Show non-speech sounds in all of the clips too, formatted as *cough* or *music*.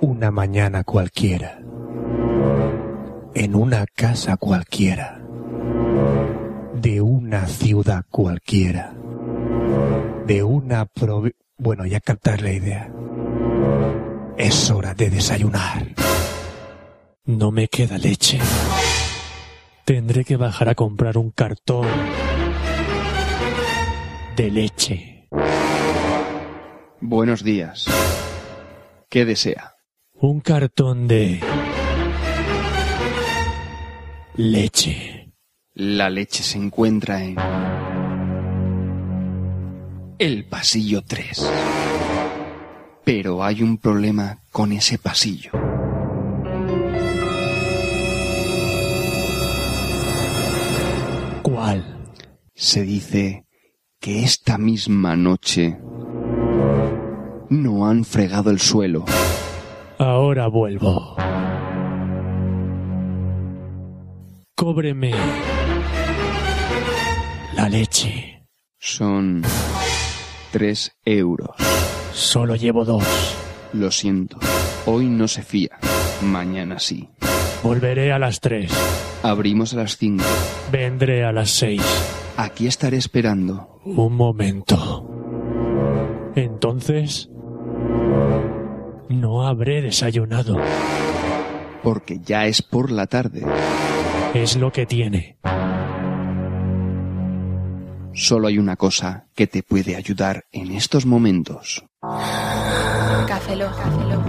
Una mañana cualquiera. En una casa cualquiera. De una ciudad cualquiera. De una provi... Bueno, ya captáis la idea. Es hora de desayunar. No me queda leche. Tendré que bajar a comprar un cartón de leche. Buenos días. ¿Qué desea? Un cartón de leche. La leche se encuentra en... El pasillo 3. Pero hay un problema con ese pasillo. ¿Cuál? Se dice que esta misma noche no han fregado el suelo. Ahora vuelvo. Cóbreme la leche. Son tres euros. Solo llevo dos. Lo siento. Hoy no se fía. Mañana sí. Volveré a las tres. Abrimos a las cinco. Vendré a las seis. Aquí estaré esperando. Un momento. Entonces... No habré desayunado. Porque ya es por la tarde. Es lo que tiene. Solo hay una cosa que te puede ayudar en estos momentos. Café Lock. Café Lock.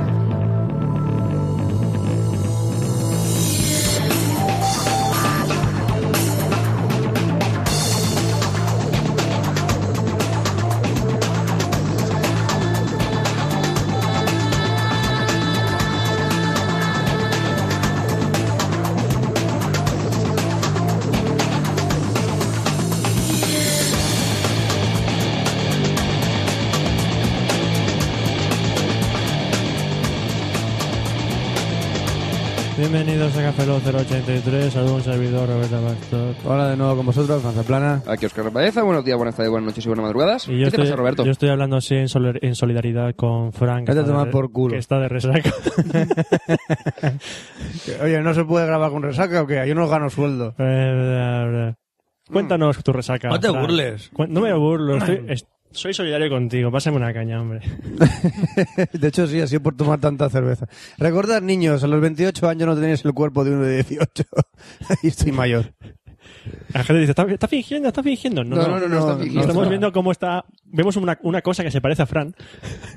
Bienvenidos a Café Lock 083, saludos un servidor Roberto Pastor. Hola de nuevo con vosotros, Franza Plana. Aquí Oscar Baeza, buenos días, buenas tardes, buenas noches y buenas madrugadas. Y yo ¿Qué estoy, te pasa, Roberto? Yo estoy hablando así en, soler- en solidaridad con Frank. que Vete a está de tomar re- por culo. Que está de *laughs* resaca. Oye, ¿no se puede grabar con resaca o qué? Yo no gano sueldo. Eh, Cuéntanos tu resaca. No te Frank. burles. Cu- No me burlo, estoy, es- soy solidario contigo. Pásame una caña, hombre. *laughs* De hecho, sí, así por tomar tanta cerveza. Recordad, niños, a los 28 años no tenéis el cuerpo de uno de *laughs* 18. Ahí estoy mayor. La gente dice, está, está fingiendo, está fingiendo. No, no, no, está no, Estamos no. viendo cómo está... Vemos una, una cosa que se parece a Fran,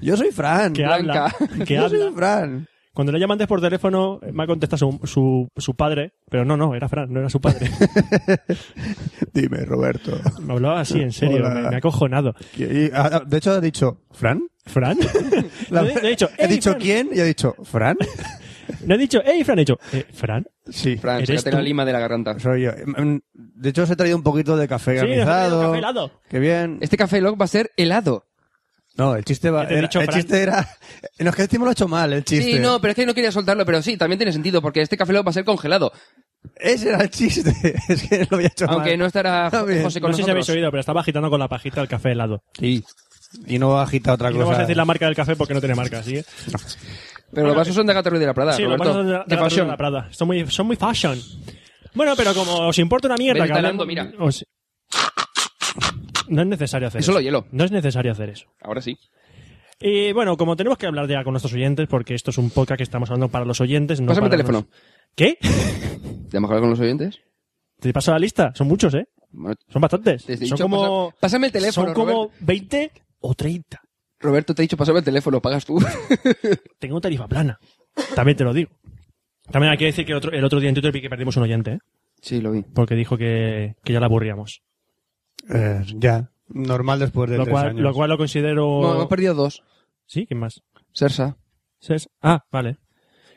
Yo soy Fran. que Blanca. habla, que *laughs* Yo soy habla. Fran. Cuando le llaman antes por teléfono, eh, me ha contestado su, su, su padre, pero no, no, era Fran, no era su padre. *laughs* Dime, Roberto. Me hablaba así, en serio, Hola. me, me ha acojonado. Y- y- ah, ah, de hecho, ha dicho, ¿Fran? *laughs* ¿Fran? La- no, he, no he dicho, he "Ey, dicho Fran". quién y ha dicho, ¿Fran? No he dicho, hey, Fran, he dicho, "Eh, ¿Fran? Sí, Fran, ¿Eres sácate tú? la lima de la garganta. soy yo. Mm, De hecho, os he traído un poquito de café Sí, nos ha traído granizado. café helado. Qué bien. Este Café Lock va a ser helado. No, el chiste va. Ya te he era- dicho, el Fran. chiste era. No, es que decimos lo ha hecho mal, el chiste. Sí, no, pero es que no quería soltarlo, pero sí, también tiene sentido, porque este Café Lock va a ser congelado. Ese era el chiste. *laughs* Es que lo había hecho Ah, Aunque mal. Eh, no estará Está bien. José No con sé si nosotros. habéis oído, pero estaba agitando con la pajita el café helado. Sí. Y no agita otra Y cosa. no vas a decir la marca del café porque no tiene marca, ¿sí? Pero los vasos son de Gato Ruiz de la Prada, sí, los Roberto. vasos de la- de ¿Qué la, pasión? la Prada. Son muy, son muy fashion. Bueno, pero como os importa una mierda... Ven que talando, hablemos- mira. os- No es necesario hacer Es eso. solo hielo. No es necesario hacer eso. Ahora sí. Y bueno, como tenemos que hablar ya con nuestros oyentes, porque esto es un podcast que estamos hablando para los oyentes, no Pásame el para teléfono. los- ¿Qué? *laughs* ¿Ya hemos hablado con los oyentes? ¿Te paso la lista? Son muchos, ¿eh? Bueno, Son bastantes. te he son dicho, como... pasa- Pásame el pues, teléfono, Son como Roberto. 20 o 30. Roberto, te he dicho, pásame el teléfono, pagas tú. *laughs* Tengo tarifa plana. También te lo digo. También hay que decir que el otro, el otro día en Twitter vi que perdimos un oyente, ¿eh? sí, lo vi. porque dijo que, que ya la aburríamos. Eh, ya. Normal después de Lo tres cual, años. lo cual lo considero... No, hemos perdido dos. ¿Sí? ¿Quién más? Sersa. ¿Ses? Ah, vale.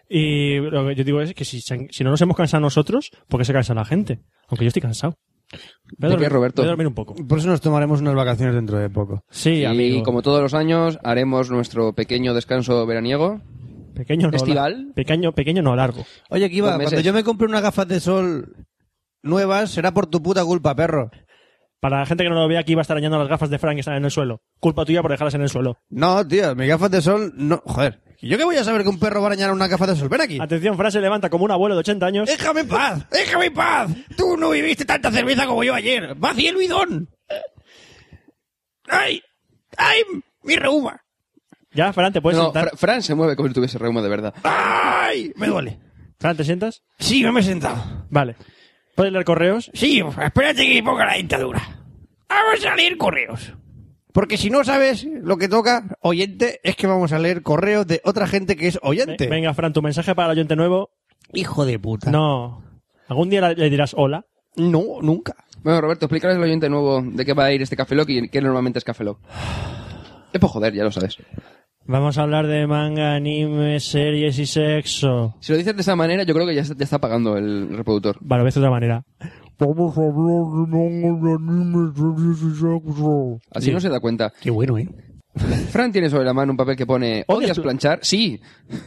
Y lo que yo digo es que si, se han- si no nos hemos cansado nosotros, ¿por qué se cansa la gente? Aunque yo estoy cansado. Voy a ¿Por qué, dormir- Roberto? Voy a dormir un poco. Por eso nos tomaremos unas vacaciones dentro de poco. Sí, amigo. Y como todos los años, haremos nuestro pequeño descanso veraniego. Pequeño no Estival. Pequeño, pequeño no largo. Oye, Kiva, Dos meses. cuando yo me compre unas gafas de sol nuevas, será por tu puta culpa, perro. Para la gente que no lo vea, aquí va a estar dañando las gafas de Frank que están en el suelo. Culpa tuya por dejarlas en el suelo. No, tío, mis gafas de sol no. Joder. ¿Y yo qué voy a saber que un perro va a arañar una gafa de sol? Ven aquí. Atención, frase levanta como un abuelo de 80 años. ¡Déjame en paz! ¡Déjame en paz! Tú no viviste tanta cerveza como yo ayer. ¡Va cielo y don! ¡Ay! ¡Ay! ¡Mi reuma! Ya, Fran, te puedes No, sentar. Fra- Fran se mueve como si tuviese reuma de verdad. ¡Ay! Me duele. Fran, ¿te sientas? Sí, no me he sentado. Vale. ¿Puedes leer correos? Sí, espérate que ponga la dictadura. Vamos a leer correos. Porque si no sabes lo que toca, oyente, es que vamos a leer correos de otra gente que es Ve- oyente. Venga, Fran, tu mensaje para el oyente nuevo. Hijo de puta. No. Algún día le- le dirás hola. No, nunca. Bueno, Roberto, explícales al oyente nuevo de qué va a ir este Café Lock y qué normalmente es Café Lock. Es por joder, ya lo sabes. Vamos a hablar de manga, anime, series y sexo. Si lo dices de esa manera, yo creo que ya, está- ya está pagando el reproductor. Vale, lo ves de otra manera. Vamos a hablar de manga, de anime, series y sexo. Así no se da cuenta. Qué bueno, ¿eh? Fran tiene sobre la mano un papel que pone ¿Odias ¿Odias pl- planchar? Sí.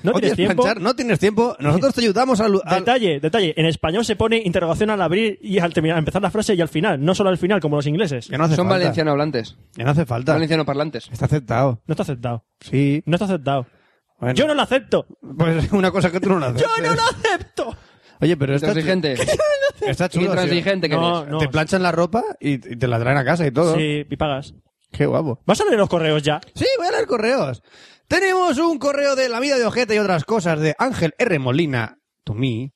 ¿No Odias tienes tiempo? planchar, no tienes tiempo. Nosotros te ayudamos a... lu- a- Detalle, detalle. En español se pone interrogación al abrir y al terminar, empezar la frase y al final. No solo al final, como los ingleses. Ya no hace Son falta. valenciano hablantes. Ya no hace falta. Valenciano parlantes. Está aceptado. No está aceptado. Sí. No está aceptado. Bueno. Yo no lo acepto. Pues *laughs* una cosa que tú no la haces. Yo no lo acepto. Oye, pero está, Intransigente. chulo. Está chulo. Intransigente que No, eres. no. Te planchan la ropa y, y te la traen a casa y todo. Sí, y pagas. Qué guapo. ¿Vas a leer los correos ya? Sí, voy a leer correos. Tenemos un correo de La vida de Ojete y otras cosas de Ángel R. Molina, to me.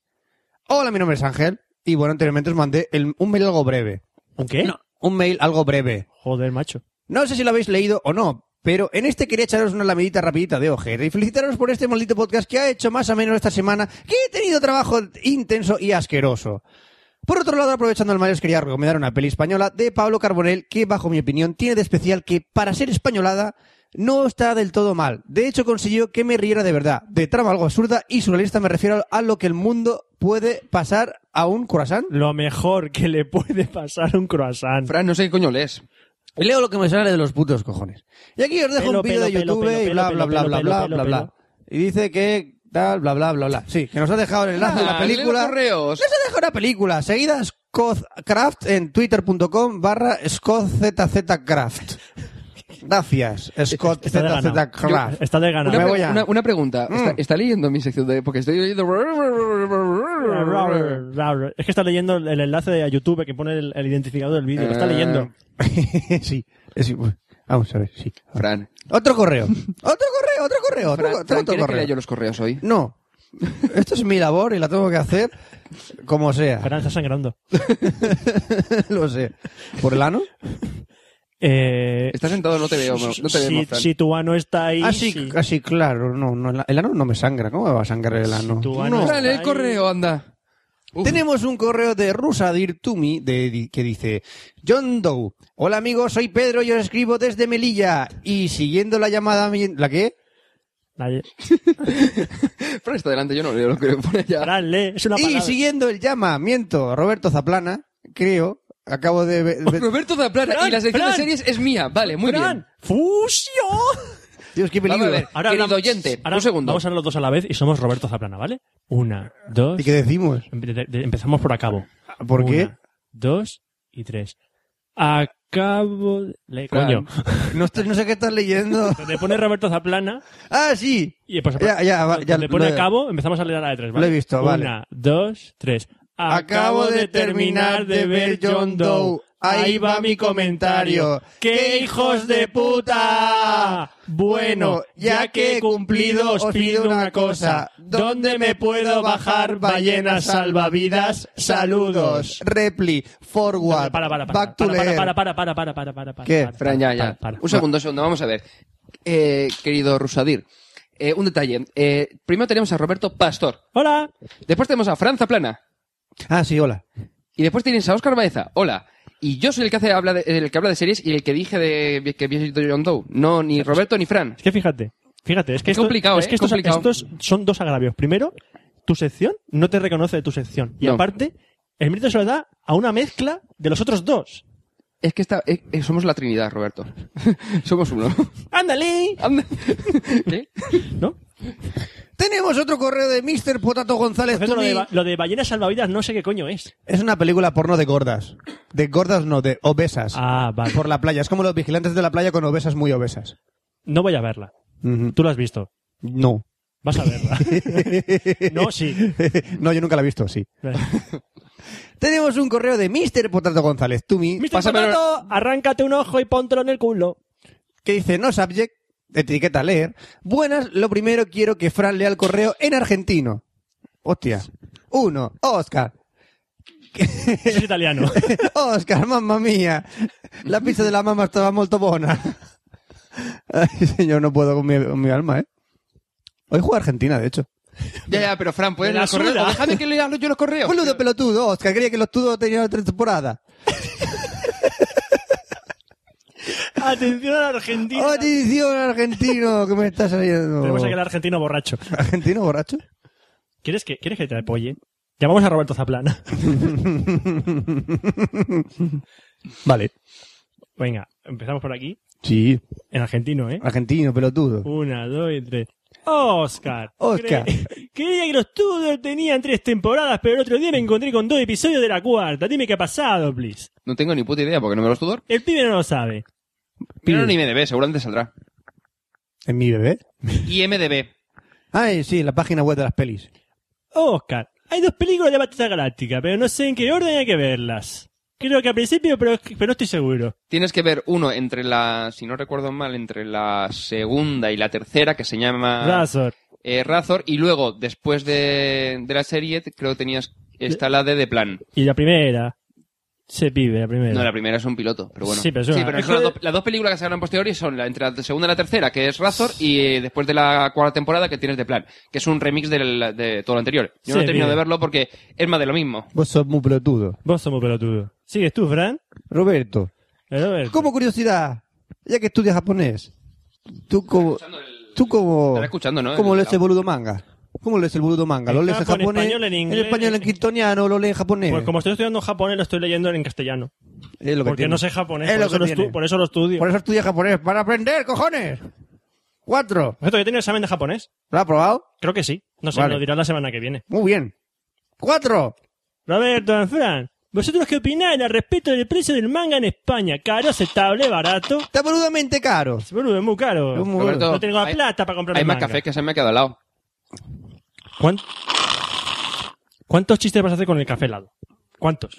Hola, mi nombre es Ángel. Y bueno, anteriormente os mandé el- un mail algo breve. ¿Un ¿Eh? qué? No, un mail algo breve. Joder, macho. No sé si lo habéis leído o no, pero en este quería echaros una lamidita rapidita de ojete y felicitaros por este maldito podcast que ha hecho más o menos esta semana, que he tenido trabajo intenso y asqueroso. Por otro lado, aprovechando el mail, os quería recomendar una peli española de Pablo Carbonell que, bajo mi opinión, tiene de especial que, para ser españolada, no está del todo mal. De hecho, consiguió que me riera de verdad. De trama algo absurda y surrealista me refiero a lo que el mundo puede pasar a un corazón. Lo mejor que le puede pasar a un croissant. Fran, no sé qué coño lees. Leo lo que me sale de los putos cojones. Y aquí os dejo Pelo, un vídeo pelo, de pelo, YouTube pelo, y bla, pelo, bla, bla, pelo, bla, pelo, bla, pelo, bla, bla. Y dice que tal, bla, bla, bla, bla. Sí, que nos ha dejado el enlace de Ah, la lee los película. correos. Nos ha dejado una película. Seguida Scottcraft en twitter.com barra scottzzcraft. Gracias, Está de ganado. scottzzcraft. Está de Una, ganado. Me pre- voy a- una- una pregunta. ¿Está, está leyendo mi sección de.? Porque estoy leyendo. Es que está leyendo el enlace de YouTube que pone el, el identificador del vídeo. Lo está Eh. leyendo. *laughs* sí, sí, vamos a ver, sí. Fran. Otro correo. Otro correo, otro correo, otro, Fran, otro Fran, ¿quieres que correo. lea yo los correos hoy? No. Esto es mi labor y la tengo que hacer como sea. Fran, está sangrando. *laughs* Lo sé. ¿Por el ano? Eh, Estás sentado, no te veo. No no te si, vemos, Fran. si tu ano está ahí. Ah, sí, sí. ah, sí, claro. No, no, el- el ano no me sangra. ¿Cómo me va a sangrar el ano? tu ano No. está Fran, lee el ahí. correo, anda. Uf. Tenemos un correo de Rusadir Tumi de, di- que dice John Doe. Hola amigos, soy Pedro y os escribo desde Melilla. Y siguiendo la llamada... mi- ¿La qué? Nadie- Fran está delante, yo no leo lo que pone allá. Fran, lee. Es una Y palabra. siguiendo el llamamiento Roberto Zaplana, creo, acabo de... ve- *laughs* ve- Roberto Zaplana Fran, y la sección de Fran. series es mía. Vale, muy Fran, bien. ¡Fusión! Dios, qué Vamos peligro. a ver, querido oyente, ahora un segundo. Vamos a hablar los dos a la vez y somos Roberto Zaplana, ¿vale? Una, dos. ¿Y qué decimos? empe- de- de- empezamos por acabo. ¿Por qué? Una, dos y tres. Acabo. de- Le, Fran. coño. Ah, No, estoy- no sé qué estás leyendo. *laughs* Te pone Roberto Zaplana Ah, sí. y pues, Ya, ya, va- ya le pone lo he- a cabo, empezamos a leer a la de tres, lo he ¿vale? visto, vale. Una, dos, tres. Acabo de terminar de ver John Doe. Ahí va mi comentario. ¡Qué hijos de puta! Bueno, ya que he cumplido, os pido una cosa. ¿Dónde me puedo bajar ballenas salvavidas? Saludos. Repli, forward, Para, para, para, back to leer. para, para, para, para, para, para, para, para, ¿Qué? para, Fran, ya, ya. para, para. Un segundo, un segundo, vamos a ver. Eh, querido Rusadir, eh, un detalle. Eh, primero tenemos a Roberto Pastor. Hola. Después tenemos a Franza Plana. Ah, sí, hola. Y después tienes a Oscar Baeza. Hola. Y yo soy el que, hace, habla de, el que habla de series y el que dije de, que vi John Doe. No, Pues ni Roberto ni Fran. Es que fíjate, fíjate, es que, Es esto- complicado, es ¿eh? que estos, Complicado. estos son dos agravios. Primero, tu sección no te reconoce de tu sección. Y No. aparte, el mérito se lo da a una mezcla de los otros dos. Es que está, eh, eh, somos la Trinidad, Roberto. *laughs* somos *laughs* uno. ¡Ándale! Anda. ¿Qué? ¿No? Tenemos otro correo de Mr. Potato González. Por cierto, lo, Tumi. de, ba- lo de ballenas salvavidas no sé qué coño es. Es una película porno de gordas. De gordas no, de obesas. Ah, vale. Por la playa. Es como los vigilantes de la playa con obesas muy obesas. No voy a verla. Tú lo has visto. No. *laughs* Vas a *laughs* verla. no, sí. no, yo nunca la he visto, sí. Tenemos un correo de Mr. Potato González, Tumi, Mr. Pásame- Potato, arráncate un ojo y póntelo en el culo. que dice no subject, etiqueta leer. Buenas, lo primero quiero que Fran lea el correo en argentino. Hostia. Uno, Oscar. *laughs* Eso es italiano. Oscar, mamma mía. La pizza de la mamma estaba molto buena. *laughs* Ay, señor, no puedo con mi, con mi alma, ¿eh? Hoy juega Argentina, de hecho. Ya, ya, pero Fran, ¿puedes Me la leer los correos? suda. O Déjame que lea yo los correos. Boludo pelotudo, Oscar. Creía que los tudos tenían otra temporada. *laughs* Atención al argentino. Atención, argentino, que me está saliendo. Tenemos aquí al argentino borracho. ¿Argentino borracho? ¿Quieres que, ¿Quieres que te apoye? Llamamos a Roberto Zaplana. Vale. Venga, empezamos por aquí. Sí. En argentino, ¿eh? Argentino, pelotudo. Una, dos y tres. Oscar. Oscar. Cre- *laughs* Creía que los Tudor tenían tres temporadas, pero el otro día me encontré con dos episodios de la cuarta. Dime qué ha pasado, please. No tengo ni puta idea porque no me los tudor. El pibe no lo sabe. Pero ni MDB, seguramente saldrá. ¿En mi bebé? Y MDB. Ay, Ah, eh, sí, la página web de las pelis. Oscar, hay dos películas de Batista Galáctica, pero no sé en qué orden hay que verlas. Creo que al principio, pero, pero no estoy seguro. Tienes que ver uno entre la, si no recuerdo mal, entre la segunda y la tercera, que se llama Razor. eh, Razor, y luego, después de, de la serie, creo que tenías, está la de The Plan. Y la primera. Se pibe, la primera. No, la primera es un piloto, pero bueno. Sí, pero es una- es son que- las, dos, las dos películas que se harán posteriori son la, entre la segunda y la tercera, que es Razor, y eh, después de la cuarta temporada que tienes de plan, que es un remix del- de todo lo anterior. Yo Sí, no he terminado bien. de verlo porque es más de lo mismo. Vos sos muy pelotudo. Vos somos pelotudos. ¿Sigues tú, Fran? Roberto, Roberto. como curiosidad, ya que estudias japonés, tú como... Tú como... Estará escuchando, ¿no? ¿Cómo El- lees el boludo manga? ¿Cómo lees el boludo manga? ¿Lo En lees en japo, en japonés? español, en inglés, español, en en- quintoniano, lo lees en japonés. Pues como estoy estudiando japonés, lo estoy leyendo en castellano. Es lo que Porque tiene. no sé japonés, Es por, lo eso que lo tiene. estu- por eso lo estudio. Por eso estudias japonés, para aprender, cojones. Cuatro. Por cierto, yo tenía examen de japonés. ¿Lo has probado? Creo que sí. No sé, Vale. me lo dirás la semana que viene. Muy bien. Cuatro. Roberto, Fran, ¿vosotros qué opináis al respecto del precio del manga en España? ¿Caro, aceptable, barato? Está boludamente caro. Es boludo, es muy caro. Es muy- Roberto, no tengo la hay- plata para comprar Hay el más manga. café que se me ha quedado al lado. ¿Cuán- ¿Cuántos chistes vas a hacer con el café helado? ¿Cuántos?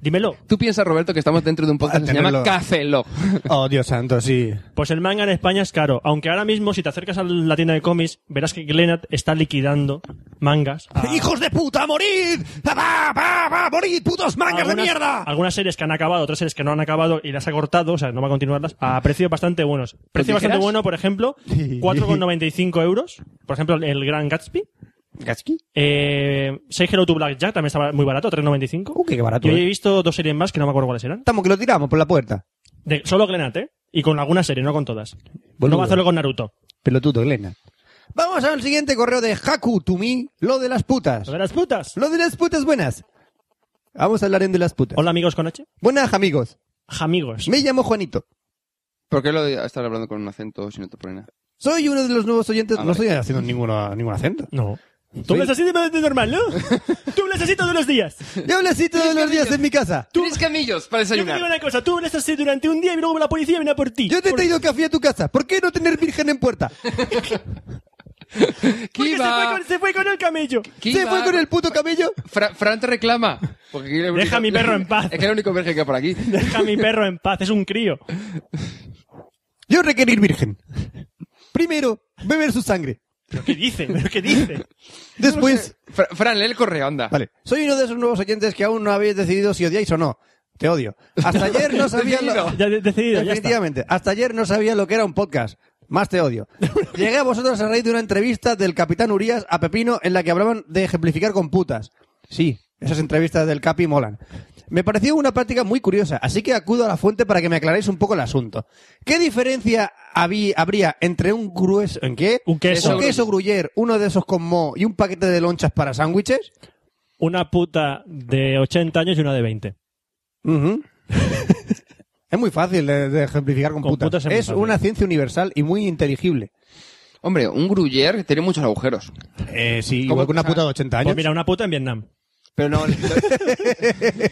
Dímelo. Tú piensas, Roberto, que estamos dentro de un podcast A que se llama tenerlo. Café Log. Oh, Dios santo, sí. Pues el manga en España es caro. Aunque ahora mismo, si te acercas a la tienda de cómics, verás que Glenat está liquidando mangas. a- ¡Hijos de puta, morid! ¡Va, va, va! ¡Morid, putos mangas de algunas- mierda! Algunas series que han acabado, otras series que no han acabado y las ha cortado, o sea, no va a continuarlas, a precios bastante buenos. Precio bastante tijeras? bueno, por *laughs* ejemplo, 4,95 euros. Por ejemplo, el Gran Gatsby. ¿Gatsby? Eh, Say Hello to Black Jack también estaba muy barato, 3,95. Uh, qué barato. Yo he eh. visto dos series más que no me acuerdo cuáles eran. Estamos que lo tiramos por la puerta. De, solo Glenat, ¿eh? Y con alguna serie, no con todas. Boludo. No va a hacerlo con Naruto. Pelotudo, Elena. Vamos al siguiente correo de Haku Tumi, lo de las putas. Lo de las putas. Lo de las putas buenas. Vamos a hablar en de las putas. Hola, amigos con H. Buenas, amigos. Amigos. Me llamo Juanito. *laughs* ¿Por qué lo estás hablando con un acento si no te pone nada? Soy uno de los nuevos oyentes. Ah, no vale. estoy haciendo ninguno, *laughs* ningún acento. No. Tú hablas así de, de normal, *laughs* ¿no? Tú hablas así todos los días. Yo hablo así todos los días en mi casa. Tres camillos para Yo te digo desayunar. una cosa, tú hablas así durante un día y luego la policía viene a por ti. Yo te he Por- traído café a tu casa. ¿Por qué no tener virgen en puerta? Porque se fue, Kiba, con, se fue con el camello. ¿Se Kiba. fue con el puto camello? Fra- Fran te reclama. Porque aquí el Deja a mi perro en paz. Es que es el único virgen que hay por aquí. Deja a mi perro en paz, es un crío. Yo requerir virgen. Primero, beber su sangre. ¿Pero qué dice? ¿Pero qué dice? Después, Fra- Fran, lee el correo, anda. vale, soy uno de esos nuevos oyentes que aún no habéis decidido si odiáis o no. Te odio. Hasta ayer no sabía lo... Ya he decidido, ya está. Definitivamente. Hasta ayer no sabía lo que era un podcast. Más *laughs* te odio. Llegué a vosotros a raíz de una entrevista del capitán Urias a Pepino en la que hablaban de ejemplificar con putas. Sí, esas entrevistas del Capi molan. Me pareció una práctica muy curiosa, así que acudo a la fuente para que me aclaréis un poco el asunto. ¿Qué diferencia habí- habría entre un grueso... ¿En qué? Un queso. Un queso gruyer, uno de esos con mo y un paquete de lonchas para sándwiches? Una puta de 80 años y una de 20. *laughs* Ujú. es muy fácil de, de ejemplificar con, Con putas. putas es muy es fácil. una ciencia universal y muy inteligible. Hombre, un gruyer tiene muchos agujeros. Eh, sí, ¿Cómo? igual que una O sea, puta de 80 años. Pues mira, una puta en Vietnam. Pero no. lo-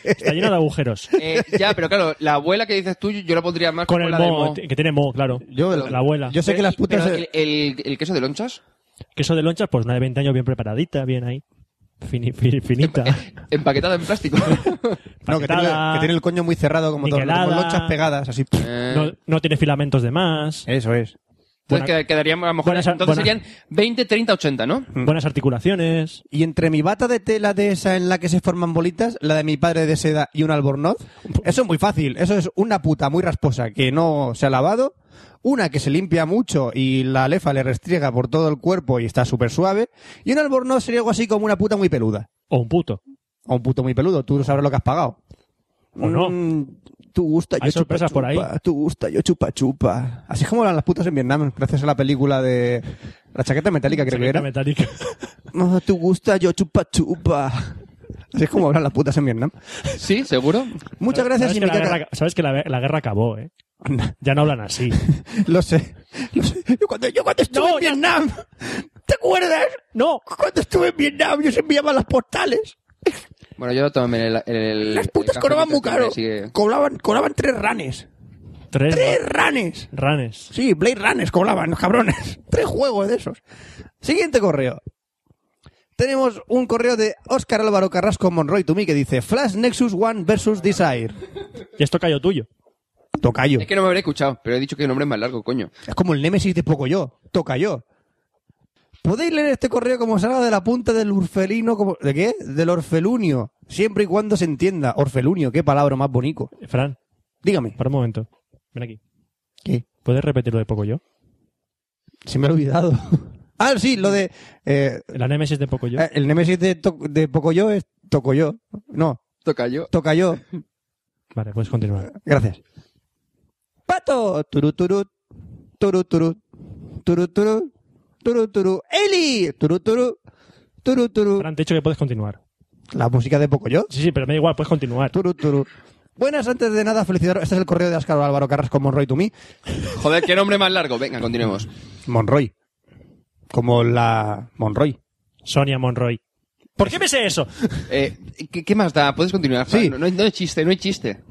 Está llena de agujeros. *laughs* eh, ya, pero claro, la abuela que dices tú, yo la pondría Ah, más Con como el la de mo, mo. que tiene mo, claro. yo, la abuela. Yo sé Pero- que las putas... eh, pero el, el- el queso de lonchas? Queso de lonchas, pues una de 20 años bien preparadita, bien ahí. Fini- fi- finita. Empaquetada *laughs* en plástico. *laughs* No, que tiene, Paquetada, que tiene el coño muy cerrado, como todo, niquelada. como lonchas pegadas, así. pff. Eh, no, no tiene filamentos de más. Eso es. entonces qued- quedaríamos, a lo mejor, buenas- entonces buenas- serían 20, 30, 80, ¿no? Buenas articulaciones. Y entre mi bata de tela de esa en la que se forman bolitas, la de mi padre de seda y un albornoz, eso es muy fácil. Eso es una puta muy rasposa que no se ha lavado, una que se limpia mucho y la lefa le restriega por todo el cuerpo y está súper suave, y un albornoz sería algo así como una puta muy peluda. O un puto. O un puto muy peludo, tú sabrás lo que has pagado. O no. Mm, tú gusta, Hay yo chupa, sorpresas por ahí. chupa, Tú gusta, yo chupa chupa. Así es como eran las putas en Vietnam, gracias a la película de la chaqueta metálica, creo que Chaqueta era. metálica. No, tú gusta, yo chupa chupa. Así es como hablan las putas en Vietnam. Sí, seguro. Muchas gracias, ¿Sabes que, la sindicato. *laughs* guerra, sabes que la, la guerra acabó, ¿eh? Ya no hablan así. Lo sé. Lo sé. Yo cuando, yo cuando estuve en Vietnam, ¿te acuerdas? ¡No! Cuando estuve en Vietnam, yo se enviaba las postales. Bueno, yo tomé el... el Las el putas café cobraban muy que caro. sigue- Cobraban, cobraban tres ranes. Tres ¡Tres ranes! ranes. Sí, Blade Runners cobraban, los cabrones. *laughs* Tres juegos de esos. Siguiente correo. Tenemos un correo de Óscar Álvaro Carrasco Monroy to me que dice Flash Nexus One versus Desire. Y esto cayó tuyo. Tocayo. Es que no me habría escuchado, pero he dicho que el nombre es más largo, coño. Es como el Némesis de Pocoyo. Toca yo. Podéis leer este correo como salga de la punta del orfelino. Como, ¿De qué? Del orfelunio. Siempre y cuando se entienda. Orfelunio, qué palabra más bonito. Eh, Fran, Dígame. para un momento. Ven aquí. ¿Qué? ¿Puedes repetirlo de poco yo? Se me ha olvidado. *laughs* ah, sí, lo de. eh, La némesis de poco yo. eh, el Némesis de, to- de Pocoyo es Tocoyo. No, Toca yo. Tocayo. Vale, puedes continuar. Gracias. Pato. Turu, turu, turu, turu, turu, turu, turu, turu. Eli. Turu, turu, turu, turu. Fran, te he dicho que puedes continuar. La música de Pocoyo. Sí, sí, pero me da igual, puedes continuar. Turu, turu. Buenas, antes de nada, felicitaros. Este es el correo de Ascaro Álvaro Carrasco Monroy to me. Joder, qué nombre más largo. Venga, continuemos. Monroy. Como la Monroy. Sonia Monroy. ¿Por qué me sé eso? Eh, ¿qué, qué más da? ¿Puedes continuar? Fran? Sí. No, no hay- no hay chiste, no hay chiste.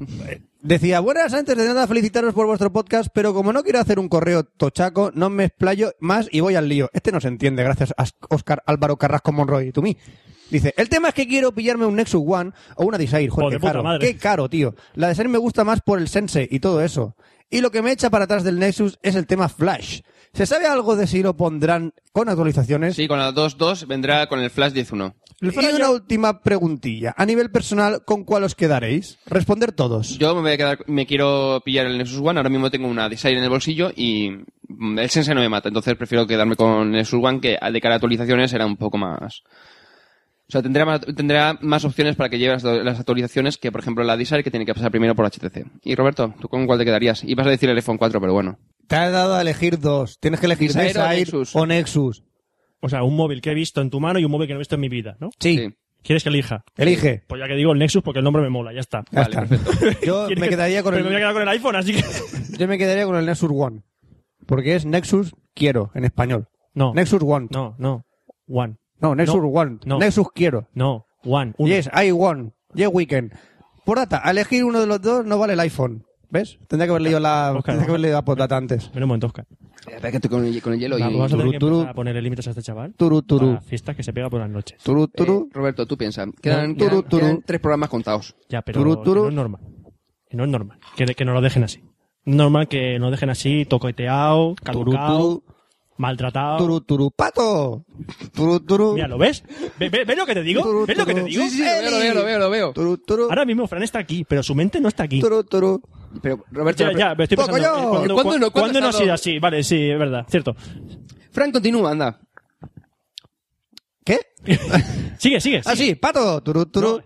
Decía, buenas, antes de nada, felicitaros por vuestro podcast, pero como no quiero hacer un correo tochaco, no me explayo más y voy al lío. Este no se entiende, gracias a Oscar Álvaro Carrasco Monroy to me. Dice, el tema es que quiero pillarme un Nexus One o una Desire, joder, Oh, de qué puta caro. madre. Qué caro, tío. La Desire me gusta más por el Sense y todo eso. Y lo que me echa para atrás del Nexus es el tema Flash. ¿Se sabe algo de si lo pondrán con actualizaciones? Sí, con la 2.2 vendrá con el Flash 10.1. Y una última preguntilla. A nivel personal, ¿con cuál os quedaréis? Responder todos. Yo me voy a quedar, me quiero pillar el Nexus One. Ahora mismo tengo una Desire en el bolsillo y mm, el Sense no me mata. Entonces prefiero quedarme con el Nexus One, que de cara a actualizaciones será un poco más. O sea, tendrá más, tendrá más opciones para que lleve las, las actualizaciones que, por ejemplo, la Desire, que tiene que pasar primero por HTC. Y Roberto, ¿tú con cuál te quedarías? Ibas a decir el iPhone 4, pero bueno. Te has dado a elegir dos. Tienes que elegir Desire o Desire Nexus. o Nexus. O sea, un móvil que he visto en tu mano y un móvil que no he visto en mi vida, ¿no? Sí. Sí. ¿Quieres que elija? Elige. Pues ya que digo el Nexus porque el nombre me mola, ya está. Ya Vale, está. *laughs* Yo ¿Quieres me que- quedaría con Pero Pues me voy a quedar el, con el iPhone, así que... yo me quedaría con el Nexus One. Porque es Nexus quiero en español. No, Nexus One. No, no, no. One. Nexus No. One. No. Nexus quiero. No, one. uno. Yes, I won. Yes, weekend. Por data, a elegir uno de los dos no vale el iPhone. ¿Ves? Tendría que haber leído la, Oscar, tendría que haber leído la postdata antes. Ven un momento, Oscar. La verdad que estoy Eh, con el, con el hielo y... Vamos a tener que Turu, empezar turu. a ponerle límites a este chaval. Turu, turu. Para fiestas que se pega por las noches. Turu, Eh, turu. Roberto, tú piensa. Quedan, No, turu, quedan- quedan turu. tres programas contados. Ya, pero Turu, turu. que no es normal. Que no es normal. Que, que no lo dejen así. Normal que nos dejen así, tocoteado, Turu, caducado, turu. maltratado. Turu, turu. Pato. Turu, turu. Mira, ¿lo ves? ¿Ve- ve- ¿Ves lo que te digo? Turu, ¿Ves lo que te turu. digo? Sí, sí, Lo veo, lo veo, lo veo, lo veo. Turu, turu. Ahora mismo Fran está aquí, pero su mente no está aquí. Turu, turu. Pero, Roberto, Ya, la- ya, me estoy ¡Poco pensando. yo! eh, ¿Cuándo, ¿Cuándo cu- no- cuándo cuándo no ha estado? sido así? Vale, sí, es verdad, cierto. *laughs* Fran, continúa, anda. ¿Qué? Sigue, sigue. Ah, sigue. sí, pato. Turu, turu. No.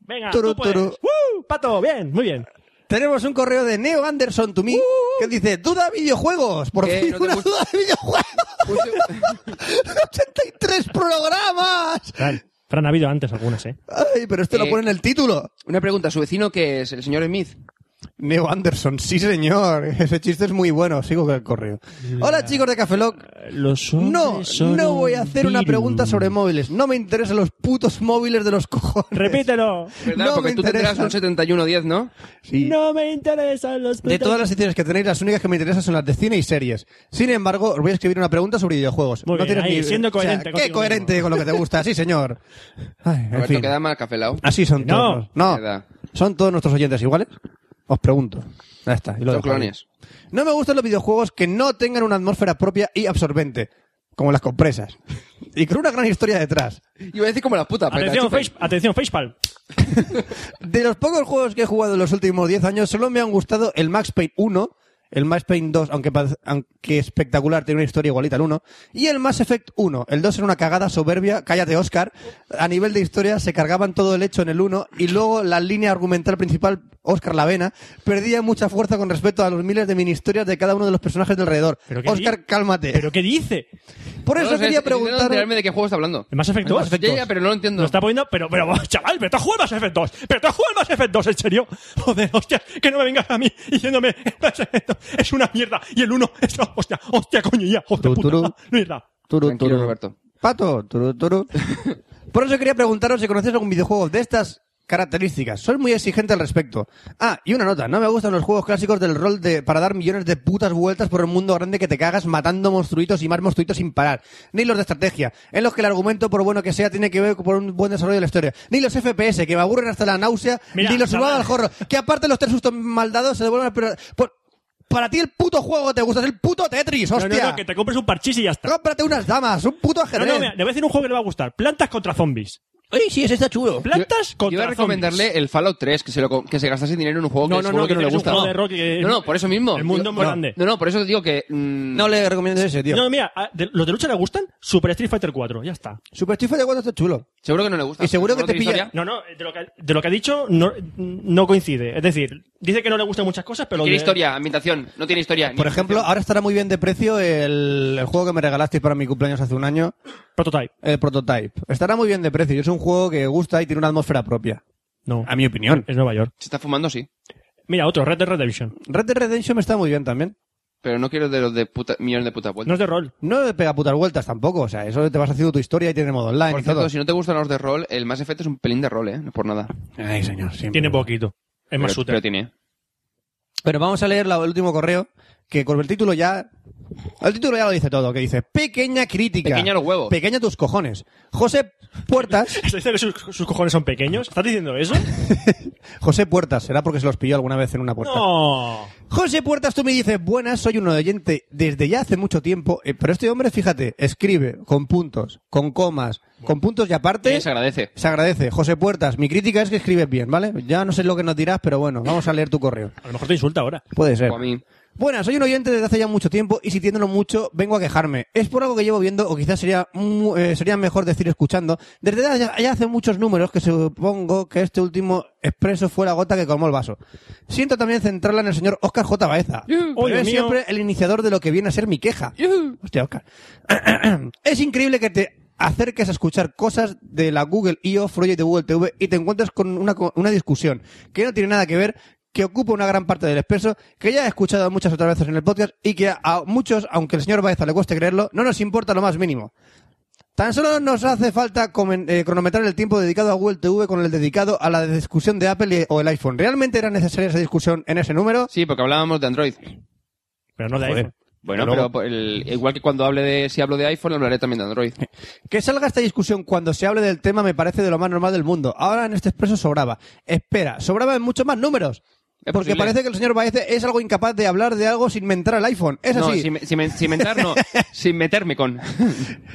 Venga, Turu, tú puedes. turu. ¡Uh! Pato, bien, muy bien. Tenemos un correo de Neo Anderson Uh. to me que dice duda videojuegos. Por ¿Qué? fin, ¿No te una gusta? duda de videojuegos. Puse- 83 programas. Fran, Fran, ha habido antes algunas, ¿eh? Ay, pero este Eh, lo pone en el título. Una pregunta, ¿su vecino qué es? ¿El señor Smith? Neo Anderson, sí señor. *laughs* Ese chiste es muy bueno. Sigo con el correo. Hola chicos de Cafeloc. Los No, hombres son no un voy a hacer una virus. pregunta sobre móviles. No me interesan los putos móviles de los cojones. Repítelo. ¿Verdad? No Porque me tú tendrás interesa. un 71-10, ¿no? Sí. No me interesan los De todas las secciones que tenéis, las únicas que me interesan son las de cine y series. Sin embargo, os voy a escribir una pregunta sobre videojuegos. Muy no bien, tienes ahí, ni- siendo o sea, coherente qué contigo coherente mismo. con lo que te gusta, sí, señor. Ay, en Roberto, fin. queda mal café lao. Así son No. todos. No, Verdad. son todos nuestros oyentes iguales. Os pregunto. Ya está. y lo Son dejo ahí. clones. No me gustan los videojuegos que no tengan una atmósfera propia y absorbente, como las compresas. *laughs* Y con una gran historia detrás. Iba a decir como la puta, pero Atención, chupen. face, atención, Facepal. De los pocos juegos que he jugado en los últimos 10 años, solo me han gustado el Max Payne 1, el Max Payne 2, aunque, pa- aunque espectacular, tiene una historia igualita al 1, y el Mass Effect 1. El 2 era una cagada soberbia, cállate Oscar. A nivel de historia se cargaban todo el hecho en el 1 y luego la línea argumental principal, Oscar Lavena, perdía mucha fuerza con respecto a los miles de mini historias de cada uno de los personajes de alrededor. ¿Pero qué Oscar, di- cálmate. ¿Pero qué dice? Por eso No lo sé, estoy quería intentando preguntar... enterarme de qué juego está hablando. ¿El Mass Effect 2? Ya, ya, pero no lo entiendo. Lo está poniendo, pero, pero, *laughs* chaval, pero te has jugado al Mass Effect 2. Pero te has jugado al Mass Effect 2, en serio. Joder, hostia, que no me vengas a mí diciéndome, *laughs* el Mass Effect 2 es una mierda. Y el 1 es, una- hostia, hostia, coño, ya, hostia, Tú, puta, tú, tú. *laughs* mierda. Turu, Tranquilo, turu. Roberto. Pato, turu, *laughs* turu. Por eso quería preguntaros si conocéis algún videojuego de estas características. Soy muy exigente al respecto. Ah, y una nota. No me gustan los juegos clásicos del rol de para dar millones de putas vueltas por el mundo grande que te cagas matando monstruitos y más monstruitos sin parar. Ni los de estrategia, en los que el argumento, por bueno que sea, tiene que ver por un buen desarrollo de la historia. Ni los FPS, que me aburren hasta la náusea. Mira, ni los subados chaval. al jorro. Que aparte los tres sustos maldados se devuelven... a per- por- Para ti el puto juego que te gusta es el puto Tetris, No, hostia. no, no, que te compres un parchís y ya está. Cómprate unas damas, un puto No, ajedrez. no, mira, le voy a decir un juego que le va a gustar. Plantas contra zombies. Oye, sí, ese está chulo. Plantas Yo- contra Yo iba a recomendarle zombies. el Fallout 3, que se, lo, co- que se gastase dinero en un juego No, que no, seguro no, que que no le es un gusta. juego de rock que- no, no, por eso mismo. El mundo Yo- es no, muy grande. No, no, por eso digo que... mm, No le recomiendo ese, tío. No, mira, a- de- los de lucha le gustan Super Street Fighter 4, ya está. Super Street Fighter 4 está chulo. Seguro que no le gusta. Y seguro que ¿No te tiene pilla- historia? No, no, de lo que, de lo que ha dicho no, no coincide. Es decir, dice que no le gustan muchas cosas, pero... Tiene de- historia, ambientación. No tiene historia. ni Por ejemplo, ahora estará muy bien de precio el, el juego que me regalasteis para mi cumpleaños hace un año, Prototype. el Prototype. Estará muy bien de precio. y Es un juego que gusta y tiene una atmósfera propia. No, A mi opinión. es Nueva York. Se está fumando, sí. Mira, otro, Red Dead Redemption. Pues- Red Dead Redemption está muy bien también. Pero no quiero de los de puta, millones de puta No vueltas. es de rol. No le pega putas vueltas tampoco. O sea, eso te vas haciendo tu historia y tiene modo online por y todo. cierto, si no te gustan los de rol, el Mass Effect es un pelín de rol, ¿eh? No por nada. Ay, señor, siempre. Tiene poquito. Es más pero, shooter. *laughs* pero tiene. ¿eh? Pero vamos a leer la- el último correo, que con el título ya... El título ya lo dice todo, que dice Pequeña crítica. Pequeña los huevos. Pequeña tus cojones. José *laughs* Puertas... ¿Estás diciendo que sus, sus cojones son pequeños? ¿Estás diciendo *laughs* eso? José Puertas, será porque se los pilló alguna vez en una puerta. no. José Puertas, tú me dices, buenas, soy un oyente desde ya hace mucho tiempo, eh, pero este hombre, fíjate, escribe con puntos, con comas, con puntos y aparte... Sí, se agradece. Se agradece. José Puertas, mi crítica es que escribes bien, ¿vale? Ya no sé lo que nos dirás, pero bueno, vamos a leer tu correo. A lo mejor te insulta ahora. Puede ser. O a mí. Buenas, soy un oyente desde hace ya mucho tiempo y sintiéndolo mucho vengo a quejarme. Es por algo que llevo viendo, o quizás sería, mu- eh, sería mejor decir escuchando. Desde ya, ya hace muchos números que supongo que este último expreso fue la gota que colmó el vaso. Siento también centrarla en el señor Oscar J. Baeza. ¡Oh, Pero Dios es mío! siempre el iniciador de lo que viene a ser mi queja. Hostia, Oscar. es increíble que te acerques a escuchar cosas de la Google IO, Project de Google TV y te encuentres con una, co- una discusión que no tiene nada que ver, que ocupa una gran parte del expreso, que ya he escuchado muchas otras veces en el podcast y que a, a muchos, aunque el señor Baeza le cueste creerlo, no nos importa lo más mínimo. Tan solo nos hace falta comen- eh, cronometrar el tiempo dedicado a Google TV con el dedicado a la discusión de Apple y- o el iPhone. ¿Realmente era necesaria esa discusión en ese número? Sí, porque hablábamos de Android. Pero no de iPhone. Bueno, Pero pero, luego- el- igual que cuando hable de, si hablo de iPhone, hablaré también de Android. Que salga esta discusión cuando se hable del tema me parece de lo más normal del mundo. Ahora en este expreso sobraba. Espera, sobraba en muchos más números. Es Porque posible. parece que el señor Baez es algo incapaz de hablar de algo sin mentar al iPhone. *laughs* Es no, así. sin, me- sin men- sin mentar, *laughs* no. sin meterme con.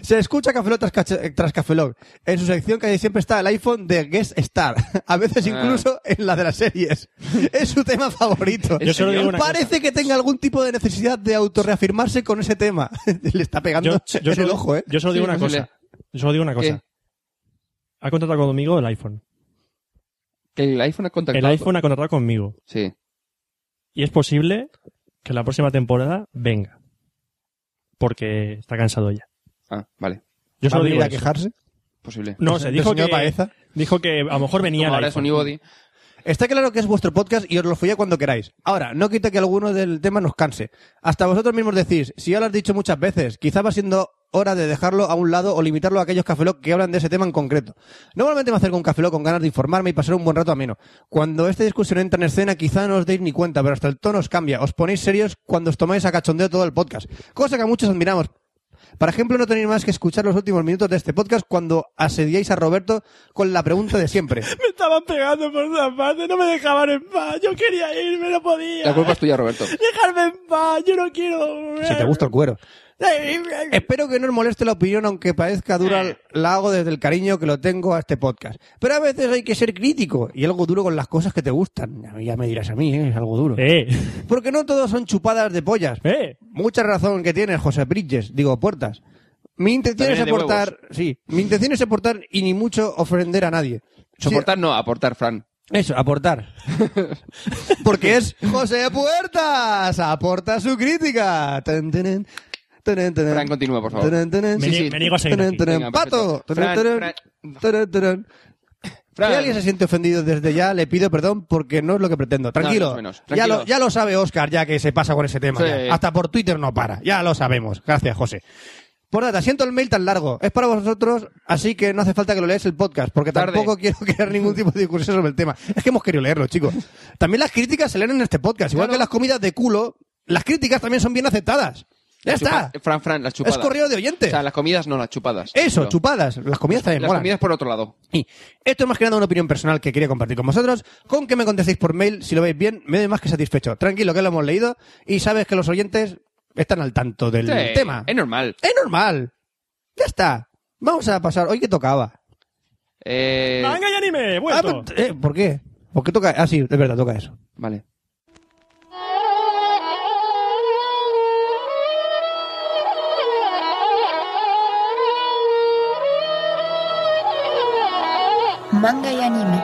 Se escucha Café Lock tras, cache- tras Café Lock. En su sección casi siempre está el iPhone de Guest Star. *laughs* A veces Ah. incluso en la de las series. *laughs* Es su tema favorito. Yo solo digo una cosa. parece que tenga algún tipo de necesidad de autorreafirmarse con ese tema. *laughs* Le está pegando Yo, yo en solo, el ojo, ¿eh? yo solo digo Sí, una posible. cosa. Yo solo digo una cosa. ¿Qué? Ha contratado conmigo el iPhone. Que el iPhone ha contactado. El iPhone ha contratado conmigo. Sí. Y es posible que la próxima temporada venga. Porque está cansado ya. Ah, vale. Yo ¿Va a solo venir digo a eso. quejarse? Posible. No, ¿El se dijo señor que, Baeza? dijo que a lo mejor venía Como el ahora es iPhone. un iBody. Está claro que es vuestro podcast y os lo folla cuando queráis. Ahora, no quita que alguno del tema nos canse. Hasta vosotros mismos decís, si ya lo has dicho muchas veces, quizá va siendo hora de dejarlo a un lado o limitarlo a aquellos cafeloc que hablan de ese tema en concreto. Normalmente me acerco a un cafeloc con ganas de informarme y pasar un buen rato ameno. Cuando esta discusión entra en escena quizá no os deis ni cuenta, pero hasta el tono os cambia. Os ponéis serios cuando os tomáis a cachondeo todo el podcast. Cosa que a muchos admiramos. Para ejemplo, no tenéis más que escuchar los últimos minutos de este podcast cuando asediáis a Roberto con la pregunta de siempre. Me estaban pegando por todas partes, no me dejaban en paz. Yo quería irme, no podía. La culpa es tuya, Roberto. Dejarme en paz, yo no quiero. Eh, Si te gusta el cuero. Espero que no os moleste la opinión, aunque parezca dura, la hago desde el cariño que lo tengo a este podcast. Pero a veces hay que ser crítico y algo duro con las cosas que te gustan. A mí Ya me dirás a mí, ¿eh? es algo duro. Eh, Porque no todos son chupadas de pollas. eh. Mucha razón que tienes, José Bridges, digo, puertas. Mi intención También es de huevos. aportar, sí, mi intención es aportar y ni mucho ofender a nadie. Sí, Soportar no, aportar, Fran. eso, aportar. *laughs* Porque es José Puertas, aporta su crítica. Tan, tan, tan, tan. Fran, continúa, por favor. Tan, tan, Me, sí, ni- sí. me niego a seguir Tan, aquí. tan, Venga, Pato. perfecto. Tan, tan, Fran, tan, tan. Fran. Si alguien se siente ofendido desde ya, le pido perdón porque no es lo que pretendo. Tranquilo. No, menos, menos. Ya, lo, Tranquilo. ya lo sabe Oscar, ya que se pasa con ese tema. Sí. ya. Hasta por Twitter no para. Ya lo sabemos. Gracias, José. Por nada, siento el mail tan largo. Es para vosotros, así que no hace falta que lo leáis el podcast, porque Tarde. tampoco quiero *laughs* crear ningún tipo de discusión sobre el tema. Es que hemos querido leerlo, chicos. También las críticas se leen en este podcast. Igual Claro. que las comidas de culo, las críticas también son bien aceptadas. Ya las está. chupa- Fran, Fran, las chupadas. Es correo de oyentes. O sea, las comidas no, las chupadas. Eso, No. chupadas. Las comidas también Las molan. comidas por otro lado. Y esto es más que nada una opinión personal que quería compartir con vosotros. Con que me contestéis por mail, si lo veis bien, me doy más que satisfecho. Tranquilo, que lo hemos leído y sabes que los oyentes están al tanto del Sí, tema. Es normal. Es normal. Ya está. Vamos a pasar. Hoy que tocaba. Eh, Manga y anime, he vuelto. Ah, pero- eh, ¿Por qué? ¿Por qué toca? Ah, sí, es verdad, toca eso. Vale. Manga y anime.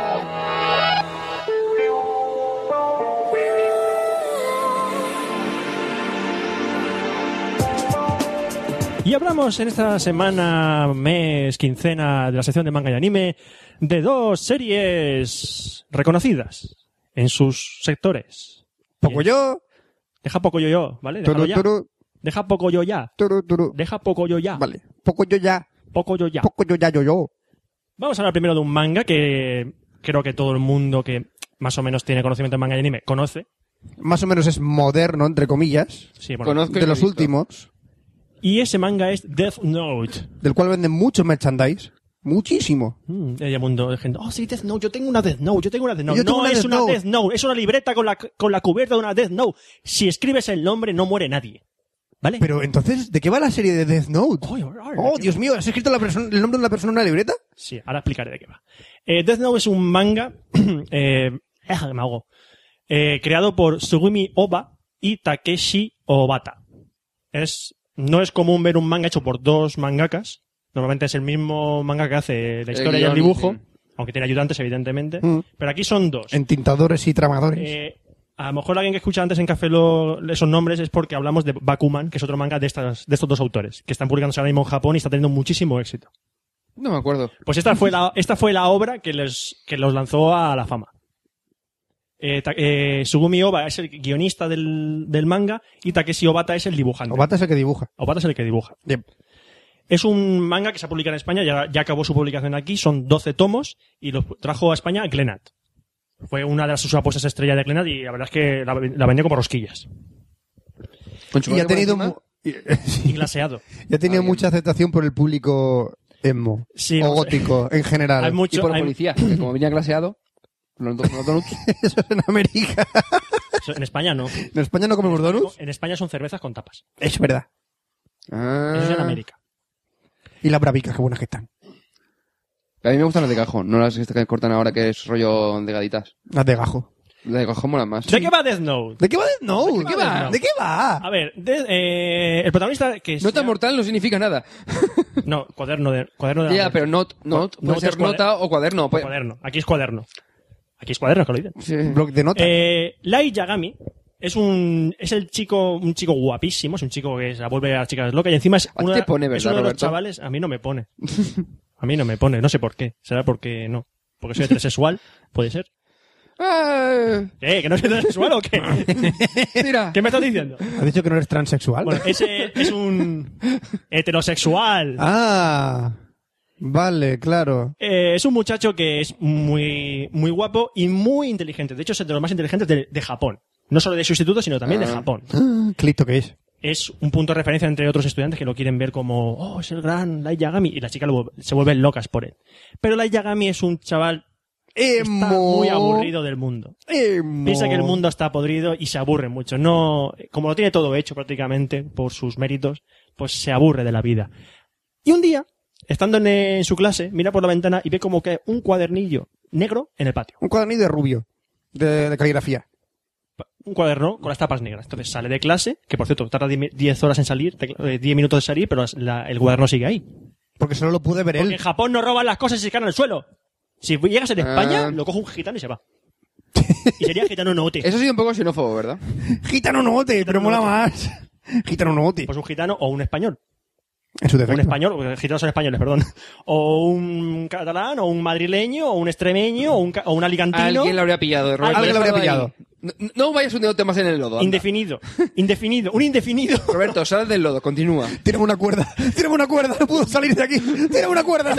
Y hablamos en esta semana, mes, quincena de la sección de manga y anime de dos series reconocidas en sus sectores. Poco yo. Deja poco yo yo, ¿vale? Déjalo Turu, ya. turu, Deja poco yo ya. turu, turu. Deja poco yo ya. Vale. Poco yo ya. Poco yo ya. Poco yo ya, yo, yo. Vamos a hablar primero de un manga que creo que todo el mundo que más o menos tiene conocimiento de manga y anime conoce. Más o menos es moderno, entre comillas. Sí, bueno. Conozco y de lo he los visto. últimos. Y ese manga es Death Note. Del cual venden mucho merchandise. Muchísimo. Mm, y hay un mundo de gente, oh sí, Death Note, yo tengo una Death Note, yo tengo una Death Note. Yo no tengo una es Death una Note. Death Note, es una libreta con la, con la cubierta de una Death Note. Si escribes el nombre no muere nadie. ¿Vale? Pero entonces, ¿de qué va la serie de Death Note? Oy, oy, oy, Oh, la que- Dios mío, ¿has escrito la persona- el nombre de una persona en una libreta? Sí, ahora explicaré de qué va. Eh, Death Note es un manga *clears throat* eh, ah, que me ahogo, eh, creado por Sugumi Oba y Takeshi Obata. Es, no es común ver un manga hecho por dos mangakas. Normalmente es el mismo manga que hace la El historia y el guion, dibujo, sí. aunque tiene ayudantes, evidentemente. Mm. Pero aquí son dos. En tintadores y tramadores. Eh, a lo mejor alguien que escucha antes en Café Lo- esos nombres es porque hablamos de Bakuman, que es otro manga de, estas, de estos dos autores, que están publicándose ahora mismo en Japón y está teniendo muchísimo éxito. No me acuerdo. Pues esta fue la, esta fue la obra que, les, que los lanzó a la fama. Eh, Ta- eh, Sugumi Oba es el guionista del, del manga y Takeshi Obata es el dibujante. Obata es el que dibuja. Obata es el que dibuja. Bien. Es un manga que se ha publicado en España, ya, ya acabó su publicación aquí, son 12 tomos y los trajo a España Glenat. Fue una de las sus apuestas estrella de Glenat y la verdad es que la, la vendió como rosquillas. Con Y chocolate ha tenido, por mu- encima. y *laughs* Y glaseado. ha tenido Ah, bien. mucha aceptación por el público emo Sí, o no sé. gótico en general. Hay mucho- Y por hay- policía, que como venía claseado, los, do- los donuts. *laughs* Eso es en América. En España no. ¿En España no comemos donuts? En España son cervezas con tapas. Es verdad. Ah. Eso es en América. Y las bravicas, qué buenas que están. A mí me gustan las de cajón, no las que cortan ahora que es rollo de gaditas. Las de gajo. Las de cajón molan más. ¿De qué va Death Note? ¿De qué va Death Note? ¿De qué va Death Note? Ah. ¿De qué va? A ver, de- eh, el protagonista que es. Nota mortal no significa nada. No, cuaderno de. Cuaderno de Ya, la- pero not, not, Note puede es ser cuader- nota o cuaderno. puede- Cuaderno. Aquí es cuaderno. Aquí es cuaderno, que lo dicen. Sí. Bloc de nota. Eh, Lai Yagami es un es el chico un chico guapísimo, es un chico que se la vuelve a las chicas locas y encima es, A ti una- te pone, es ¿verdad, uno de los Roberto? chavales, a mí no me *laughs* pone. *laughs* A mí no me pone, no sé por qué. Será porque no, porque soy heterosexual, puede ser. Ah. ¡Eh! ¿Qué? ¿Que no soy transexual o qué? *laughs* *laughs* Mira. ¿Qué me estás diciendo? ¿Has dicho que no eres transexual? Bueno, ese es *laughs* un heterosexual. Ah, vale, claro. Eh, es un muchacho que es muy, muy guapo y muy inteligente. De hecho, es de los más inteligentes de, de Japón. No solo de su instituto, sino también de Japón. Ah, Clito que es. Es un punto de referencia entre otros estudiantes que lo quieren ver como, oh, es el gran Light Yagami. Y las chicas lo- se vuelven locas por él. Pero Light Yagami es un chaval que está Emo. muy aburrido del mundo. Emo. Piensa que el mundo está podrido y se aburre mucho. No, como lo tiene todo hecho prácticamente por sus méritos, pues se aburre de la vida. Y un día, estando en, eh, en su clase, mira por la ventana y ve como que un cuadernillo negro en el patio. Un cuadernillo de rubio, de, de caligrafía. Un cuaderno con las tapas negras. Entonces sale de clase, que por cierto tarda 10 horas en salir, te- eh, 10 minutos en salir, pero las- la- el cuaderno sigue ahí. Porque solo lo pude ver Porque en él. Japón no roban las cosas y se caen al suelo. Si llegas en España, Ah. lo coge un gitano y se va. Y sería gitano no Eso ha sido un poco xenófobo, ¿verdad? *laughs* Gitano note, pero mola note. más. *laughs* Gitano note. Pues un gitano o un español. en su defecto. un español, eh, gitanos son españoles, perdón, *laughs* o un catalán, o un madrileño, o un extremeño, o un, ca- o un alicantino, Alguien lo habría pillado. de Roberto. Alguien lo habría Estaba ahí. No, no vayas hundiéndote más en el lodo. anda. indefinido, indefinido, un indefinido. *laughs* Roberto, sal del lodo, continúa. Tírame una cuerda, *laughs* tírame una cuerda, no puedo salir de aquí. Tírame una cuerda.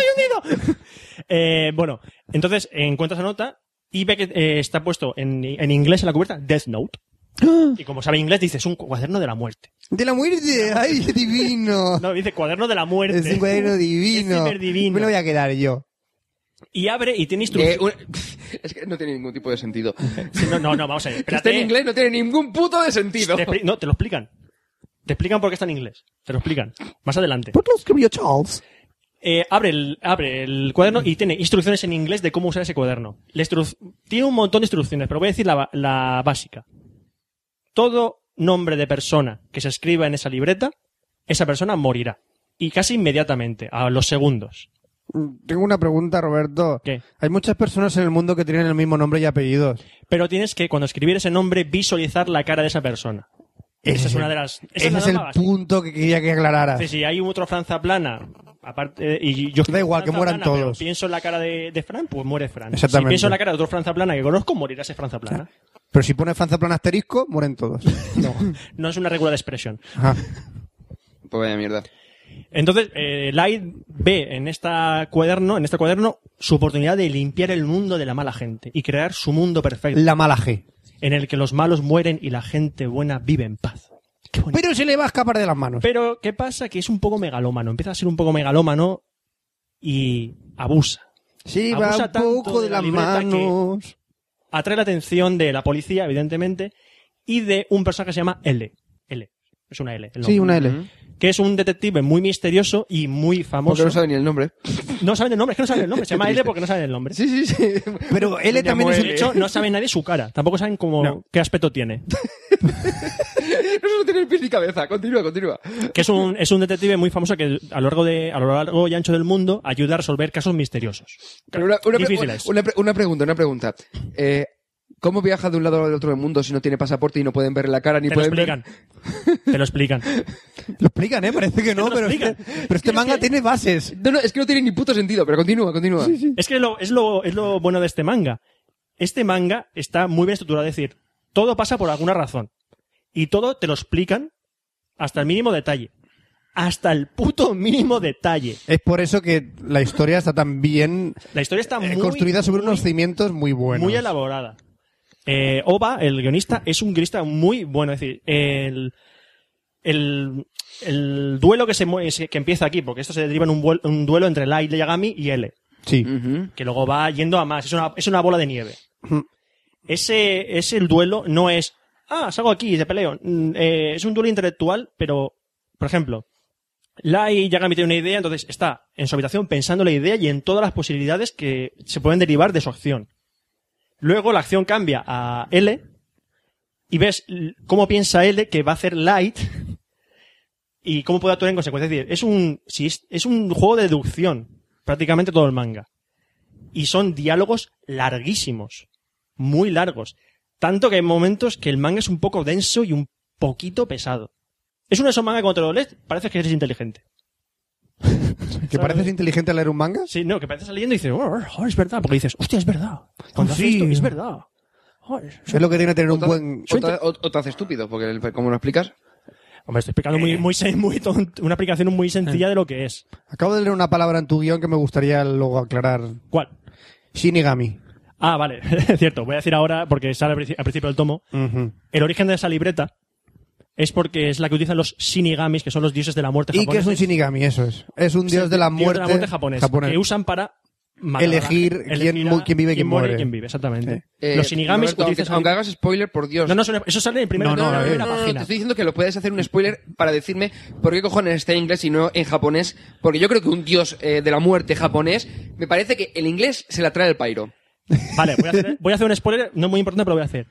Eh, bueno, entonces encuentra esa nota y ve que eh, está puesto en, en inglés en la cubierta Death Note. Y como sabe inglés, dice, es un cuaderno de la muerte. De la muerte, ay, divino. No, dice cuaderno de la muerte. *laughs* es un cuaderno *laughs* divino. Es ciberdivino. Me lo voy a quedar yo. Y abre y tiene Eh, instrucciones. un- *laughs* Es que no tiene ningún tipo de sentido. *laughs* Que Sí, No, no, no, vamos a ver. esté en espérate. Este inglés no tiene ningún puto de sentido. *laughs* Te expli- no, te lo explican. Te explican por qué está en inglés. Te lo explican. Más adelante. ¿Por qué lo escribió Charles? Eh, abre, el, abre el cuaderno y tiene instrucciones en inglés de cómo usar ese cuaderno. La instru- tiene un montón de instrucciones, pero voy a decir la, ba- la básica. Todo nombre de persona que se escriba en esa libreta, esa persona morirá. Y casi inmediatamente, a los segundos. Mm, Tengo una pregunta, Roberto. ¿Qué? Hay muchas personas en el mundo que tienen el mismo nombre y apellidos. Pero tienes que, cuando escribir ese nombre, visualizar la cara de esa persona. Esa es el- una de las. esa es Ese la es el norma básica. punto que quería que aclararas. Sí, sí, hay otro Franza plana. Aparte, eh, y yo Da igual, que Franza mueran plana, pero todos. pienso en la cara de, de Fran, pues muere Fran. Exactamente. Si pienso en la cara de otro Franza plana que conozco, morirá ese Franza plana. Pero si pone Franza plan asterisco, *laughs* mueren todos. No, no es una regular expresión. Ajá. Pues vaya mierda. Entonces, eh, Light ve en esta cuaderno, en este cuaderno, su oportunidad de limpiar el mundo de la mala gente y crear su mundo perfecto, La mala G. en el que los malos mueren y la gente buena vive en paz. Qué bonito. Pero se le va a escapar de las manos. Pero, ¿qué pasa? Que es un poco megalómano. Empieza a ser un poco megalómano y abusa. Sí, va abusa un tanto poco de, de la las libreta que- manos. atrae la atención de la policía, evidentemente, y de un personaje que se llama L. L. Es una L. el Sí, nombre. una L. Que es un detective muy misterioso y muy Porque famoso. no sabe ni el nombre. No saben el nombre, es que no saben el *laughs* nombre. Se llama L porque no saben el nombre. Sí, sí, sí. *laughs* Pero L Me llamo también es De un... L. hecho, no sabe nadie su cara. Tampoco saben cómo, qué aspecto tiene. Eso no tiene pies ni cabeza. Continúa, continúa. Que es un, es un detective muy famoso que a lo largo de, a lo largo y ancho del mundo ayuda a resolver casos misteriosos. Pero una, una pre- Difíciles. una pre- una pregunta, una pregunta. Eh, ¿Cómo viaja de un lado al otro del mundo si no tiene pasaporte y no pueden ver la cara ni Te lo pueden ver- explican. Te lo explican. Lo explican, ¿eh? Parece *laughs* que no, lo pero, explican. este, pero este manga tiene bases. No, no, es que no tiene ni puto sentido, pero continúa, continúa. Es que lo- es, lo, es lo bueno de este manga. Este manga está muy bien estructurado. Es decir, todo pasa por alguna razón. Y todo te lo explican hasta el mínimo detalle. Hasta el puto mínimo detalle. Es por eso que la historia está tan bien La historia está eh, muy, construida sobre muy, unos cimientos muy buenos. muy elaborada. Eh, Oba, el guionista, es un guionista muy bueno. Es decir, el, el, el duelo que, se, mue- se- que empieza aquí, porque esto se deriva en un, vuel- un duelo entre Light Yagami y L. Sí. Mm. Ujú. que luego va yendo a más. Es una, es una bola de nieve. Ese, ese el duelo no es, ah, salgo aquí y te peleo. Mm, eh, es un duelo intelectual, pero, por ejemplo, Lai Yagami tiene una idea, entonces está en su habitación pensando la idea y en todas las posibilidades que se pueden derivar de su acción. Luego la acción cambia a L y ves l- cómo piensa L que va a hacer Light y cómo puede actuar en consecuencia. Es decir, es un, si es, es un juego de deducción, prácticamente todo el manga. Y son diálogos larguísimos, muy largos. Tanto que hay momentos que el manga es un poco denso y un poquito pesado. Es uno de esos mangas que cuando te lo lees parece que eres inteligente. ¿Que pareces inteligente al leer un manga? oh, Sí, no, que pareces leyendo y dices, "Oh, oh, es verdad, porque dices, hostia, es verdad. Cuando hace Sí. esto, es verdad. Eso es lo que tiene tener un Otra- buen... otra- o- o te hace estúpido, porque el- como lo explicas, Hombre, estoy explicando muy, muy, sen- muy tont- una aplicación muy sencilla de lo que es. Acabo de leer una palabra en tu guión que me gustaría luego aclarar. ¿Cuál? Shinigami. Ah, vale, *laughs* cierto. Voy a decir ahora, porque sale al, princi- al principio del tomo, el origen de esa libreta es porque es la que utilizan los shinigamis, que son los dioses de la muerte ¿Y qué es un japoneses. Shinigami? Eso es. Es un dios de la muerte, japonés, japonés. que usan para matar a la Elegir gente. quién Elegir mu- quién vive y quién muere. y muere. quién vive, exactamente. Eh, los shinigamis Roberto, aunque, utilizan... esa aunque libreta. hagas spoiler, por Dios. No, no, son- eso sale en primera, No, no, en la eh. primera No, no, no, te página. estoy diciendo que lo puedes hacer un spoiler para decirme por qué cojones está en inglés y no en japonés, porque yo creo que un dios eh, de la muerte japonés, me parece que el inglés se la trae el pairo. Vale, voy a, hacer, voy a hacer un spoiler, no muy importante, pero lo voy a hacer.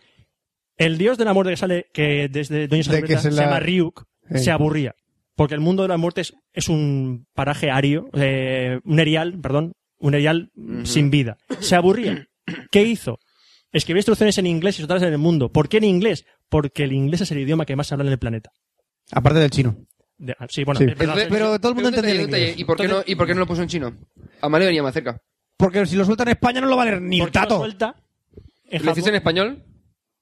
El dios de la muerte que sale que desde Doña De que Salveta se se, la- Eh. llama Ryuk, Sí. se aburría. Porque el mundo de la muerte es, es un paraje ario, eh, un erial, perdón, un erial sin vida. Se aburría. ¿Qué hizo? Escribió instrucciones en inglés y soltarlas en el mundo. ¿Por qué en inglés? Porque el inglés es el idioma que más se habla en el planeta. Aparte del chino. De- ah, sí, bueno, Sí. es verdad, Entonces- pero todo el mundo un detalle, entiende el un detalle, inglés. ¿Y por, qué no, ¿Y por qué no lo puso en chino? A Mario venía más cerca. Porque si lo sueltan en España no lo va a leer ni ¿por el qué lo tato. suelta en ¿Lo hiciste Japón? en español?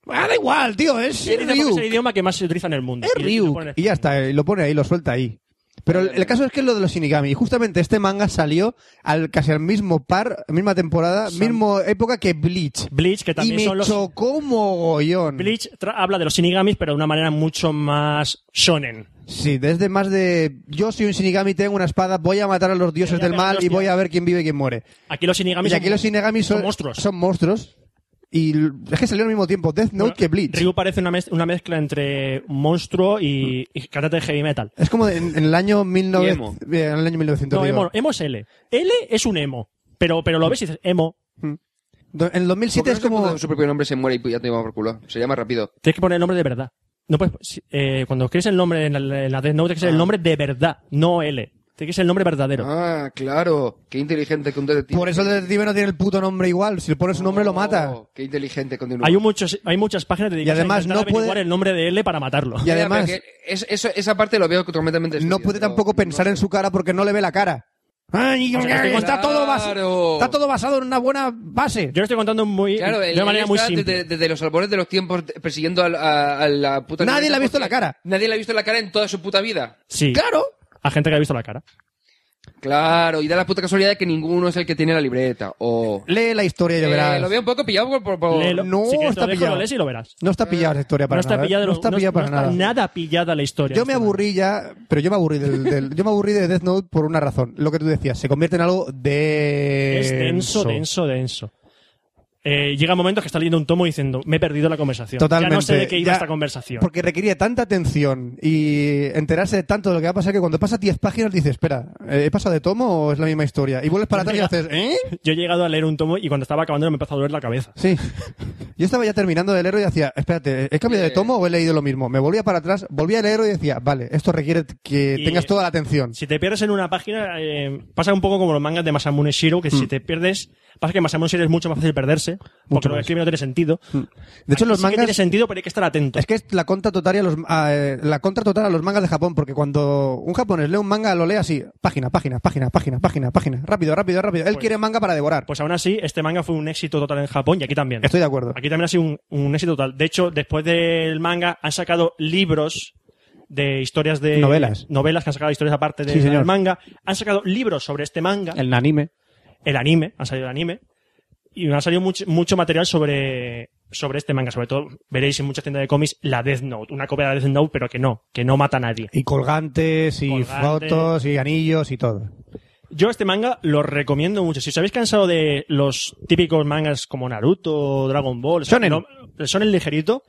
Ah, da igual, tío. Es Sí, dice porque Es el Ryuk. idioma que más se utiliza en el mundo. Es Y- y lo Ryuk. pone en Y ya está. eh, Lo pone ahí, lo suelta ahí. Pero el, el caso es que es lo de los Shinigami. Y justamente este manga salió al casi al mismo par, misma temporada, misma época que Bleach. Bleach, que Y también me son los chocó mogollón. Bleach tra- habla de los shinigamis, pero de una manera mucho más shonen. Sí, desde más de yo soy un Shinigami, tengo una espada, voy a matar a los dioses voy a del pegar mal los y voy tíos. a ver quién vive y quién muere. Aquí los shinigamis y aquí son, los Shinigami son, son monstruos. son monstruos. Y l- es que salieron al mismo tiempo Death Note Bueno, que Bleach. Ryu parece una, mez- una mezcla entre monstruo y, y cantante de heavy metal. Es como en, en el año 19... Y emo. eh, en el año 1900. No, digo. emo, emo es L. L es un emo. Pero, pero lo ves y dices, emo. Do- En el 2007 Porque es no se puso como... Su propio nombre se muere y ya te llevamos por culo. Se llama rápido. Tienes que poner el nombre de verdad. No puedes, si- eh, cuando escribes el nombre en la, en la Death Note, tiene que ser Ah. el nombre de verdad, no L. Tiene que ser el nombre verdadero. Ah, claro. Qué inteligente que un detective. Por eso el detective no tiene el puto nombre igual. Si le pones un nombre lo Oh, mata. Qué inteligente que un Hay, un muchos, hay muchas páginas dedicadas además a intentar no averiguar puede- el nombre de L para matarlo. Y Ya, pero además- que es- eso- esa parte lo veo completamente No estúpida, puede pero tampoco no pensar sé. en su cara porque no le ve la cara. Ay, O sea, que estoy está, contando- todo bas- Claro. está todo basado en una buena base. Yo lo estoy contando muy, Claro, de el- una manera él muy está simple. Desde, desde los albores de los tiempos de- persiguiendo al- a, a la puta. Nadie libreta le ha visto porque la cara. Nadie le ha visto la cara en toda su puta vida. Sí. Claro. A gente que ha visto la cara. Claro, y da la puta casualidad de que ninguno es el que tiene la libreta. O. Lee la historia y ya Eh, verás. lo veo un poco pillado por. por- por- Léelo. Oh, no, Si quieres, te está lo dejo, pillado. lo lees y lo verás. No está pillada esa historia para no está nada. ¿eh? pillada, no está no- pillada no para está nada. nada pillada la historia. Yo me aburrí ya, pero yo me aburrí del, del- yo me aburrí de Death Note por una razón, lo que tú decías, se convierte en algo de Es denso, denso, denso. Eh, llega momentos que está leyendo un tomo diciendo, me he perdido la conversación. Totalmente. Ya no sé de qué iba Ya- esta conversación. Porque requería tanta atención y enterarse de tanto de lo que va a pasar que cuando pasas 10 páginas dices, espera, ¿eh, ¿he pasado de tomo o es la misma historia? Y vuelves para atrás y haces, ¿eh? Yo he llegado a leer un tomo y cuando estaba acabando me empezó a doler la cabeza. Sí. Yo estaba ya terminando de leer y decía, espérate, ¿he cambiado de Eh. tomo o he leído lo mismo? Me volvía para atrás, volvía a leer y decía, vale, esto requiere que Y- tengas toda la atención. Si te pierdes en una página, eh, pasa un poco como los mangas de Masamune Shiro, que si te pierdes, pasa que en Masamune Shiro es mucho más fácil perderse, Mm. Mucho porque lo que más. escribe no tiene sentido. De Aquí hecho, los sí que mangas... tiene sentido, pero hay que estar atento. Es que es la contra total a los a, eh, la contra total a los mangas de Japón, porque cuando un japonés lee un manga lo lee así, página, página, página, página, página, página, rápido, rápido, rápido. Él Pues- quiere manga para devorar. Pues aún así, este manga fue un éxito total en Japón y aquí también. Estoy de acuerdo. Aquí también ha sido un, un éxito total. De hecho, después del manga han sacado libros de historias de Novelas. novelas que han sacado historias aparte de- Sí, del señor. manga. Han sacado libros sobre este manga, el, El anime. anime, ha salido el anime y ha salido mucho, mucho material sobre sobre este manga, sobre todo veréis en muchas tiendas de cómics la Death Note, una copia de la Death Note, pero que no, que no mata a nadie. Y colgantes, y Colgantes. fotos, y anillos, y todo. Yo este manga lo recomiendo mucho. Si os habéis cansado de los típicos mangas como Naruto, Dragon Ball, Shonen. son el ligerito,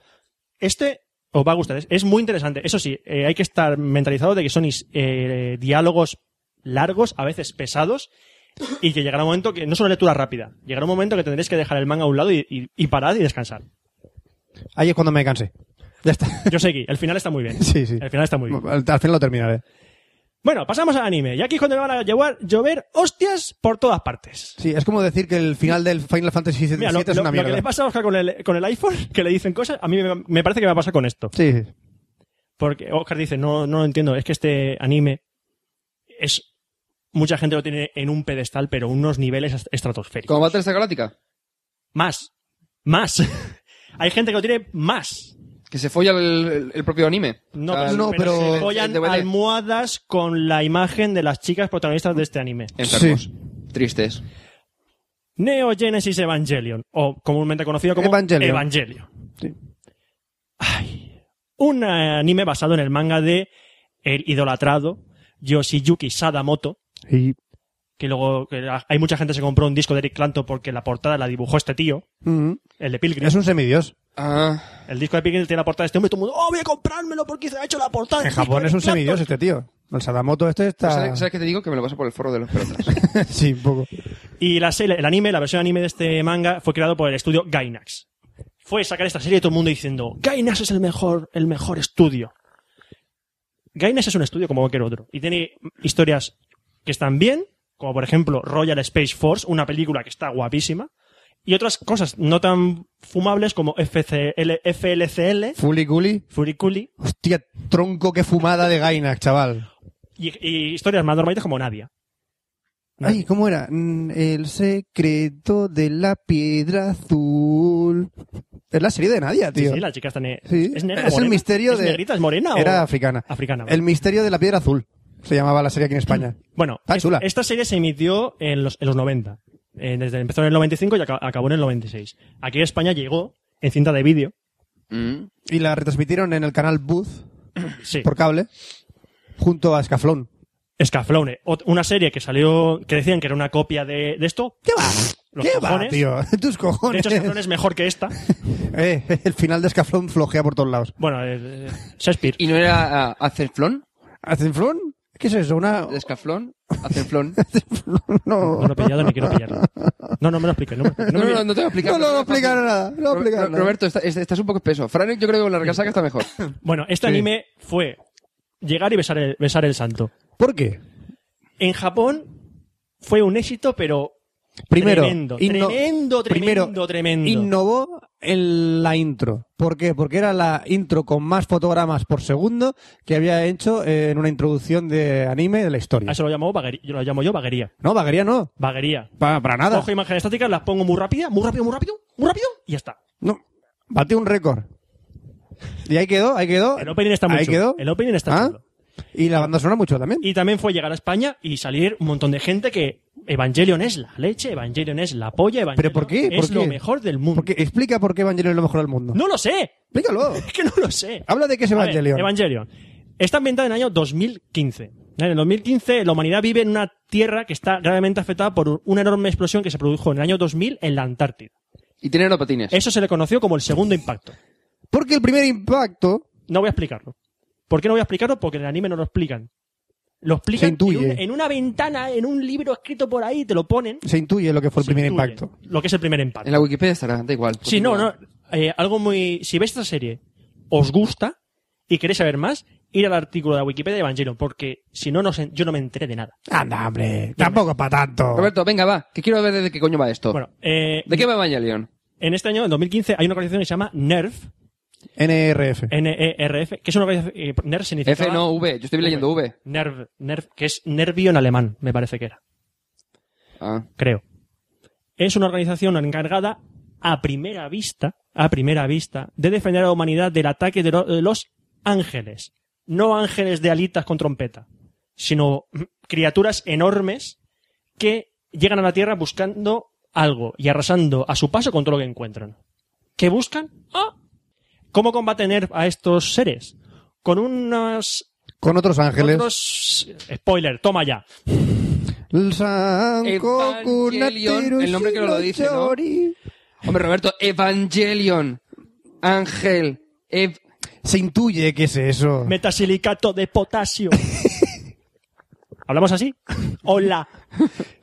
este os va a gustar. Es, es muy interesante. Eso sí, eh, hay que estar mentalizado de que son is- eh, diálogos largos, a veces pesados, y que llegará un momento que no es una lectura rápida. Llegará un momento que tendréis que dejar el manga a un lado y, y- y parar y descansar. Ahí es cuando me cansé. Ya está. *laughs* Yo seguí. El final está muy bien. Sí, sí. El final está muy bien. Al, al final lo terminaré. Bueno, pasamos al anime. Y aquí es cuando me van a llevar, llover hostias por todas partes. Sí, es como decir que el final del Final Fantasy VII Mira, lo, es lo- una lo que mierda. le pasa a Oscar con el, con el iPhone, *laughs* que le dicen cosas, a mí me, me parece que me va a pasar con esto. Sí, sí. Porque Oscar dice, no, no lo entiendo, es que este anime es... Mucha gente lo tiene en un pedestal, pero unos niveles est- estratosféricos. ¿Cómo va a estar esta galáctica? Más. *laughs* Más. Hay gente que lo tiene más. Que se folla el, el- el propio anime. No, O sea, pero, no, pero pero- se follan el DVD. almohadas con la imagen de las chicas protagonistas de este anime. Enfermos. Tristes. Neo Genesis Evangelion, o comúnmente conocido como Evangelion. Evangelio. Ay, un anime basado en el manga de el idolatrado Yoshiyuki Sadamoto, Y- que luego que hay mucha gente que se compró un disco de Eric Clanton porque la portada la dibujó este tío, Mm. el de Pilgrim. Es un semidios. Ah, El disco de Pilgrim tiene la portada de este hombre y todo el mundo, ¡oh, voy a comprármelo porque ha hecho la portada! En Japón es un semidios este tío. El Sadamoto este está... ¿sabes, sabes qué te digo? Que me lo pasa por el foro de los pelotas. *laughs* sí, un poco. Y la serie- el anime, la versión anime de este manga fue creado por el estudio Gainax. Fue sacar esta serie y todo el mundo diciendo, Gainax es el mejor, el mejor estudio. Gainax es un estudio como cualquier otro. Y tiene historias que están bien, como por ejemplo Royal Space Force, una película que está guapísima. Y otras cosas no tan fumables como FCL, FLCL, Fuli Guli. Furikuli, Hostia, tronco que fumada de Gainax, chaval. y, y historias más normalitas como Nadia. Ay, ¿cómo era? Mm, El secreto de la piedra azul. Es la serie de Nadia, Sí, tío. sí, la chica está ne- Sí. ¿Es negra, Es el morena? misterio ¿Es de- negrita, es morena o- Era africana. Africana, vale. El misterio de la piedra azul. Se llamaba la serie aquí *clears throat* en España. Bueno, Está es- Ah, chula. esta serie se emitió en los, en los 90. Eh, desde empezó en el 95 y aca- acabó en el 96. Aquí en España llegó en cinta de vídeo. Mm. Y la retransmitieron en el canal Buzz Sí. por cable junto a Escaflón. Escaflowne. Ot- Una serie que salió, que decían que era una copia de, de esto. ¿Qué va? Los ¿Qué cojones. va, tío? *laughs* Tus De cojones. hecho, Escaflowne es mejor que esta. Eh, el final de Escaflón flojea por todos lados. Bueno, eh, eh, *laughs* Shakespeare. ¿Y no era ah, Acerflón? ¿Escaflón? ¿Qué es eso? Una... ¿Escaflón? ¿Acerflón? *laughs* No. No lo he pillado ni quiero pillarlo. No, no me lo expliques. No, me lo expliques. No, no, no, no te lo explicaré. No lo explicaron nada. No lo explicaron nada. Roberto, está- está- estás un poco espeso. Fran, yo creo que con la recasaca está mejor. Bueno, este anime fue llegar y besar el, besar el santo. ¿Por qué? En Japón fue un éxito, pero Primero, Tremendo, inno- tremendo, tremendo, primero, tremendo. Innovó en la intro. ¿Por qué? Porque era la intro con más fotogramas por segundo que había hecho eh, en una introducción de anime de la historia. a eso lo llamo vaguería. Yo lo llamo yo vaguería. No, vaguería no. Vaguería. Pa- para nada. Cojo imágenes estáticas, las pongo muy rápida, muy rápido, muy rápido, muy rápido y ya está. No. Batió un récord. Y ahí quedó, ahí quedó. El opening está muy Ahí chulo. quedó. El opening está Ah, chulo. Y la banda sonora mucho también. Y también fue llegar a España y salir un montón de gente que Evangelion es la leche, Evangelion es la polla, Evangelion ¿Pero por qué? es ¿Por lo qué? mejor del mundo. Porque explica por qué Evangelion es lo mejor del mundo. No lo sé, *laughs* Explícalo. es que no lo sé. Habla de qué es A ver, Ah, pues Evangelion. Evangelion. Está ambientada en el año 2015. En el 2015 la humanidad vive en una tierra que está gravemente afectada por un- una enorme explosión que se produjo en el año 2000 en la Antártida. Y tiene los patines. Eso se le conoció como el segundo impacto. Porque el primer impacto No voy a explicarlo. ¿Por qué no voy a explicarlo? Porque en el anime no lo explican. Lo Se explican en, intuye. un- en una ventana, en un libro escrito por ahí, te lo ponen. se intuye lo que fue el Se primer intuye impacto. Lo que es el primer impacto. En la Wikipedia estará, da igual. Sí, no, no. Continúa. eh, algo muy. Si ves esta serie, os gusta y queréis saber más, ir al artículo de la Wikipedia de Evangelion, porque si no, no se- yo no me enteré de nada. Anda, hombre. Tampoco para tanto. Roberto, venga, va. Que quiero ver de qué coño va esto. Bueno, eh, ¿De qué va Evangelion? en este año, en 2015, hay una organización que se llama NERF, NRF. N-E-R-F, que es una organización. eh, NERF significa. F no, V. Yo estoy leyendo V. NERV, NERV, que es nervio en alemán, me parece que era. Ah. creo. Es una organización encargada a primera vista, a primera vista, de defender a la humanidad del ataque de, lo- de los ángeles. No ángeles de alitas con trompeta, sino mm, criaturas enormes que llegan a la Tierra buscando algo y arrasando a su paso con todo lo que encuentran. ¿Qué buscan? ¡Ah! ¿Cómo combaten a estos seres? Con unos... Con otros ángeles. Otros... eh, Spoiler, toma ya. El San Goku Evangelion, Natiru el nombre que lo dice, ¿no? Shirachori. Hombre, Roberto, Evangelion. Ángel. Ev- Se intuye que es eso. Metasilicato de *laughs* potasio. ¿Hablamos así? Hola.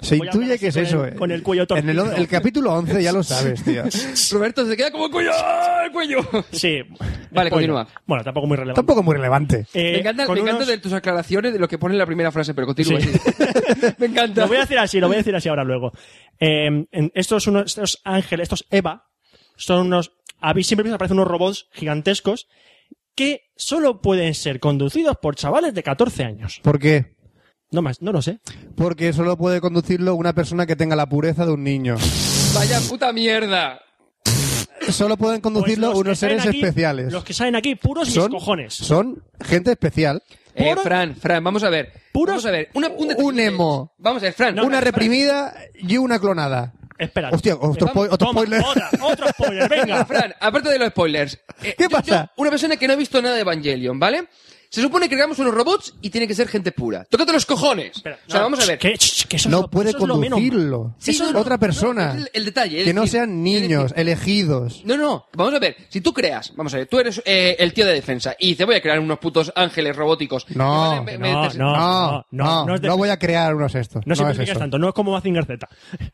Se Voy a hablar intuye así que es con eso. el- eh. con el cuello En el, torcido. el capítulo 11 ya lo sabes, tío. Roberto se queda como el cuello. ¡ah, el cuello! Sí. Spoiler. Vale, continúa. Bueno, tampoco muy relevante. Tampoco muy relevante. *laughs* Eh, me encanta, con me encanta unos- de tus aclaraciones de lo que pone en la primera frase, pero continúa. Sí. sí. *laughs* me encanta. Lo voy a decir así, lo voy a decir así ahora luego. Eh, en- estos, unos, estos ángeles, estos Eva, son unos... A mí siempre me aparecen unos robots gigantescos que solo pueden ser conducidos por chavales de 14 años. ¿Por qué? No más, no lo sé. Porque solo puede conducirlo una persona que tenga la pureza de un niño. Vaya puta mierda. solo pueden conducirlo Pues los que unos salen seres aquí- especiales. Los que salen aquí puros mis Son- cojones. Son gente especial. Eh, Puro- Fran, Fran, vamos a ver. Puros- Vamos a ver. Una, un, detalle. un emo. Vamos a ver, Fran. una Fran, reprimida y una clonada. Espera. Hostia, otro, Vamos, spo- otro toma, spoiler. otra, otro spoiler, venga. *laughs* Fran, Fran, aparte de los spoilers. eh, ¿Qué yo- pasa? yo, una persona que no ha visto nada de Evangelion, ¿vale? Se supone que creamos unos robots y tiene que ser gente pura. Tócate los cojones. Espera, o sea, no, vamos a ver. que- ch, que eso es *laughs* No lo- puede eso es lo menos- conducirlo. Sí, Eso no, es no, otra no, persona. es el- el detalle, es Que no decir, sean niños, es elegidos. No, no, vamos a ver. Si tú creas, vamos a ver, tú eres eh, el tío de defensa y te voy a crear unos putos ángeles robóticos. No, Me- me- No, te- no, No, no, no, es de- voy a crear unos estos. no es simplificas eso. tanto, no es como Mazinger Z.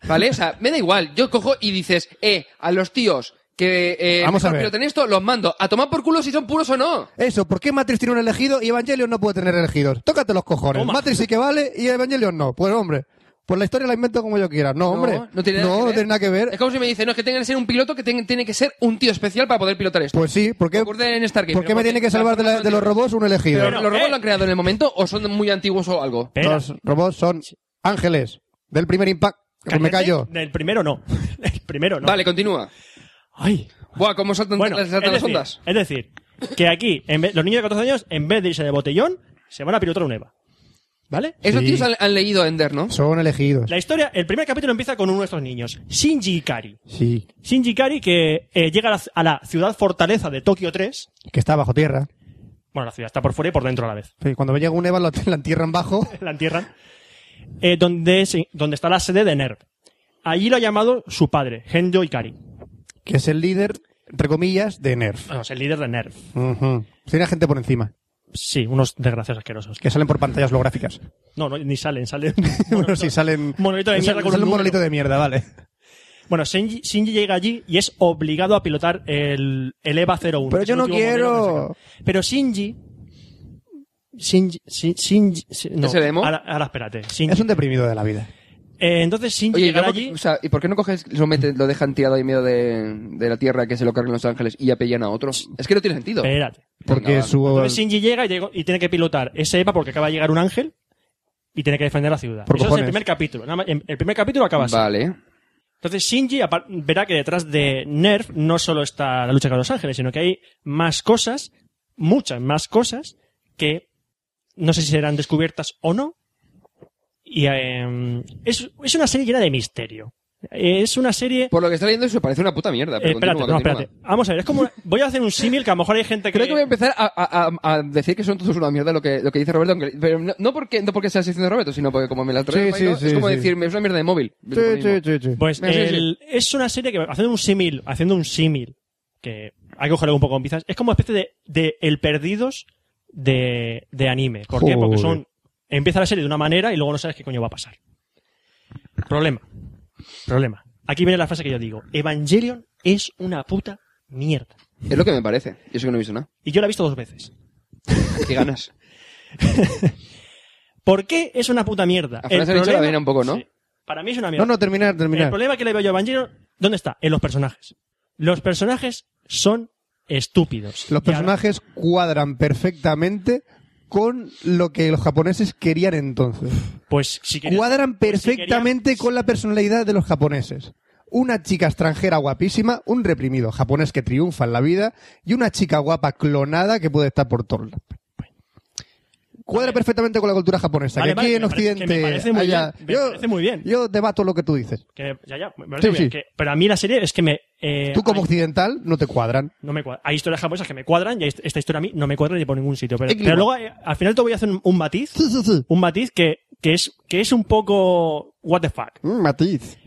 ¿Vale? O sea, me da igual. Yo cojo y dices, eh, a los tíos que eh, Vamos a mejor ver. piloten esto, los mando a tomar por culo si son puros o no. Eso, ¿por qué Matrix tiene un elegido y Evangelion no puede tener elegidos? Tócate los cojones. Toma. Matrix sí que vale y Evangelion no. Pues hombre, pues la historia la invento como yo quiera. No, hombre, no tiene nada, que ver. tiene nada que ver. Es como si me dicen, no, es que tenga que ser un piloto que ten- tiene que ser un tío especial para poder pilotar esto. Pues sí, ¿por qué, Ocurre en Stargate, ¿por qué pero me porque tiene que salvar de, la- de los robots un elegido? Pero, Pero, ¿Los robots eh. lo han creado en el momento o son muy antiguos o algo? Espera. Los robots son ángeles del primer impacto. Pues me callo. Del primero no. El primero no. Vale, continúa. Ay. Buah, cómo saltan, Bueno, las, es saltan las decir, ondas. es decir, que aquí en vez- los niños de 14 años, en vez de irse de botellón, se van a pilotar un EVA. ¿Vale? Esos Sí. tíos han, han leído Ender, ¿no? Son elegidos. La historia, el primer capítulo empieza con uno de estos niños, Shinji Ikari. Sí, Shinji Ikari que eh, llega a la, a la ciudad fortaleza de Tokio 3. que está bajo tierra. Bueno, la ciudad está por fuera y por dentro a la vez. Sí, Cuando llega un Eva lo *laughs* la entierran bajo. *laughs* la entierran, eh, donde, se- donde está la sede de NERV. Allí lo ha llamado su padre, Genjo Ikari. que es el líder, entre comillas, de Nerf. Bueno, es el líder de NERV. Ujú. Tiene gente por encima, Sí, unos desgraciados asquerosos. que salen por pantallas holográficas. *laughs* No, no, ni salen, salen. Bueno, sí, salen... monolito de sale- mierda con sale un un número. monolito de mierda, vale. Bueno, Shinji, Shinji llega allí y es obligado a pilotar el, el EVA 01. Pero que es yo el no último modelo que quiero. sacan. Pero Shinji... Shinji... Shin- Shinji... Shin- no, ¿Es el emo? Ahora, ahora espérate. Shinji. Es un deprimido de la vida. Eh, entonces Shinji Oye, ¿y llegará luego- allí... o sea, ¿y por qué no coges, lo, meten- lo dejan tirado ahí en medio de, de la tierra que se lo carguen los ángeles y apellan a otro? Es que no tiene sentido. Espérate. Porque va. su... Entonces Shinji llega y, llega- y tiene que pilotar ese EVA porque acaba de llegar un ángel y tiene que defender la ciudad. Por Eso cojones. es el primer capítulo. Nada más- en- El primer capítulo acaba así. Vale. Entonces Shinji apar- verá que detrás de Nerf no solo está la lucha con los ángeles, sino que hay más cosas, muchas más cosas, que no sé si serán descubiertas o no. Y eh, es, es una serie llena de misterio. Es una serie... Por lo que está leyendo eso parece una puta mierda. Pero Eh, espérate, continúa, no, continúa. espérate. Vamos a ver, es como... una- Voy a hacer un símil que a lo mejor hay gente que... Creo que voy a empezar a, a- a- a decir que son todos una mierda lo que, lo que dice Roberto, aunque- pero no, no porque, no porque sea sección de Roberto, sino porque como me la trae Sí, ¿no? sí, es sí, como sí. decirme, es una mierda de móvil. Es lo Sí, mismo. sí, sí, sí. Pues Venga, sí, el- es una serie que, haciendo un símil, haciendo un símil, que hay que cogerlo un poco con pinzas, es como una especie de, de El Perdidos de, de anime. ¿Por qué? Porque Joder. son, empieza la serie de una manera y luego no sabes qué coño va a pasar. Problema. Problema. Aquí viene la frase que yo digo. Evangelion es una puta mierda. Es lo que me parece. Yo sé que no he visto nada. Y yo la he visto dos veces. *laughs* Qué ganas. ¿Por qué es una puta mierda? A Fran El se le echa la problema- vena un poco, ¿no? Sí. para mí es una mierda. No, no, terminar, El terminar. problema que le veo yo a Evangelion, ¿dónde está? En los personajes. Los personajes son estúpidos. Los Y ahora- personajes cuadran perfectamente con lo que los japoneses querían entonces. pues si querías- cuadran pues, si perfectamente querías- con la personalidad de los japoneses. Una chica extranjera guapísima, un reprimido japonés que triunfa en la vida y una chica guapa clonada que puede estar por todos lados. Cuadra perfectamente con la cultura japonesa. Vale, que vale, aquí que en me parece- Occidente que me parece muy haya- bien, me Ah, yo, parece muy bien. yo debato lo que tú dices. que- ya, ya, me parece Sí, bien, sí. que- pero a mí la serie es que me. eh, Tú como hay, occidental no te cuadran. no me cuadra. Hay historias japonesas que me cuadran y hay- esta historia a mí no me cuadra ni por ningún sitio. Pero, Iglima. pero luego eh, al final te voy a hacer un, un matiz. Un matiz que, que, es, que es un poco. What the fuck. Mm, matiz.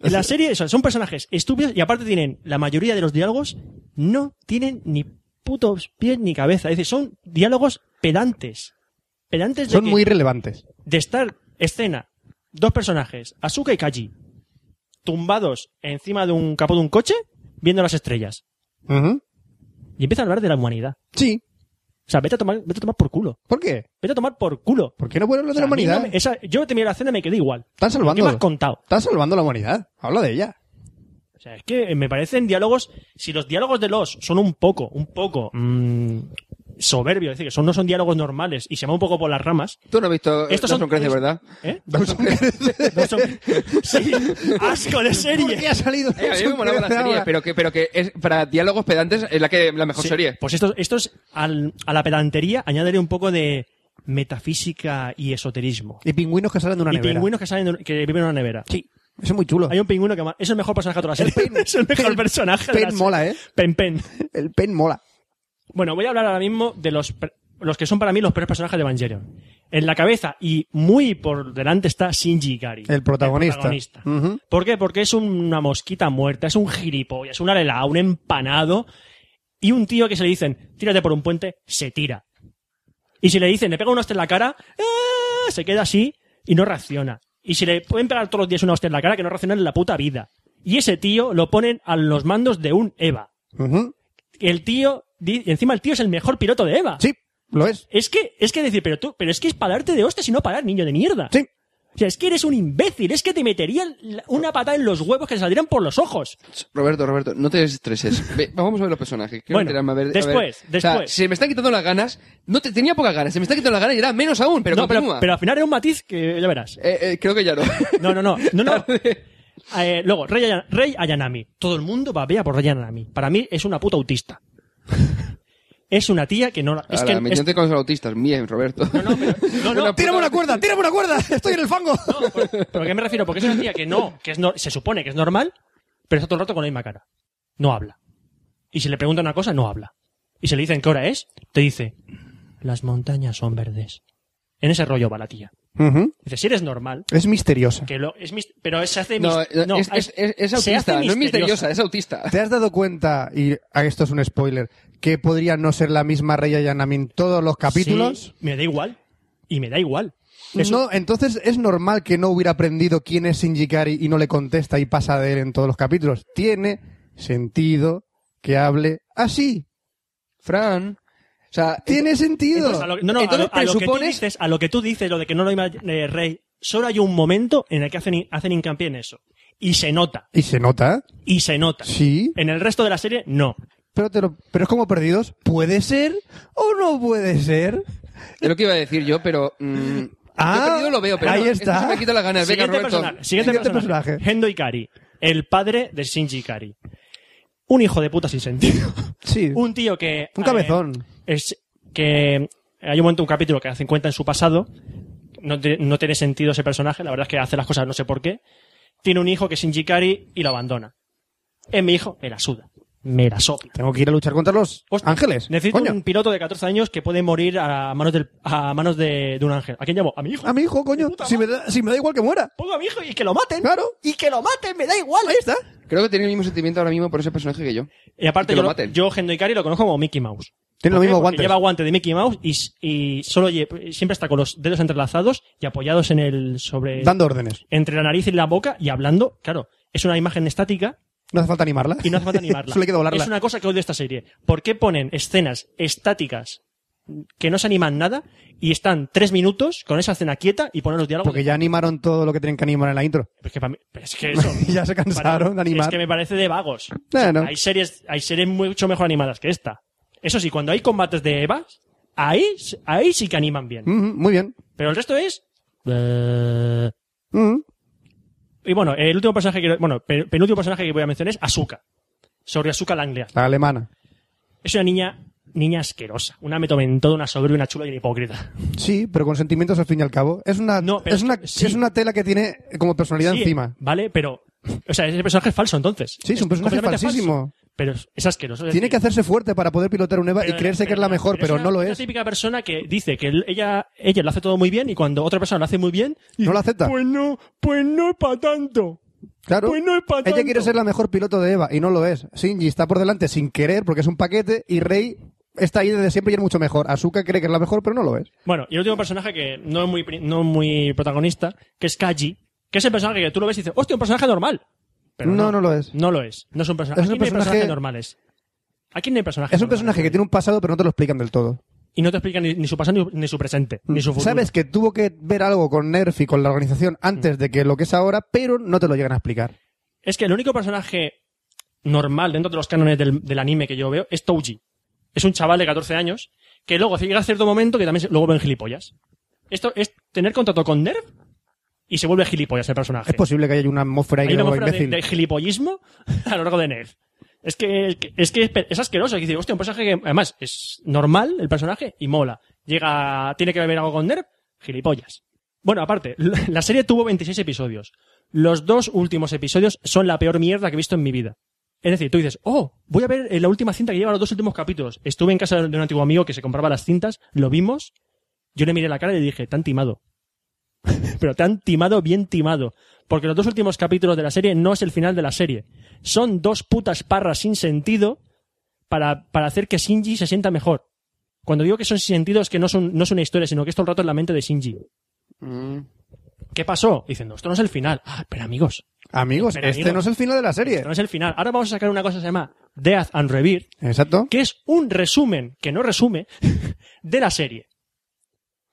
En la serie eso, son personajes estúpidos y aparte tienen la mayoría de los diálogos no tienen ni putos pies ni cabeza. Es decir, son diálogos pedantes. Pedantes de, Son que- muy relevantes. de estar escena, dos personajes, Asuka y Kaji, tumbados encima de un capó de un coche, viendo las estrellas. Y empiezan a hablar de la humanidad. Sí. O sea, vete a tomar, vete a tomar por culo. ¿Por qué? Vete a tomar por culo. ¿Por qué no O pueden hablar de sea, la a mí no humanidad? me- esa- yo te miré la escena y me quedé igual. Están ¿Qué me has salvando. contado? Están salvando la humanidad. Habla de ella. O sea, eh, es que me parecen diálogos. Si los diálogos de los son un poco, un poco mm, soberbio, es decir, que son, no son diálogos normales y se va un poco por las ramas. Tú no has visto Estos Estos son- son Crece, es- ¿verdad? *laughs* ¿Eh? *laughs* *laughs* Dawson Crece. No son- sí, asco de ¿Por qué serie. ha salido? *laughs* Eh, a mí me molaba la serie, pero que, pero que es, para diálogos pedantes es la, que, la mejor Sí, serie. Pues esto, esto es al- a la pedantería añadirle un poco de metafísica y esoterismo. Y pingüinos que salen de una y nevera. pingüinos que salen de un- que viven en una nevera. Sí, eso es muy chulo. Hay un pingüino que ma- es el mejor personaje de toda la serie. El *laughs* Pen- es el mejor el personaje. de la Pen serie. mola, ¿eh? Pen Pen. El pen mola. Bueno, voy a hablar ahora mismo de los, per- los que son para mí los peores personajes de Evangelion. En la cabeza y muy por delante está Shinji Ikari. El protagonista. Ujú. ¿Por qué? Porque es una mosquita muerta, es un gilipollas, un arelao, un empanado y un tío que se le dicen, tírate por un puente, se tira. Y si le dicen, le pega una hostia en la cara, ¡ah! se queda así y no reacciona. Y si le pueden pegar todos los días una hostia en la cara, que no reacciona en la puta vida. Y ese tío lo ponen a los mandos de un EVA. Ujú. El tío, di- y encima el tío es el mejor piloto de EVA. Sí, lo es. Es que, es que decir, pero tú, pero es que es pararte de hostias y no parar, niño de mierda. Sí. O sea, es que eres un imbécil, es que te meterían la- una patada en los huevos que te salieran por los ojos. Roberto, Roberto, no te *laughs* estreses. Ve, vamos a ver los personajes. Quiero Bueno, enterarme, a ver- a ver. después, O sea, después. se me están quitando las ganas. No te tenía pocas ganas, se me están quitando las ganas y era menos aún, pero no, pero, continúa. pero al final era un matiz que ya verás. Eh, eh, creo *laughs* que ya no. No, no, no, no, *laughs* no. Eh, luego, Rey, Aya- Rey Ayanami. Todo el mundo babea por Rey Ayanami. Para mí es una puta autista. es una tía que no... Es Ahora, que, es- metiéndote con los autistas. Bien, Roberto. No, no, pero- no, no, Una ¡Tírame puta- una cuerda! ¡Tírame una cuerda! *laughs* ¡Estoy en el fango! No, por- ¿Pero a qué me refiero? Porque es una tía que no, que es no- se supone que es normal, pero está todo el rato con la misma cara. No habla. Y si le pregunta una cosa, no habla. Y se le dicen qué hora es, te dice, las montañas son verdes. En ese rollo va la tía. Ujú. Dice, si eres normal, Es misteriosa. que lo, es mis- pero se hace... No, mis- no, es, hay- es- es- es se hace autista, no es misteriosa, es autista. ¿Te has dado cuenta, y ah, esto es un spoiler, que podría no ser la misma Rey Ayanami en todos los capítulos? Sí, me da igual. Y me da igual. Es un- No, entonces es normal que no hubiera aprendido quién es Shinji Ikari y no le contesta y pasa de él en todos los capítulos. Tiene sentido que hable así. Fran. O sea, Tiene Entonces, sentido. a lo, no, no, a Entonces lo- a lo que tú presupones- dices, a lo que tú dices, lo de que no lo iba eh, Rey, solo hay un momento en el que hacen, hacen hincapié en eso. Y se nota, Y se nota, y se nota. sí. En el resto de la serie, no. Pero, te lo- pero es como perdidos. ¿Puede ser o no puede ser? es lo que iba a decir yo, pero. mm, Ah, yo perdido lo veo, pero ahí no, esto está. se me quita las ganas. Venga, siguiente, Roberto. personaje, siguiente Siguiente personaje. personaje. Hendo Ikari, el padre de Shinji Ikari. Un hijo de puta sin *laughs* sentido. Sí. Un, Un tío que... eh, cabezón. es que hay un momento, un capítulo que hace cuenta en su pasado. No, te- no tiene sentido ese personaje. La verdad es que hace las cosas no sé por qué. Tiene un hijo que es Shinji Ikari y lo abandona. Es mi hijo, me la suda. Me la sopla. Tengo que ir a luchar contra los Hostia, ángeles. Necesito Coño. un piloto de 14 años que puede morir a manos, del- a manos de, de un ángel. ¿A quién llamo? A mi hijo. A mi hijo, coño. Si me, da, si me da igual que muera. Pongo a mi hijo y que lo maten. Claro. Y que lo maten, me da igual. Ahí está. Creo que tiene el mismo sentimiento ahora mismo por ese personaje que yo. Y aparte, Que lo yo, maten. yo Hendo Ikari lo conozco como Mickey Mouse. ¿Por Tiene los qué? mismos Porque guantes. Lleva guante de Mickey Mouse y, s- y solo lle- siempre está con los dedos entrelazados y apoyados en el sobre. Dando órdenes. Entre la nariz y la boca y hablando. Claro, es una imagen estática No hace falta animarla. y no *laughs* hace falta animarla. Solo hay que doblarla. Es una cosa que odio de esta serie. ¿Por qué ponen escenas estáticas que no se animan nada y están tres minutos con esa escena quieta y ponen los diálogos? Porque ya animaron todo lo que tienen que animar en la intro. Es que, pa' mí- es que eso. *laughs* ya se cansaron de Para- animar. Es que me parece de vagos. Bueno. Hay series, hay series mucho mejor animadas que esta. Eso sí, cuando hay combates de Eva, ahí, ahí sí que animan bien. Ujú, muy bien. Pero el resto es. eh, Ujú. Y bueno, el último personaje que bueno, pe- penúltimo personaje que voy a mencionar es Asuka. Sobre Asuka Langlea. La alemana. Es una niña, niña asquerosa. Una metomentoda, una soberbia, una chula y una hipócrita. Sí, pero con sentimientos al fin y al cabo. Es una, No, pero es es una, que- sí. es una tela que tiene como personalidad Sí, encima. Vale, pero. O sea, ese personaje es falso entonces. Sí, es un personaje completamente falsísimo. falso. pero es asqueroso. es Tiene decir- que hacerse fuerte para poder pilotar un EVA y Pero- creerse que es pero- la mejor, pero, una- no lo una es. típica persona que dice que él- ella, ella lo hace todo muy bien y cuando otra persona lo hace muy bien, dice, No lo acepta. Pues no, pues no es para tanto. Claro. Pues no es para tanto. Ella quiere ser la mejor piloto de Eva y no lo es. Shinji está por delante sin querer porque es un paquete y Rey está ahí desde siempre y es mucho mejor. Asuka cree que es la mejor, pero no lo es. Bueno, y el último personaje que no es muy, pri- no es muy protagonista, que es Kaji, que es el personaje que tú lo ves y dices, hostia, un personaje normal. Pero No, no, no lo es. No lo es. No es un personaje. Es un Aquí no hay personaje- personajes normales. Aquí no hay personajes Es un normales. personaje que tiene un pasado, pero no te lo explican del todo. Y no te explica ni, ni su pasado, ni, ni su presente, ni su futuro. Mm. Sabes que tuvo que ver algo con Nerf y con la organización Mm. antes de que lo que es ahora, pero no te lo llegan a explicar. Es que el único personaje normal dentro de los cánones del, del anime que yo veo es Touji. Es un chaval de 14 años que luego llega cierto momento que también se- luego ven gilipollas. Esto es tener contrato con Nerf y se vuelve gilipollas el personaje. Es posible que haya una atmósfera ahí Hay una algo atmósfera de, imbécil. de gilipollismo *laughs* a lo largo de Nerf. Es que, es que es, es asqueroso. Es decir, hostia, un personaje que además es normal el personaje y mola. Llega, tiene que ver algo con Nerf, gilipollas. Bueno, aparte, la serie tuvo 26 episodios. Los dos últimos episodios son la peor mierda que he visto en mi vida. Es decir, tú dices, oh, voy a ver eh, la última cinta que lleva los dos últimos capítulos. Estuve en casa de un antiguo amigo que se compraba las cintas, lo vimos, yo le miré la cara y le dije, te han timado. *laughs* Pero te han timado bien timado. Porque los dos últimos capítulos de la serie no es el final de la serie. Son dos putas parras sin sentido para, para hacer que Shinji se sienta mejor. Cuando digo que son sin sentido es que no, son, no es una historia, sino que es todo el rato en la mente de Shinji. Mm. ¿Qué pasó? Diciendo, esto no es el final. Ah, pero amigos, Amigos, Pero, este amigos, no es el final de la serie. esto no es el final. Ahora vamos a sacar una cosa que se llama Death and Rebirth, Exacto. que es un resumen, que no resume, *laughs* de la serie.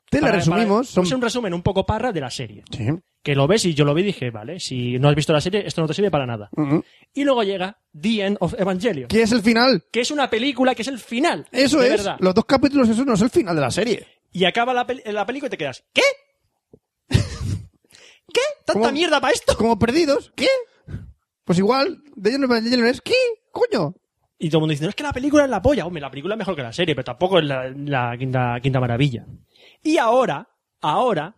Te la Para- resumimos. para- son- Es un resumen un poco parra de la serie. Sí. que lo ves y yo lo vi y dije, vale, si no has visto la serie, esto no te sirve para nada. Ujú. Y luego llega The End of Evangelion, ¿Qué Mm-hmm. es el final? que es una película que es el final. Eso de es. verdad. Los dos capítulos, eso no es el final de la serie. Y acaba la, pel- la película y te quedas, *laughs* ¿qué? ¿Qué? ¿Tanta ¿Cómo? mierda para esto? Como perdidos. ¿Qué? Pues igual, de ellos no es. ¿Qué? Coño. Y todo el mundo dice, no, es que la película es la polla. Hombre, la película es mejor que la serie, pero tampoco es la, la quinta, quinta maravilla. Y ahora, ahora,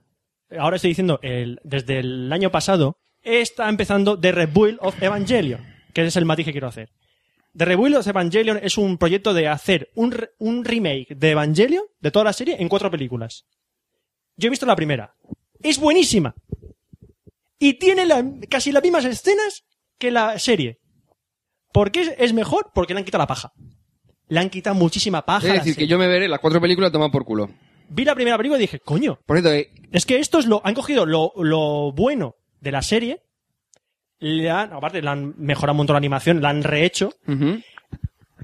ahora estoy diciendo, el- desde el año pasado, está empezando The Rebuild of Evangelion, que es el matiz que quiero hacer. The Rebuild of Evangelion es un proyecto de hacer un, re- un remake de Evangelion, de toda la serie, en cuatro películas. Yo he visto la primera. Es buenísima. Y tiene la- casi las mismas escenas que la serie. ¿Por qué es- es mejor? Porque le han quitado la paja. Le han quitado muchísima paja. a Es la decir, que serie. yo me veré las cuatro películas tomadas por culo. Vi la primera película y dije, coño, Por cierto, eh, es que estos lo, han cogido lo, lo bueno de la serie, le han, aparte le han mejorado un montón la animación, la han rehecho, ujú.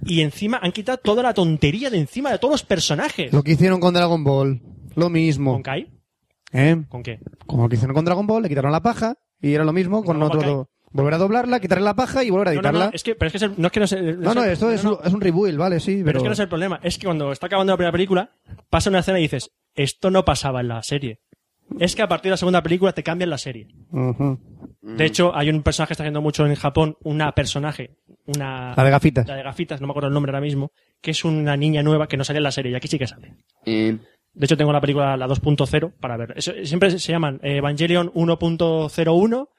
y encima han quitado toda la tontería de encima de todos los personajes. Lo que hicieron con Dragon Ball. Lo ¿Con mismo. Kai? ¿Eh? ¿Con qué? Como lo que hicieron con Dragon Ball, le quitaron la paja y era lo mismo con No, otro. porque hay- do- Volver a doblarla, quitarle la paja y volver a No, no, editarla. no, No, no, es que, pero es que es el- no es que no es el- no el- esto no, es, no, un- es un rebuild, vale, sí, pero pero. es que no es el problema. Es que cuando está acabando la primera película, pasa una escena y dices, esto no pasaba en la serie. Es que a partir de la segunda película te cambian la serie. Ujú. De hecho, hay un personaje que está haciendo mucho en Japón, una personaje, una... La de gafitas. la de gafitas, no me acuerdo el nombre ahora mismo, que es una niña nueva que no sale en la serie y aquí sí que sale. Eh, De hecho, tengo la película la 2.0 para ver. Eso- siempre se llaman eh, Evangelion 1.01,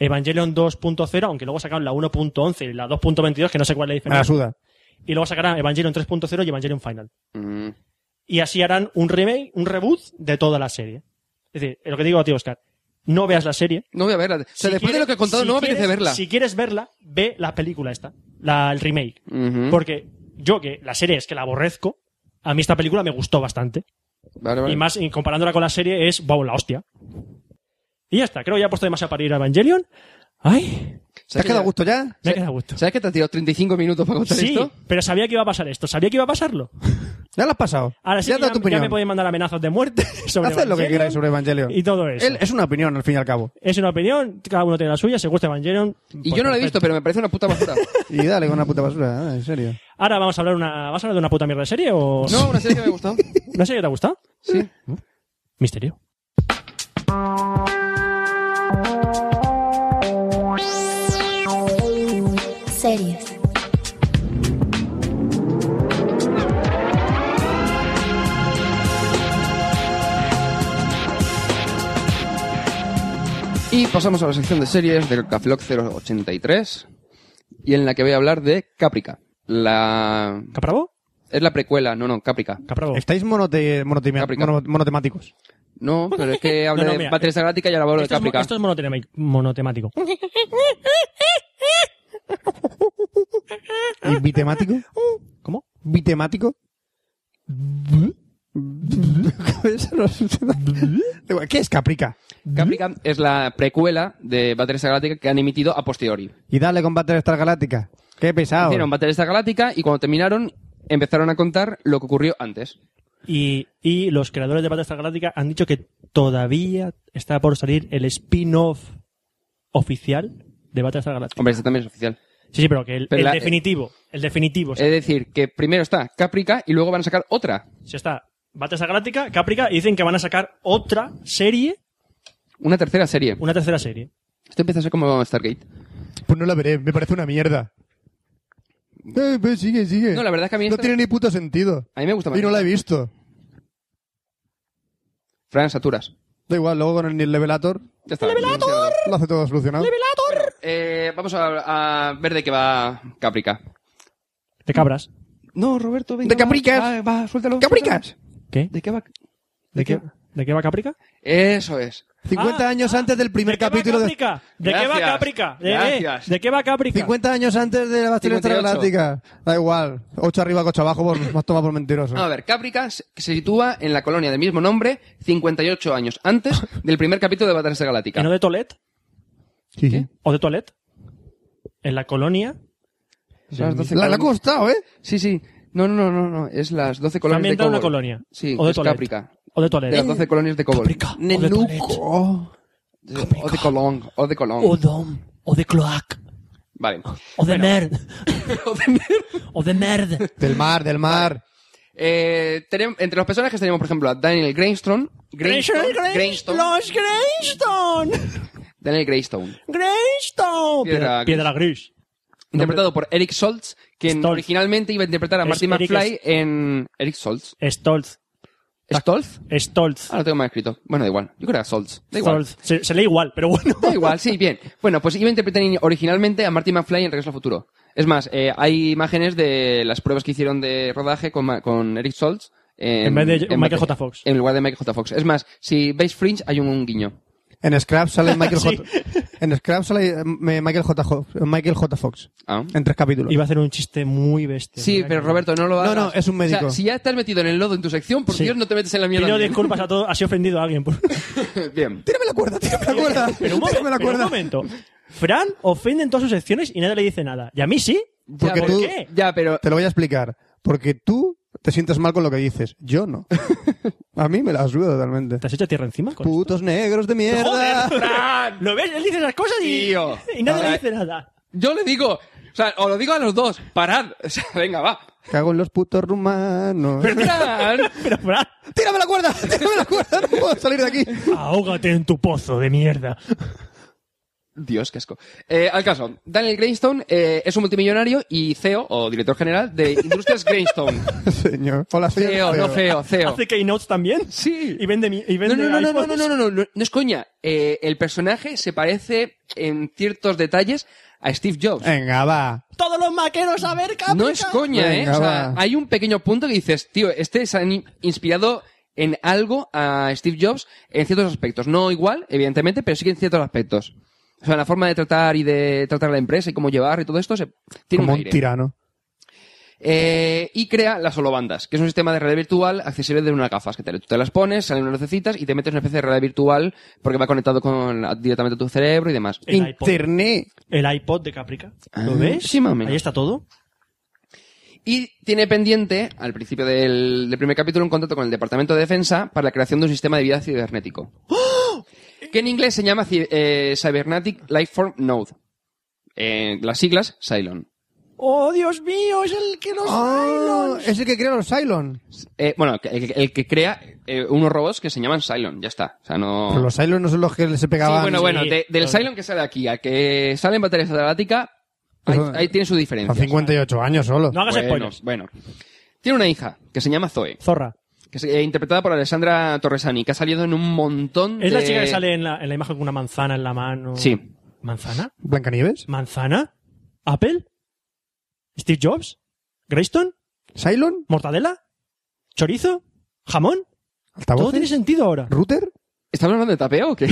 Evangelion 2.0, aunque luego sacaron la 1.11 y la 2.22, que no sé cuál es la Me la Ah, diferencia. suda. y luego sacarán Evangelion 3.0 y Evangelion Final. mm, Y así harán un remake, un reboot de toda la serie. Es decir, lo que digo a ti, Oscar, no veas la serie. no voy a verla. O sea, Si después de quieres- lo que he contado, si no me quieres- apetece verla. Si quieres verla, ve la película esta, la, el remake. Ujú. Porque yo, que la serie es que la aborrezco, a mí esta película me gustó bastante. Vale, vale. Y más, y comparándola con la serie, es, wow, la hostia. Y ya está, creo que ya he puesto demasiado para ir a Evangelion. Ay, ¿Te has ¿Sabes que quedado a ya- gusto ya? me ha quedado a gusto. ¿Sabes que te has tirado 35 minutos para contar Sí, esto? pero sabía que iba a pasar esto, sabía que iba a pasarlo. Ya lo has pasado. Ahora sí, que ya has dado ya, tu ya opinión. me podéis mandar amenazas de *laughs* muerte sobre Haced lo que Evangelion queráis sobre Evangelion. Y todo eso. Él- es una opinión, al fin y al cabo. Es una opinión, cada uno tiene la suya, se gusta Evangelion. Y pues yo no lo he perfecto. visto, pero me parece una *laughs* puta basura. Y dale con una puta basura, ah, en serio. Ahora vamos a hablar una, ¿vas a hablar de una puta mierda de serie o No, una serie que me ha gustado. ¿Una serie que te ha gustado? Sí. Misterio. Series. Y pasamos a la sección de series del Café Lock 083, y en la que voy a hablar de Caprica. La... ¿Capravo? Es la precuela, no, no, Caprica. Capravo. Estáis monote- monotema- Caprica. mono- monotemáticos. *laughs* No, pero es que hablé No, no, de mira. eh, Battlestar Galactica y ahora hablo de Esto es, mo- Caprica. esto es monotema- monotemático. ¿Y bitemático? ¿Cómo? *laughs* ¿Bitemático? Eso no *laughs* es- Da igual, ¿Qué es Caprica? Caprica es la precuela de Battlestar Galactica que han emitido a posteriori. Ah, Y dale con Battlestar Galáctica. Qué pesado. Hicieron Battlestar Galactica y cuando terminaron empezaron a contar lo que ocurrió antes. Y, y los creadores de Battlestar Galáctica han dicho que todavía está por salir el spin-off oficial de Battlestar Galáctica. Hombre, este también es oficial. Sí, sí, pero que el, Pero el la- eh, definitivo, el definitivo, o sea, Es decir, que primero está Caprica y luego van a sacar otra. si está Battlestar Galáctica, Caprica, y dicen que van a sacar otra serie, Una tercera serie. una tercera serie. Esto empieza a ser como Stargate. Pues no la veré, me parece una mierda. Eh, pues sigue, sigue. No, la verdad es que a mí, No esta- tiene ni puto sentido. a mí me gusta más. Y no la he visto. Fran, saturas. Da igual, luego con el levelator Ya está. ¡Levelator! lo hace todo solucionado. Eh, vamos a, a ver de qué va Caprica. Te cabras. No, Roberto, venga. ¡De Capricas! Va, va, suéltalo. ¡Capricas! ¿Qué? ¿De qué va? ¿De qué, ¿De qué va Caprica? Eso es. 50 Ah, años ah, antes del primer ¿De qué va capítulo de... Caprica? ¿De qué va Gracias. Caprica? ¿De, eh, Gracias. ¿De qué va Caprica? 50 años antes de la Bastilla 58. Galáctica. Da igual. 8 arriba, 8 abajo, por, más toma por mentiroso. A ver, Caprica se se sitúa en la colonia del mismo nombre 58 años *laughs* antes del primer capítulo de Battlestar Galáctica. ¿Y no de Toilet? Sí, sí. ¿Qué? ¿O de Toilet? En la colonia. Son las 12 La, la ha colonias. costado, ¿eh? Sí, sí. No, no, no, no, no. Es las 12 colonias También de da una Cobol. colonia. Sí, O de es Toilet. Caprica. ¿O de De las Toilet? 12 colonias de Cobol. Caprica, o de Toilet. Nenuco. O de Colón. O de Colón. ¿O Dom? ¿O de Cloac? Vale. ¿O de Nerd? O de Nero. ¿O de Nerd? Del mar, del mar. Eh, tenem- entre los personajes tenemos, por ejemplo, a Daniel Greystone. Greystone. Greystone. ¡Los Greystone! Daniel Greystone. ¡Greystone! Piedra, Piedra piedra gris. Interpretado por Eric Stoltz, quien Stoltz. originalmente iba a interpretar a Es Marty Eric McFly en... ¿Eric Stoltz? Stolz. ¿Stoltz? Stolz. Ah, lo tengo mal escrito. Bueno, da igual. Yo creo que era Stoltz. Da igual. Stolz. Se, se lee igual, pero bueno. Da igual, sí, bien. Bueno, pues iba a interpretar in- originalmente a Marty McFly en Regreso al Futuro. Es más, eh, hay imágenes de las pruebas que hicieron de rodaje con, Ma- con Eric Stoltz. En vez de Michael J. Fox. En lugar de Michael J. Fox. Es más, si veis Fringe, hay un, guiño. En *laughs* Scrap sale Michael Sí. J. En Scrap sale eh, Michael J. Ho- Michael J. Fox. Ah. En tres capítulos. Iba a hacer un chiste muy bestia. Sí, Mira pero que- Roberto, no lo hagas. no, es un médico. O sea, si ya estás metido en el lodo en tu sección, por Sí. Dios, no te metes en la mierda. Pido *laughs* mía. disculpas a todos. Así he ofendido a *laughs* alguien. Por... Bien. Tírame la cuerda, tírame la cuerda. *laughs* Pero un momento, tírame la pero un cuerda. momento. Fran ofende en todas sus secciones y nadie le dice nada. ¿Y a mí sí? Porque ya, tú- ¿por qué? *laughs* Ya, *laughs* pero... Te lo voy a explicar. Porque tú te sientes mal con lo que dices. *laughs* Yo no. A mí me la ayuda totalmente. ¿Te has hecho tierra encima? con esto? Putos negros de mierda. ¡Joder, Fran! ¿Lo ves? Él dice esas cosas y, Tío. y nadie Ahora- le dice nada. Yo le digo... O sea, o lo digo a los dos. Parad. *laughs* O sea, venga, va. *laughs* Cago en los putos rumanos. Fran. Pero Fran, ¡Tírame la cuerda! ¡Tírame la cuerda! ¡No puedo salir *laughs* de aquí! ahógate en tu pozo de mierda. Dios, qué asco. Eh, al caso, Daniel Greystone eh, es un multimillonario y CEO, o director general, de Industrias Greystone. Señor. Hola, soy el CEO, no *laughs* E feo, feo. CEO. ¿Hace keynotes también? Sí. Y vende, mi- y No, vende no, no, no, no, iPhones. no, no, no, no, no, no es coña. Eh, el personaje se parece en ciertos detalles a Steve Jobs. Venga, va. Todos los maqueros a ver, Caprica. No es coña, ¿eh? Venga, O sea, va. hay un pequeño punto que dices, tío, este se han inspirado en algo a Steve Jobs en ciertos aspectos. No igual, evidentemente, pero sí que en ciertos aspectos. O sea, la forma de tratar y de tratar a la empresa y cómo llevar y todo esto se tiene Como un un aire. tirano. Eh, y crea las holobandas, que es un sistema de realidad virtual accesible de unas gafas que te, tú te las pones, salen unas lucecitas y te metes en una especie de realidad virtual porque va conectado con, directamente a tu cerebro y demás. El iPod. Internet. El iPod de Caprica. Ah, ¿Lo ves? sí, más o menos. Ahí está todo. Y tiene pendiente, al principio del, del primer capítulo, un contrato con el Departamento de Defensa para la creación de un sistema de vida cibernético. ¡Oh! Que en inglés se llama ci- eh, Cybernetic Lifeform Node. Eh, las siglas, Cylon. ¡Oh, Dios mío! Es el que los... Ah, es el que crea los Cylon. Eh, bueno, el, el que crea eh, unos robots que se llaman Cylon, ya está. O sea, no... Pero los Cylon no son los que se Sí, pegaban. bueno, bueno, sí, de- del claro. Cylon que sale aquí al que sale en Batallas Galáctica, ahí, Eso- ahí tiene su diferencia. Con 58 años solo. No hagas bueno, spoilers. bueno. Tiene una hija que se llama Zoe, Zorra. que es eh, interpretada por Alessandra Torresani, que ha salido en un montón de... Es la chica que sale en la, en la imagen con una manzana en la mano. Sí. ¿Manzana? ¿Blancanieves? ¿Manzana? ¿Apple? ¿Steve Jobs? ¿Greystone? ¿Cylon? ¿Mortadela? ¿Chorizo? ¿Jamón? Todo tiene ¿Altavoces? sentido ahora. ¿Router? ¿Estamos hablando de tapeo *laughs* o qué?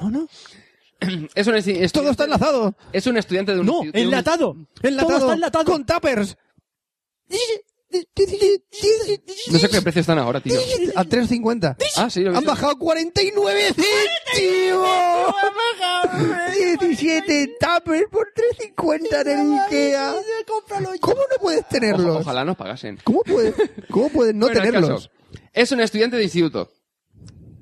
No, no. es, un, esti- estu- Todo está enlazado. es un estudiante de un... No, de un- enlatado. Enlatado. Todo está enlatado. Con tappers. No sé qué precio están ahora, tío. A 3.50. Ah, sí, lo he Han visto. bajado 49 céntimos. 17 tappers por 3.50 en el IKEA. ¿Cómo no puedes Ojo- tenerlos? Ojalá nos pagasen. ¿Cómo puedes, cómo puedes no Bueno, al tenerlos? caso, es un estudiante de instituto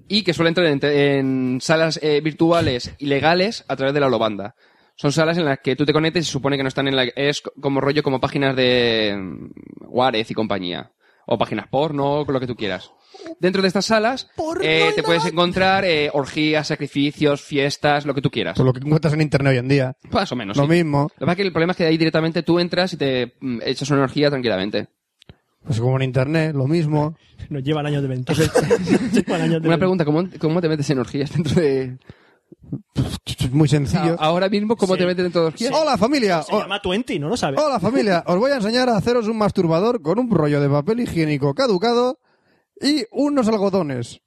y que suele entrar en, en salas eh, virtuales ilegales a través de la lobanda. Son salas en las que tú te conectas y se supone que no están en la... Es como rollo como páginas de mm, Juárez y compañía. O páginas porno, lo que tú quieras. Dentro de estas salas eh, te puedes encontrar eh, orgías, sacrificios, fiestas, lo que tú quieras. Por lo que encuentras en internet hoy en día. Más o menos. Lo sí. mismo. Lo que pasa es que el problema es que ahí directamente tú entras y te mm, echas una orgía tranquilamente. Pues como en internet, lo mismo. Nos llevan años de ventaja. *laughs* Nos llevan años de Una pregunta, ¿cómo, cómo te metes en orgías dentro de...? Es muy sencillo. Ahora mismo, ¿cómo Sí. te metes dentro de orgías? Hola familia. oh. Se llama 20, ¿no lo sabes? *laughs* Hola familia, os voy a enseñar a haceros un masturbador con un rollo de papel higiénico caducado y unos algodones.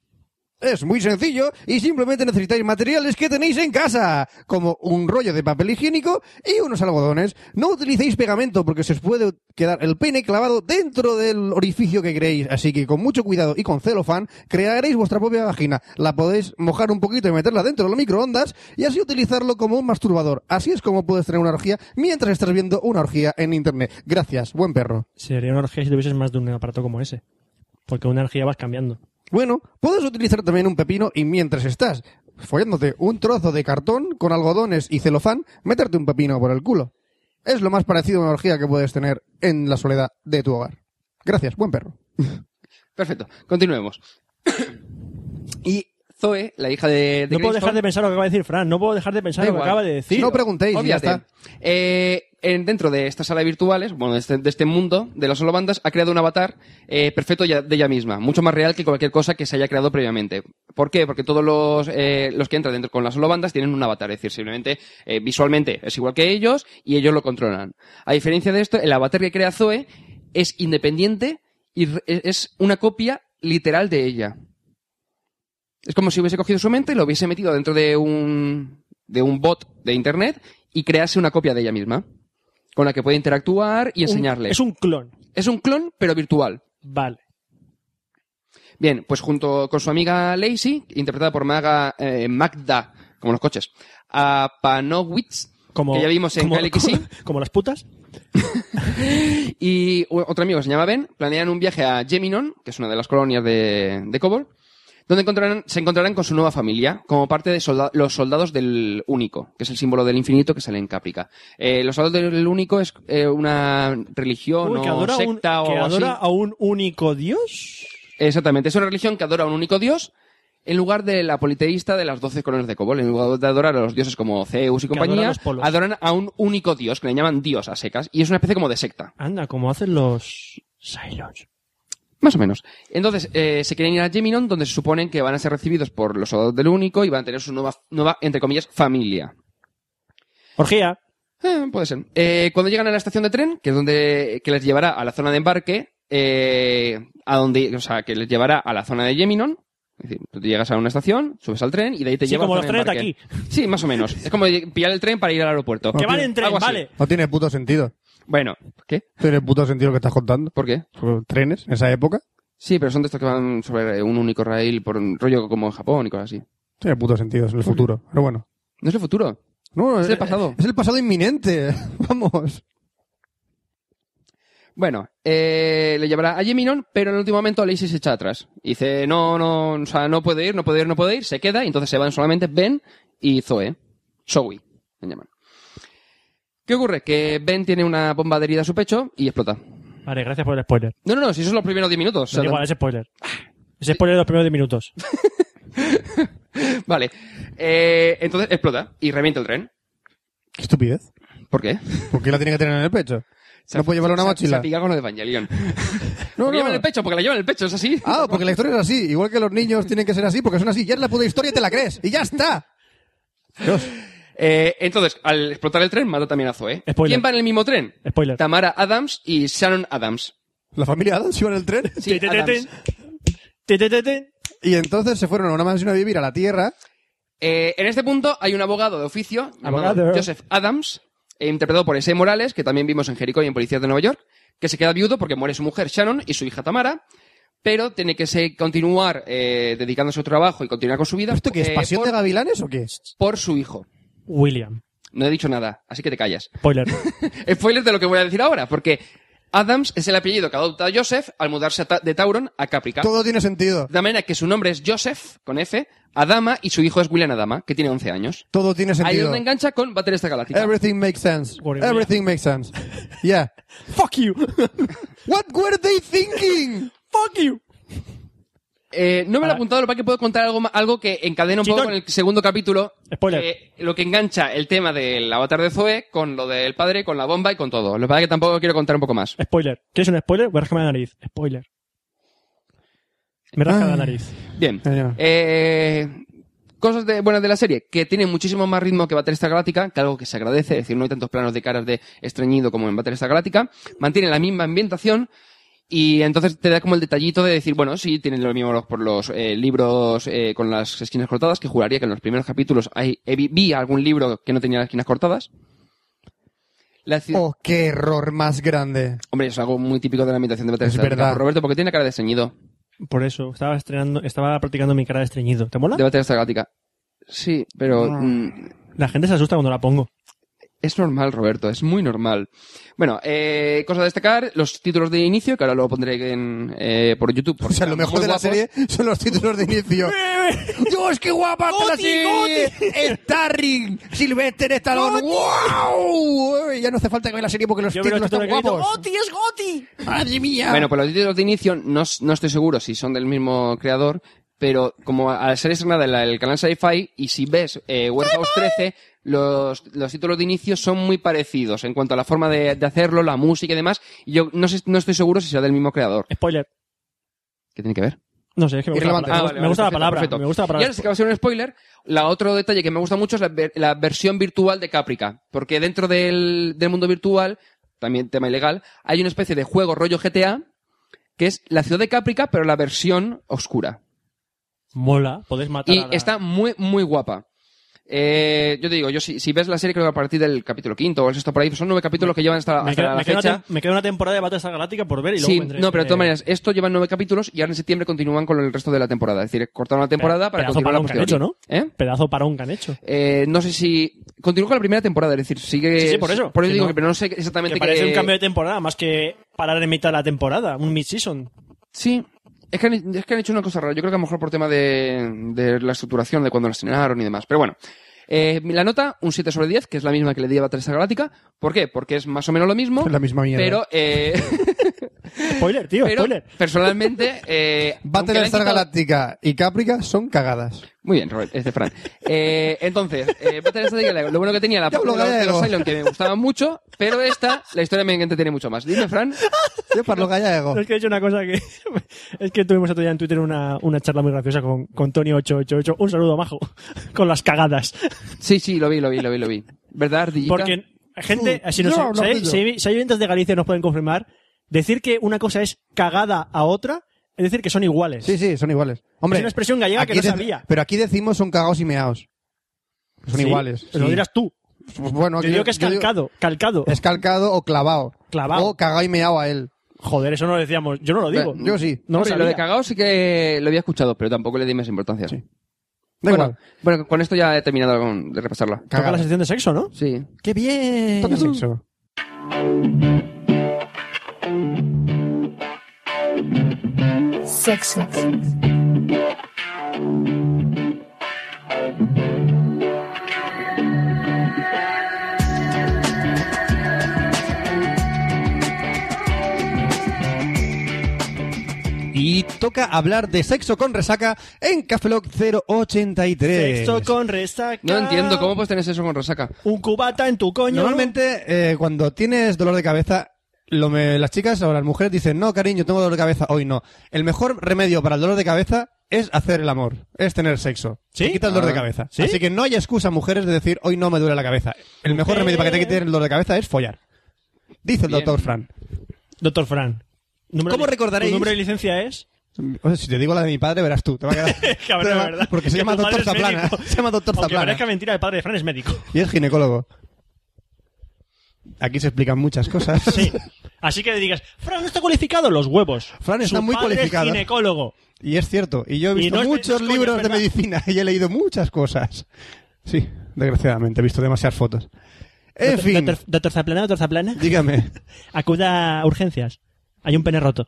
Es muy sencillo y simplemente necesitáis materiales que tenéis en casa, como un rollo de papel higiénico y unos algodones. No utilicéis pegamento porque se os puede quedar el pene clavado dentro del orificio que queréis, así que con mucho cuidado y con celofán crearéis vuestra propia vagina. La podéis mojar un poquito y meterla dentro de los microondas y así utilizarlo como un masturbador. Así es como puedes tener una orgía mientras estás viendo una orgía en internet. Gracias, buen perro. Sería una orgía si tuvieses más de un aparato como ese. Porque una orgía vas cambiando. Bueno, puedes utilizar también un pepino y mientras estás follándote un trozo de cartón con algodones y celofán, meterte un pepino por el culo. Es lo más parecido a una orgía que puedes tener en la soledad de tu hogar. Gracias, buen perro. Perfecto, *coughs* continuemos. y Zoe, la hija de, de No puedo Grayson- dejar de pensar lo que acaba de decir Fran. No puedo dejar de pensar Da lo que igual. acaba de decir. no preguntéis, y ya Obviate. está. Eh, en- dentro de esta sala de virtuales, bueno, de este, de este mundo de las solo bandas, ha creado un avatar eh, perfecto ya- de ella misma, mucho más real que cualquier cosa que se haya creado previamente. ¿Por qué? Porque todos los, eh, los que entran dentro con las solo bandas tienen un avatar, es decir, simplemente eh, visualmente es igual que ellos y ellos lo controlan. A diferencia de esto, el avatar que crea Zoe es independiente y re- e, es una copia literal de ella. Es como si hubiese cogido su mente, lo hubiese metido dentro de un, de un bot de internet y crease una copia de ella misma, con la que puede interactuar y Un- enseñarle. es un clon. Es un clon, pero virtual. Vale. Bien, pues junto con su amiga Lacey, interpretada por Maga, eh, Magda, como los coches, a Panowitz, Como, que ya vimos *laughs* en como, Cali que sí, como las putas. y u- otro amigo que se llama Ben, planean un viaje a Geminon, que es una de las colonias de, de Cobol, donde encontrarán- se encontrarán con su nueva familia, como parte de solda- los soldados del único, que es el símbolo del infinito que sale en Caprica. Eh, los soldados del único es eh, una religión Uy, que o adora, un- secta que o así. adora a un único dios. Exactamente, es una religión que adora a un único dios en lugar de la politeísta de las doce colonias de Cobol. En lugar de adorar a los dioses como Zeus y Que compañía, adora los polos. adoran a un único dios, que le llaman dios a secas, y es una especie como de secta. Anda, como hacen los Cylons. Más o menos. Entonces, eh, se quieren ir a Geminon, donde se suponen que van a ser recibidos por los soldados del único y van a tener su nueva, nueva entre comillas, familia. Orgía. Eh, puede ser. Eh, cuando llegan a la estación de tren, que es donde que les llevará a la zona de embarque, eh, a donde, o sea, que les llevará a la zona de Geminon. Es decir, tú te llegas a una estación, subes al tren y de ahí te Sí, lleva como a la los zona de trenes de embarque. Sí, más o menos. Es como pillar el tren para ir al aeropuerto. que van en tren, Algo así. vale. No tiene puto sentido. Bueno, ¿qué? No tiene puto sentido lo que estás contando. ¿Por qué? Trenes en esa época. No Sí, pero son de estos que van sobre un único rail por un rollo como en Japón y cosas así. tiene puto sentido, es el futuro. Pero bueno. No es el futuro. No, Es el pasado. Es el pasado inminente. *laughs* Vamos. Bueno, eh, le llevará a Geminon, pero en el último momento Lacey se echa atrás. Y dice, no, no, o sea, no puede ir, no puede ir, no puede ir. Se queda y entonces se van solamente Ben y Zoe. Zoe, le llaman. ¿Qué ocurre? Que Ben tiene una bomba de herida a su pecho y explota. Vale, gracias por el spoiler. No, no, no, si eso es los primeros 10 minutos. Da igual, es spoiler. Es spoiler de los primeros 10 minutos. Vale. Eh, entonces explota y revienta el tren. Qué estupidez. ¿Por qué? ¿Por qué la tiene que tener en el pecho? No puede llevar una Se- se- Se mochila. ha pillado con lo de Evangelion. No, No, no. lleva en el pecho, porque la lleva en el pecho, es así. Ah, porque la historia es así. Igual que los niños tienen que ser así, porque son así. Ya es la puta historia y te la crees. Y ya está. Eh, entonces, al explotar el tren, mata también a Zoe. Spoiler. ¿Quién va en el mismo tren? Spoiler. Tamara Adams y Sharon Adams. La familia Adams iba en el tren. Sí, Te, te, te, Adams. te. Te, te, te, te. Y entonces se fueron a una mansión a vivir a la tierra. Eh, en este punto hay un abogado de oficio, llamado Abogado. Joseph Adams, eh, interpretado por S. Morales, que también vimos en Jericó y en Policías de Nueva York, que se queda viudo porque muere su mujer Shannon y su hija Tamara, pero tiene que se- continuar eh, dedicándose a su trabajo y continuar con su vida ¿Esto qué es? eh, ¿Pasión por, de gavilanes o qué es? por su hijo. William. No he dicho nada, así que te callas. Spoiler. Spoiler de lo que voy a decir ahora, porque Adams es el apellido que adopta Joseph al mudarse a Ta- de Tauron a Caprica. Todo tiene sentido. De manera que su nombre es Joseph, con F, Adama, y su hijo es William Adama, que tiene 11 años. Todo tiene Ahí es sentido. donde engancha con Battlestar Galáctica. Everything makes sense. Warrior, Everything makes sense. Yeah. *laughs* Fuck you. *laughs* What were they thinking? Fuck you. Eh, no me lo Ah. he apuntado, lo que pasa es que puedo contar algo, ma- algo que encadena un Chitón. poco con el segundo capítulo. Spoiler. que lo que engancha el tema del avatar de Zoe con lo del padre, con la bomba y con todo. Lo que pasa es que tampoco quiero contar un poco más. Spoiler. ¿Quieres un spoiler? Voy a rascarme la nariz. Spoiler. Me rasca la Ay. nariz. Bien. Señor. Eh, cosas de, buenas de la serie, que tiene muchísimo más ritmo que Battlestar Galáctica, que algo que se agradece, es decir, no hay tantos planos de caras de estreñido como en Battlestar Galáctica. Mantiene la misma ambientación y entonces te da como el detallito de decir, bueno, sí, tienen lo mismo los- por los eh, libros eh, con las esquinas cortadas, que juraría que en los primeros capítulos hay, he vi, vi algún libro que no tenía las esquinas cortadas. La ci- Oh, qué error más grande. Hombre, es algo muy típico de la ambientación de Battlestar Es Galáctica. verdad. Roberto, porque tiene cara de estreñido Por eso, estaba estrenando, estaba practicando mi cara de estreñido. ¿Te mola? de Battlestar Galáctica. Sí, pero... mm, La gente se asusta cuando la pongo. Es normal, Roberto, es muy normal. Bueno, eh, cosa a destacar, los títulos de inicio, que ahora lo pondré en, eh, por YouTube. *laughs* O porque sea, lo están mejor muy de la guapos. serie son los títulos *laughs* de inicio. ¡Dios, qué guapa está la ¡Goti, serie! ¡Starring! ¡Sylvester Stallone! ¡Wow! Uy, Ya no hace falta que vea la serie porque los Yo veo títulos los están títulos que guapos. ¡Goti es Goti! ¡Madre mía! Bueno, pues los títulos de inicio no, s- no estoy seguro si son del mismo creador, pero como al ser estrenada en la- el canal Sci-Fi, y si ves eh, Warehouse 13, los, los títulos de inicio son muy parecidos en cuanto a la forma de, de hacerlo, la música y demás. Y yo no, sé- no estoy seguro si será del mismo creador. Spoiler. ¿Qué tiene que ver? No sé, es que me gusta la Irrelevante. palabra. Ah, me gusta la perfecto, palabra. perfecto. Me gusta la Y palabra. ahora sí que va a ser un spoiler. La otro detalle que me gusta mucho es la, ver- la versión virtual de Caprica. Porque dentro del, del mundo virtual, también tema ilegal, hay una especie de juego rollo GTA que es la ciudad de Caprica, pero la versión oscura. Mola. Podés matar Y a la- está muy, muy guapa. Eh, yo te digo, yo si, si ves la serie, creo que a partir del capítulo quinto o el sexto por ahí, pues son nueve capítulos que llevan hasta, Me hasta queda, la me queda fecha. una, tem- me queda una temporada de Battlestar Galáctica por ver y luego Sí, vendré. no, pero de todas Eh, maneras, esto lleva nueve capítulos y ahora en septiembre continúan con el resto de la temporada. Es decir, cortaron la temporada para pedazo continuar la parón que han posterior. ¿Eh? Pedazo parón que han hecho. Eh, no sé si. Continúa con la primera temporada, es decir, sigue. Sí, sí, por eso. Por eso Que digo no. que pero no sé Que exactamente qué. parece un cambio de temporada más que parar en mitad de la temporada. Un mid-season. Sí. Es que, han, es que han hecho una cosa rara. Yo creo que a lo mejor por tema de, de la estructuración, de cuando la estrenaron y demás. Pero bueno. Eh, la nota, un 7 sobre 10, que es la misma que le di a Battlestar Galáctica. ¿Por qué? Porque es más o menos lo mismo. Es *laughs* la misma mierda. Pero, eh, *laughs* Spoiler, tío, pero spoiler. personalmente. Eh, aunque le han Battlestar quitado- Galáctica y Caprica son *laughs* cagadas. Muy bien, Robert, este *laughs* Fran. Eh, entonces, eh, Battlestar Galáctica, lo bueno que tenía la Ya hablo parte de los- de los gallego. Cylon que me gustaba mucho, pero esta, la historia me entretiene mucho más. Dime, Fran. Yo parlo gallego. Es que he hecho una cosa que. *laughs* es que tuvimos otro día en Twitter una, una charla muy graciosa con, con Tony888. Un saludo, majo. *laughs* con las cagadas. Sí, sí, lo vi, lo vi, lo vi, lo vi. ¿Verdad, Ardillita? Porque, gente, Mm, si, nos, yo hablo si hay- pillo. si hay- si hay oyentes de Galicia nos pueden confirmar, decir que una cosa es cagada a otra es decir que son iguales. Sí, sí, son iguales. Hombre, es una expresión gallega que aquí no de- sabía. Pero aquí decimos son cagados y meados. Son Sí, iguales. Pero lo Sí. dirás tú. Pues bueno, Yo aquí- digo que es yo digo- calcado, calcado. Es calcado o clavado. Clavao. O cagado y meado a él. Joder, eso no lo decíamos. Yo no lo digo. Yo sí. No lo Hombre, lo de sabía. cagao sí que lo había escuchado, pero tampoco le di más importancia. Da bueno, igual. bueno, con esto ya he terminado con- de repasarla. Toca Cagada. la sección de sexo, ¿no? Sí. ¡Qué bien! Toca sexo. Sexo. Y toca hablar de sexo con resaca en Cafeloc 083. Sexo con resaca. No entiendo cómo puedes tener eso con resaca. Un cubata en tu coño. Normalmente, eh, cuando tienes dolor de cabeza, lo me- las chicas o las mujeres dicen, no, cariño, tengo dolor de cabeza, hoy no. El mejor remedio para el dolor de cabeza es hacer el amor, es tener sexo. ¿Sí? Te quita el dolor de Ah. cabeza. ¿Sí? Así que no hay excusa, mujeres, de decir, hoy no me duele la cabeza. El mejor Mujer. remedio para que te quite el dolor de cabeza es follar. Dice el Bien. doctor Fran. Doctor Fran. Número ¿Cómo de- recordaréis? ¿Tu número de licencia es? O sea, si te digo la de mi padre, verás tú. Te va a quedar. *laughs* Cabrón, te va- la verdad. Porque se Que llama tu padre doctor es Zaplana. médico. *laughs* Se llama doctor Aunque Zaplana. parezca mentira, el padre de Fran es médico. Y es ginecólogo. Aquí se explican muchas cosas. Sí. Así que le digas, Fran no está cualificado, los huevos. Fran está Su muy padre es cualificado. ginecólogo. Y es cierto, y yo he Y visto no es- no muchos es coña, libros es de verdad. *laughs* medicina y he leído muchas cosas. Sí, desgraciadamente, he visto demasiadas fotos. En Doctor- fin. doctor- Doctor Zaplana, doctor Zaplana, Dígame. acuda a urgencias. Hay un pene roto.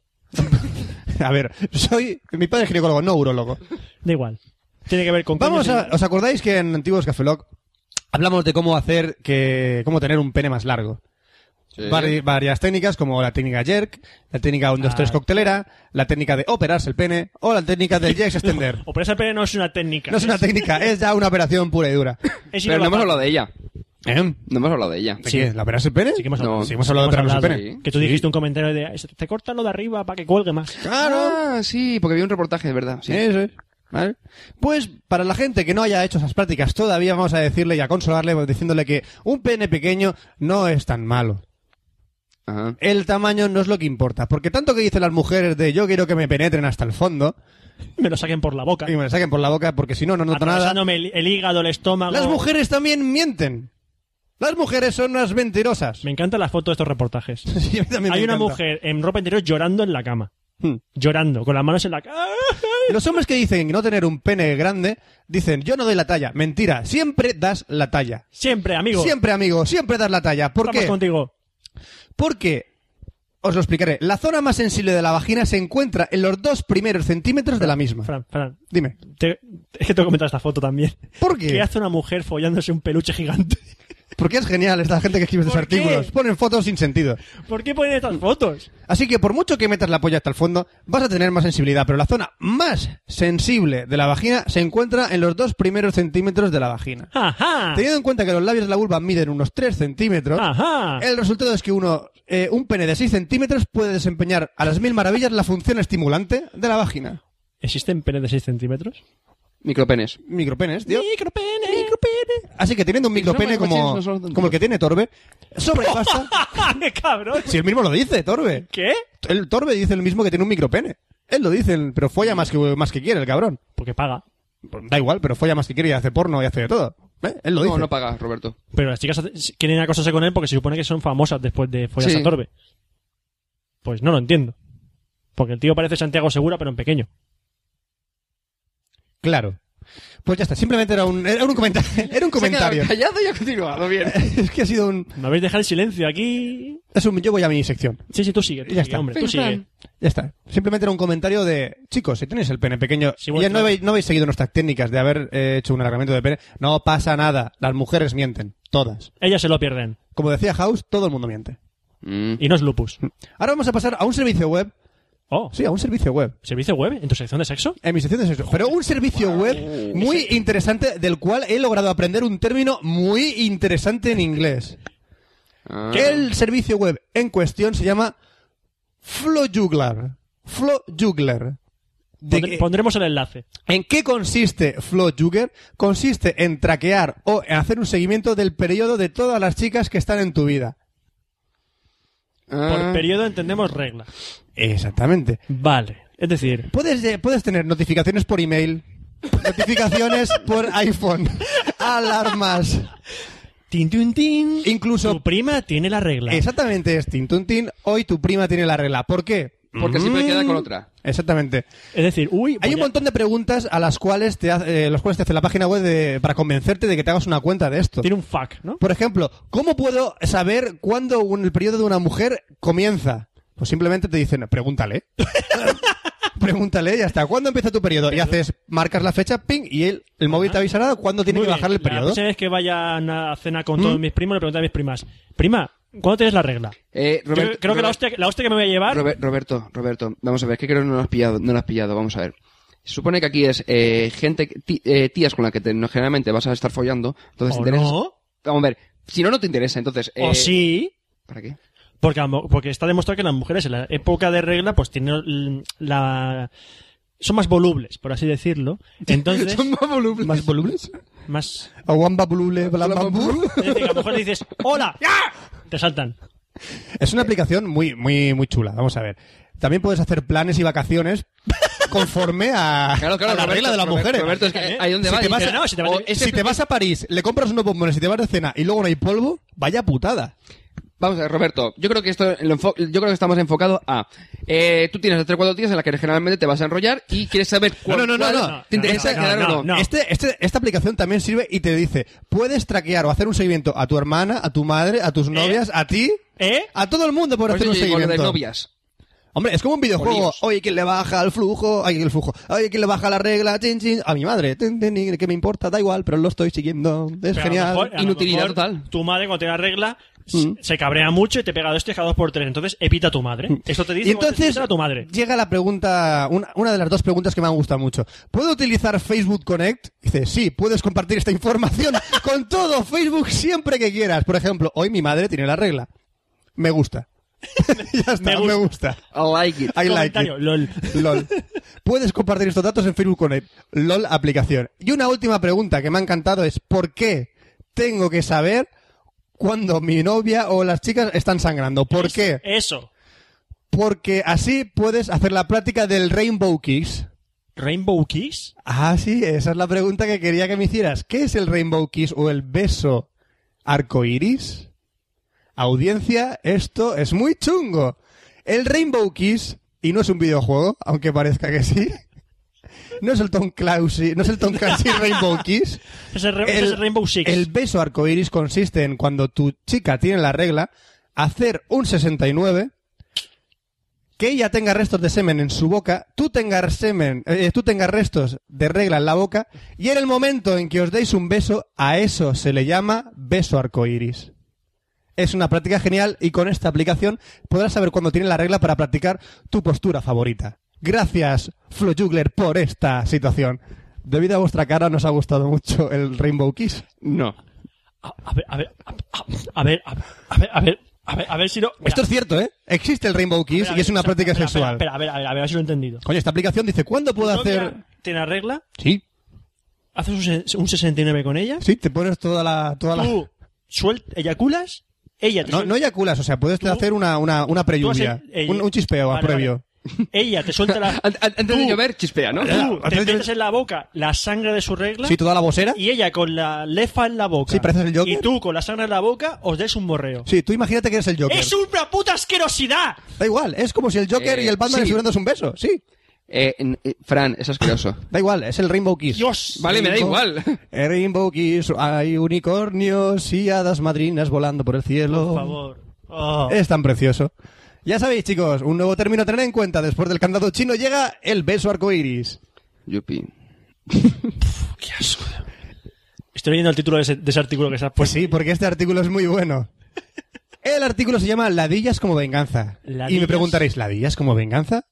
A ver, soy. Mi padre es ginecólogo, no urologo. Da igual. Tiene que ver con... Vamos coños a. ¿Os acordáis que en antiguos Café Lock hablamos de cómo hacer que. cómo tener un pene más largo? Sí. Vari- varias técnicas como la técnica jerk, la técnica 1, 2, 3 Ah. coctelera, la técnica de operarse el pene o la técnica del Jax *laughs* extender. en- Operarse el pene no es una técnica. No es una técnica, es ya una operación pura *coughs* y dura. Es Pero no hemos innovación. hablado de ella. ¿Eh? No hemos hablado de ella. ¿De qué? ¿La operarse el pene? Sí que hemos No, hablado. sí, hemos hablado de operarse el hablado, pene. Que tú dijiste un comentario de... Te corta lo de arriba para que cuelgue más. Claro. Ah, sí, porque vi un reportaje, es verdad. Sí. Eso es. ¿Vale? Pues para la gente que no haya hecho esas prácticas todavía vamos a decirle y a consolarle pues, diciéndole que un pene pequeño no es tan malo. Ajá. El tamaño no es lo que importa, porque tanto que dicen las mujeres de yo quiero que me penetren hasta el fondo Me lo saquen por la boca. y me lo saquen por la boca porque si no no noto nada. Atravesándome el, el hígado, el estómago. Las mujeres también mienten. Las mujeres son unas mentirosas. Me encantan las fotos de estos reportajes. *laughs* Sí, a mí también me Hay una encanta. mujer en ropa interior llorando en la cama. Hmm. Llorando, con las manos en la cama. Los hombres que dicen no tener un pene grande dicen yo no doy la talla. Mentira, siempre das la talla. Siempre, amigo. Siempre, amigo, siempre das la talla. ¿Por Estamos qué? contigo. Porque, os lo explicaré, la zona más sensible de la vagina se encuentra en los dos primeros centímetros de la misma. Fran, Fran. Dime, te- es que tengo que comentar esta foto también. ¿por qué? ¿Qué hace una mujer follándose un peluche gigante? *laughs* Porque es genial esta gente que escribe estos ¿Por qué? artículos. Ponen fotos sin sentido. ¿Por qué ponen estas fotos? Así que por mucho que metas la polla hasta el fondo, vas a tener más sensibilidad. Pero la zona más sensible de la vagina se encuentra en los dos primeros centímetros de la vagina. Ah. ¡Ajá! Teniendo en cuenta que los labios de la vulva miden unos 3 centímetros, ah. ¡Ajá! el resultado es que uno, eh, un pene de 6 centímetros puede desempeñar a las mil maravillas la función estimulante de la vagina. ¿Existen penes de 6 centímetros? Micropenes. Micropenes, tío. ¡Micropene! *laughs* Así que teniendo un micropene son más como, cochinos, no son tontos. como el que tiene Torbe, *laughs* sobrepasa. ¡Ja, Ah, qué *laughs* cabrón! si él mismo lo dice, Torbe. ¿Qué? El Torbe dice el mismo que tiene un micropene. Él lo dice, pero folla más que, más que quiere, el cabrón. Porque paga. Pues Da igual, pero folla más que quiere y hace porno y hace de todo. ¿Eh? Él lo dice. No, no paga, Roberto. Pero las chicas hace- quieren acosarse con él porque se supone que son famosas después de follarse Sí. a Torbe. Pues no lo entiendo. Porque el tío parece Santiago Segura, pero en pequeño. Claro. Pues ya está, simplemente era un, era un comentario. Era un comentario. *laughs* Se ha quedado callado y ha continuado, bien. *laughs* Es que ha sido un, Me habéis dejado el silencio aquí. es un- Yo voy a mi sección. Sí, sí, tú sigue. Tú Ya sigue, está. hombre, tú sigue. Ya está. Simplemente era un comentario de, chicos, si tenéis el pene pequeño, Si y ya vuestra- no habéis, no habéis seguido nuestras técnicas de haber eh, hecho un alargamiento de pene, no pasa nada. Las mujeres mienten, todas. Ellas se lo pierden. Como decía House, todo el mundo miente. Mm. Y no es lupus. Ahora vamos a pasar a un servicio web. Oh, Sí, a un servicio web. ¿servicio web? ¿En tu sección de sexo? En mi sección de sexo. Pero un servicio web muy interesante del cual he logrado aprender un término muy interesante en inglés. Ah. El servicio web en cuestión se llama Flo Juggler. Flo Juggler. De Pondre- que- Pondremos el enlace. ¿En qué consiste Flo Jugger? Consiste en traquear o en hacer un seguimiento del periodo de todas las chicas que están en tu vida. Ah. Por periodo entendemos regla. Exactamente. Vale. Es decir, Puedes, eh, puedes tener notificaciones por email, *laughs* notificaciones por iPhone, alarmas, tin, tin, tin. incluso... Tu prima tiene la regla. Exactamente es Tintuntin, hoy tu prima tiene la regla. ¿Por qué? Ah. Porque siempre queda con otra. Exactamente. Es decir, uy, pues Hay voy un a- montón de preguntas a las cuales te, ha- eh, las cuales te hace la página web de- para convencerte de que te hagas una cuenta de esto. tiene un fuck, ¿no? Por ejemplo, ¿cómo puedo saber cuándo un- el periodo de una mujer comienza? Pues simplemente te dicen, pregúntale. *laughs* pregúntale, ya está. ¿Cuándo empieza tu periodo? Y haces, marcas la fecha, ping, y el, el móvil te avisará cuándo tiene Muy que bien. bajar La el periodo. ¿Mm? próxima vez que vayan a cenar con todos mis primos, le pregunto a mis primas, prima, ¿cuándo tienes la regla? Eh, Yo Robert- creo que la Robert- hostia, la hostia que me voy a llevar... Robe- Roberto, Roberto, vamos a ver, que creo que no lo has pillado, no lo has pillado, vamos a ver. Se supone que aquí es eh, gente, que- ti- eh, tías con las que te- no, generalmente vas a estar follando, entonces ¿O te interesa- no? Vamos a ver, si no, no te interesa, entonces... eh, ¿O sí? ¿Para qué? Porque, a mo- porque está demostrado que las mujeres en la época de regla pues tienen l- la... Son más volubles, por así *laughs* decirlo. Entonces, ¿Son más volubles? ¿Más volubles? más... ¿O one bablule, bla, Bla, bambú? Es decir, a lo mejor le dices, *laughs* ¡Hola! Te saltan. Es una aplicación muy, muy, muy chula. Vamos a ver. También puedes hacer planes y vacaciones *laughs* conforme a, Claro, claro, a la Roberto, regla de las Roberto, mujeres. Roberto, es que ¿Eh? ahí donde Si va, te dice, este vas a- no, si te vas a- o- ese si te plan- vas a París, le compras unos bombones y te vas de cena y luego no hay polvo, vaya putada. Vamos a ver, Roberto, yo creo que esto lo enfo- yo creo que estamos enfocados a eh, tú tienes tres o cuatro días en las que generalmente te vas a enrollar y quieres saber cuál, No, no, no, cuál no, no, te interesa no, no, quedar o no. no. Este, este- esta aplicación también sirve y te dice, puedes traquear o hacer un seguimiento a tu hermana, a tu madre, a tus novias, a ti, ¿Eh? a todo el mundo por Por hacer eso un Pues yo digo lo de seguimiento. novias. Hombre, es como un videojuego. Jolíos. Oye, ¿quién le baja el flujo? Ay, el flujo. Oye, ¿quién le baja la regla? Chin, chin. A mi madre. Tin, tin, tin. ¿Qué me importa? Da igual, pero lo estoy siguiendo. Es Pero a lo genial. Mm. mejor- a lo Inutilidad mejor total. Tu madre, cuando te la regla, s- se cabrea mucho y te pega dos, tres, cada dos por tres. Entonces, evita a tu madre. Esto te dice Mm. Y cuando te entonces dice a tu madre. llega la pregunta, una, una de las dos preguntas que me han gustado mucho. ¿Puedo utilizar Facebook Connect? Dice, sí, puedes compartir *laughs* esta información con todo Facebook siempre que quieras. Por ejemplo, hoy mi madre tiene la regla. Me gusta. *laughs* ya está, me Me gusta. gusta. I like it. I like it. Comentario, LOL. LOL. Puedes compartir estos datos en Facebook Connect. LOL aplicación. Y una última pregunta que me ha encantado es ¿por qué tengo que saber cuando mi novia o las chicas están sangrando? ¿Por Eso- qué? Eso. Porque así puedes hacer la práctica del Rainbow Kiss. ¿Rainbow Kiss? Ah, sí, esa es la pregunta que quería que me hicieras. ¿Qué es el Rainbow Kiss o el beso arcoiris? Audiencia, esto es muy chungo. El Rainbow Kiss, y no es un videojuego, aunque parezca que sí. *laughs* No es el Tom Clancy, no es el Tom *laughs* Clancy Rainbow Kiss. Es el, re- es el Rainbow Six. El beso arcoiris consiste en cuando tu chica tiene la regla, hacer un 69, que ella tenga restos de semen en su boca, tú tengas semen, eh, tú tengas restos de regla en la boca, y en el momento en que os deis un beso, a eso se le llama beso arcoiris. Es una práctica genial y con esta aplicación podrás saber cuándo tiene la regla para practicar tu postura favorita. Gracias, Flo Jugler, por esta situación. Debido a vuestra cara, nos ha gustado mucho el Rainbow Kiss. No. A, a ver, a ver, a, a ver, a ver, a ver, a ver, a ver, a ver si no... Esto es cierto, ¿eh? Existe el Rainbow Kiss y es una práctica sexual. Espera, a ver, a ver, a ver, a ver si lo he entendido. Coño, esta aplicación dice, ¿cuándo puedo Tu novia hacer...? Tiene la regla, Sí. haces un, se- un 69 con ella, Sí, te pones toda la... Toda la... tú suel- eyaculas, ella te No, suel- no eyaculas, o sea, puedes Tú- hacer una, una, una tú haces- preyuvia, ella- un, un chispeo Vale, previo. vale. Ella te suelta *laughs* la... An- an- Antes de Tú- llover, chispea, ¿no? Tú Ah, te ah, metes en la boca la sangre de su regla Sí, toda la vocera. y ella con la lefa en la boca. Sí, pareces el Joker. Y tú con la sangre en la boca os des un borreo. Sí, tú imagínate que eres el Joker. ¡Es una puta asquerosidad! Da igual, es como si el Joker Eh, y el Batman sí. estuvieran dándose un beso, sí. Eh, n- eh, Fran, es asqueroso. Da igual, es el Rainbow Kiss. Dios. Vale, me da Rainbow- igual. El Rainbow Kiss, hay unicornios y hadas madrinas volando por el cielo. Por favor. Oh. Es tan precioso. Ya sabéis, chicos, un nuevo término a tener en cuenta. Después del candado chino llega el beso arcoiris. Yupi. Estoy leyendo el título de ese, de ese artículo que se ha Pues puesto. sí, porque este artículo es muy bueno. El artículo se llama Ladillas como venganza. Y me Ladillas. preguntaréis, ¿ladillas como venganza?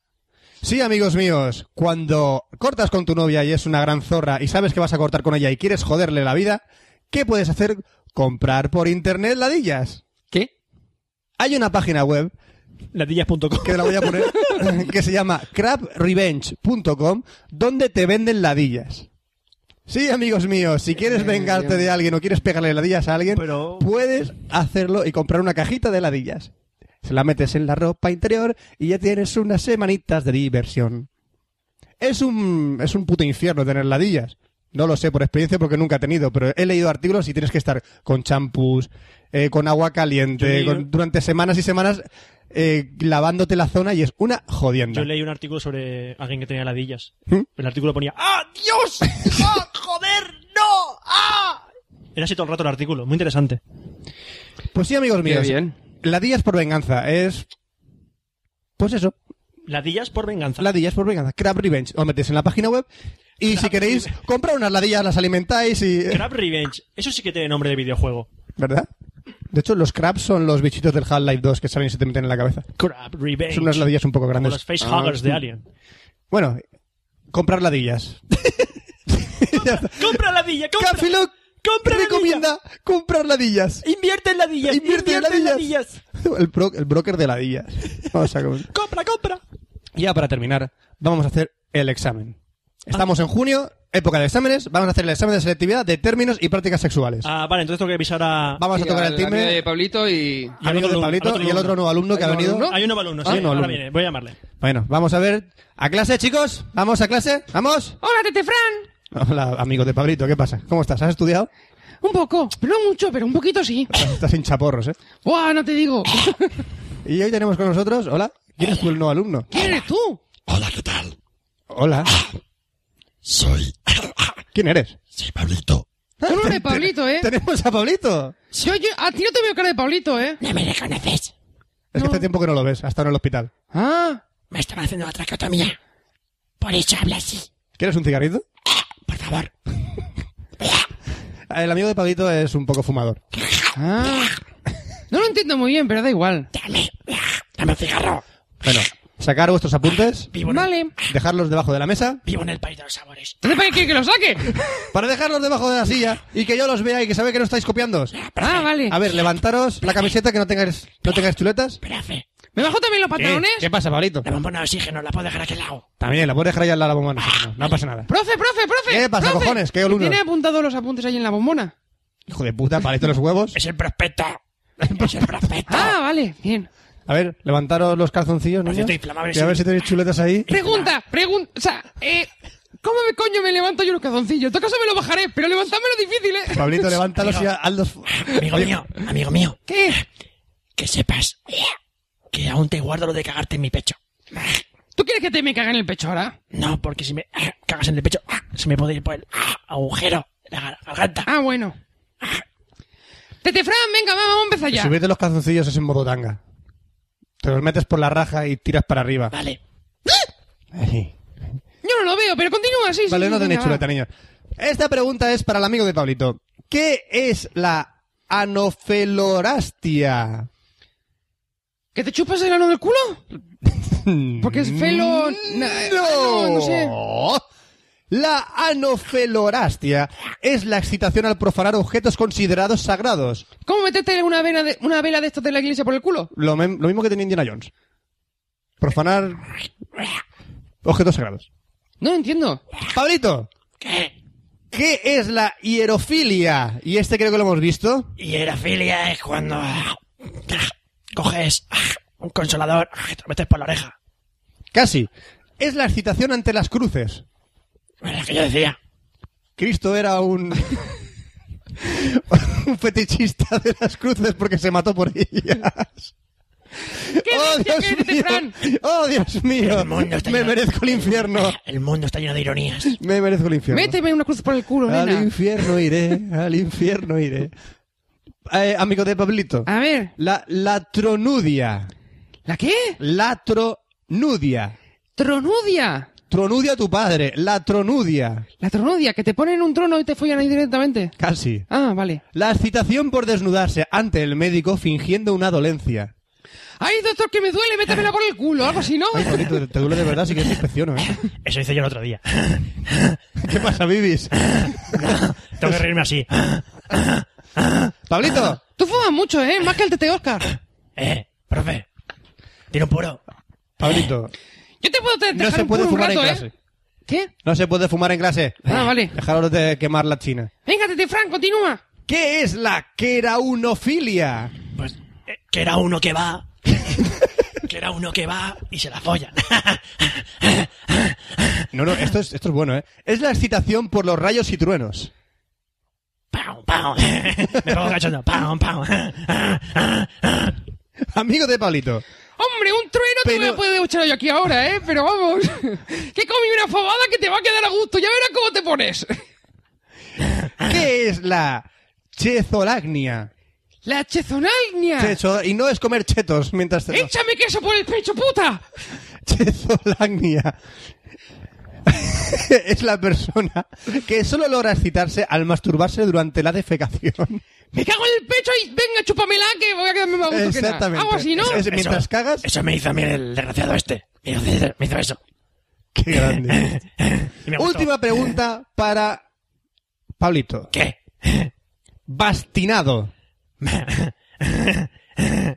Sí, amigos míos, cuando cortas con tu novia y es una gran zorra y sabes que vas a cortar con ella y quieres joderle la vida, ¿qué puedes hacer? Comprar por internet ladillas. ¿Qué? Hay una página web Ladillas.com. que te la voy *laughs* a poner, que se llama crabrevenge.com, donde te venden ladillas. Sí, amigos míos, si quieres vengarte de alguien o quieres pegarle ladillas a alguien, Eh, Pero- puedes hacerlo y comprar una cajita de ladillas. Se la metes en la ropa interior y ya tienes unas semanitas de diversión. Es un, es un puto infierno tener ladillas. No lo sé por experiencia porque nunca he tenido, pero he leído artículos y tienes que estar con champús, eh, con Yo agua he caliente, leído- con- durante semanas y semanas eh, lavándote la zona y es una jodienda. Yo leí un artículo sobre alguien que tenía ladillas. ¿Mm? El artículo ponía ¡Ah, Dios! *laughs* ¡Ah, joder! ¡No! ¡Ah! Era así todo el rato el artículo. Muy interesante. Pues sí, amigos Qué míos. bien. Ladillas por venganza es... Pues eso, Ladillas por venganza. ladillas por venganza. Crab Revenge. Os metéis en la página web y si queréis comprar unas ladillas, las alimentáis y... eh, Crab Revenge. Eso sí que tiene nombre de videojuego. ¿Verdad? De hecho, los crabs son los bichitos del Half-Life 2 que salen y se te meten en la cabeza. Crab Revenge. Son unas ladillas Ah. un poco Eh, Como grandes. los facehuggers de Alien. Bueno, comprar ladillas. Ya está. ¡Compra ladilla! ¡Compra! Café Lock ¡Compra recomienda comprar ladillas. ladilla! ¡Invierte en ladillas! Invierte en ladillas. *laughs* El, bro- el broker de ladillas. Vamos a comer. ¡Compra, compra! *laughs* Ya para terminar, vamos a hacer el examen. Estamos en junio, época de exámenes. Vamos a hacer el examen de selectividad de términos y prácticas sexuales. Ah, vale, entonces tengo que avisar a... Vamos a Y tocar al el amigo timbre. de Pablito y... Y al Amigo otro de alumno, Pablito al otro y el alumno. otro Ah, nuevo alumno que ha ¿Hay un venido. alumno? Hay un nuevo alumno, sí. Hay un nuevo Ahora alumno. viene, voy a llamarle. Bueno, vamos a ver. ¿A clase, chicos? ¿Vamos a clase? ¿Vamos? ¡Hola, Tete Fran! Hola, amigos de Pablito, ¿qué pasa? ¿Cómo estás? ¿Has estudiado? Un poco, pero no mucho, pero un poquito sí. Estás en chaporros, ¿eh? ¡Buah, no te digo! Y hoy tenemos con nosotros, hola, ¿quién es tu nuevo alumno? ¿Quién eres tú? Hola, ¿qué tal? Hola, Soy. ¿quién eres? Sí, Pablito. Tú no eres Pablito, ¿eh? Tenemos a Pablito. Yo, yo, a ti no te veo cara de Pablito, ¿eh? ¿No me reconoces? Es que hace tiempo que no lo ves, hasta en el hospital. Ah, Me estaba haciendo otra catomía. Por eso habla así. ¿Quieres un cigarrito? Por favor. *laughs* El amigo de Pablito es un poco fumador. ah. No lo entiendo muy bien, pero da igual. Dame. Dame un cigarro. Bueno, sacar vuestros apuntes, Vivo en, el, Vale. dejarlos debajo de la mesa, vivo en el país de los sabores. ¿Entonces para qué quiere que lo saque? para dejarlos debajo de la silla y que yo los vea y que sabe que no estáis copiando. Ah, vale. A ver, levantaros la camiseta que no tengáis, no tengáis chuletas. Perafe. ¿Me bajo también los pantalones? Eh, ¿Qué pasa, Pablito? La bombona de oxígeno la puedo dejar a aquel lado. También, la puedes dejar allá al lado de la bombona. No pasa nada. ¡Profe, profe, profe! ¿Qué pasa, profe? cojones? ¿Qué alumnos? ¿Tiene apuntado los apuntes ahí en la bombona? Hijo de puta, palito los huevos. Es el prospecto. *laughs* Es el prospecto. Ah, vale, bien. A ver, levantaros los calzoncillos, Por niños. cierto, inflamable, Y a ver sí. si tenéis chuletas ahí. Pregunta, pregunta, o sea, eh, ¿cómo me coño me levanto yo los calzoncillos? En todo caso me lo bajaré, pero levantármelo es difícil, ¿eh? *laughs* Pablito, levántalos y hazlos... Amigo mío, amigo mío, ¿Qué? que sepas que aún te guardo lo de cagarte en mi pecho. ¿Tú quieres que te me caga en el pecho ahora? No, porque si me cagas en el pecho, se me puede ir por el agujero de la gar- garganta. Ah, bueno. Tete Fran, venga, va, vamos a empezar *laughs* ya. Subirte los calzoncillos es en modo tanga. Te los metes por la raja y tiras para arriba. Vale. Eh, Yo no lo veo, pero continúa así. Vale, no tenéis venga, va. chuleta, niños. Esta pregunta es para el amigo de Pablito. ¿Qué es la anofelorastia? ¿Que te chupas el ano *laughs* del culo? Porque es felo... na- ¡No! ah, no, no sé. La anofelorastia es la excitación al profanar objetos considerados sagrados. ¿Cómo meterte una, vena de, una vela de estas de la iglesia por el culo? Lo, mem- lo mismo que tenía Indiana Jones. Profanar objetos sagrados. No lo entiendo. Pablito, ¿Qué? ¿qué es la hierofilia? Y este creo que lo hemos visto. Y era filia es cuando ah, coges ah, un consolador ah, y te lo metes por la oreja. Casi. Es la excitación ante las cruces. Era lo que yo decía. Cristo era un... *laughs* un fetichista de las cruces porque se mató por ellas. ¿Qué bestia que eres, Fran? ¡Oh, Dios mío! El mundo está Me lleno- merezco el infierno. El mundo está lleno de ironías. Me merezco el infierno. Méteme una cruz por el culo, al nena. infierno iré, al infierno iré. Eh, amigo de Pablito. A ver, La latronudia. ¿la qué? Latronudia. Tronudia. Tronudia tu padre. Latronudia. La tronudia, que te ponen en un trono y te follan ahí directamente. Casi. Ah, vale. La excitación por desnudarse ante el médico fingiendo una dolencia. ¡Ay, doctor, que me duele! ¡Métemela por el culo! Algo así, ¿no? Ay, Pablito, te- te duele de verdad, si que te inspecciono, ¿eh? *laughs* Eso hice yo el otro día. ¿Qué pasa, Vivis? Tengo que reírme así. Pablito, Tú fumas mucho, ¿eh? Más que el tete Oscar. *laughs* Eh, profe, tiene un puro. Pablito, Yo te puedo te- no dejar se un puede puro un fumar en rato, clase. ¿eh? ¿Qué? No se puede fumar en clase. Ah, vale. Dejaros de quemar la china. Venga, tete Fran, continúa. ¿Qué es la queraunofilia? Pues, eh, que era uno que va. *laughs* que era uno que va y se la *laughs* follan. No, no, esto es, esto es bueno, ¿eh? Es la excitación por los rayos y truenos. ¡Pau, pau! Me pongo cachondo. ¡Pau, pau! Amigo de Pablito. Hombre, un trueno te Pero- voy a poder echar yo aquí ahora, ¿eh? *laughs* Pero vamos. que comí una fabada que te va a quedar a gusto. Ya verás cómo te pones. ¿Qué es la chezolagnia? La chezonalnia. Chezo- y no es comer chetos mientras... te- ¡Échame queso por el pecho, puta! Chezolagnia. *laughs* es la persona que solo logra excitarse al masturbarse durante la defecación. Me cago en el pecho y venga, chúpamela que voy a quedarme más a gusto que nada. Exactamente. Algo así, ¿no? Es- mientras cagas... *laughs* Eso me hizo a mí el desgraciado este. Me hizo, me hizo eso. ¡Qué grande! Y me gustó. Última pregunta para Pablito. ¿Qué? Bastinado.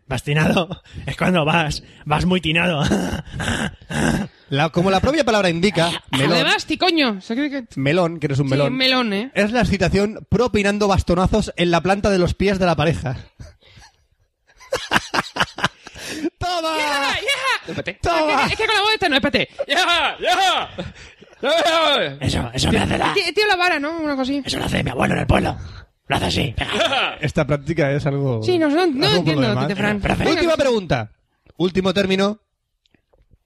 Bastinado. Es cuando vas, vas muy tinado. *laughs* La- como la propia palabra indica, melón, Además, ti, coño. ¿Se cree que...? melón, que eres un melón, Sí, melón, ¿eh? es la excitación propinando bastonazos en la planta de los pies de *laughs* la pareja. ¡Toma! ¡Yaja, yaja! Toma. Ah, Es, que, es que con la voz esta no, espérate. ¡Yaja, yaja! ¡Yaja! Eso, eso me hace la... Ah. Tío, tío la vara, ¿no? Una cosa así. Eso lo hace mi abuelo en el pueblo. Lo hace así. Esta práctica es algo. Sí, no, no, no algo por lo entiendo lo que demás. dice Fran. Pero, pero, Última pregunta. Último término.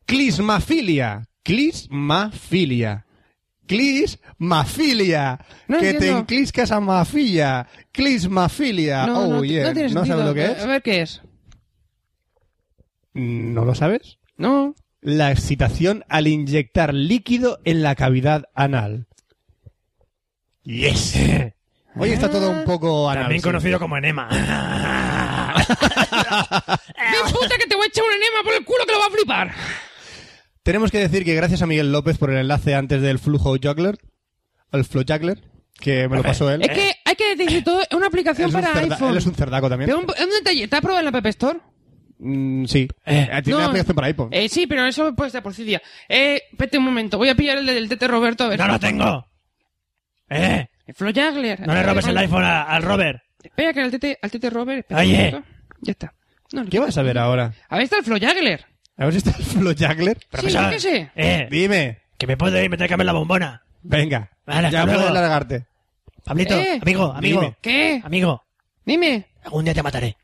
Clismafilia. Clismafilia. Clismafilia. No que te entiendo. encliscas a mafilla. Clismafilia. No, oh, no, yeah. no tiene sabes sentido. lo que A es? ver qué es. ¿No lo sabes? No. La excitación al inyectar líquido en la cavidad anal. *laughs* Yes. Hoy está todo un poco anal. También sí. conocido como enema. ¡Qué puta que te voy a echar un enema por el culo que lo va a flipar! Tenemos que decir que gracias a Miguel López por el enlace antes del Flujo Juggler, el Flow Juggler, que me lo pasó él. Eh, Es que hay que decir todo, es una aplicación Él es un para cerda- iPhone. él es un cerdaco también. Pero un, un detalle, ¿te has probado en la App Store? Mm, sí. Eh, Tiene No. una aplicación para iPhone. Eh, sí, pero eso puede estar por Cydia. Eh, espérate un momento, voy a pillar el del Tete Roberto a ver. *laughs* ¡No lo tengo! ¡Eh! Flo Jagler. Eh, No le robes el iPhone a- al Robert. Espera, que al Tete, al tete Robert. espera Oye. un momento. Ya está. No, no. ¿Qué vas a ver ahora? A ver, está el Flo Jagler. A ver si está el Flow Juggler. Sí, yo qué sé. ¡Eh! Dime. Que me puedo ir, me tengo que cambiar la bombona. Venga. Vale, ya hasta puedes luego. largarte. Pablito, Eh, amigo, amigo, dime. ¿Qué? amigo, Dime. algún día te mataré.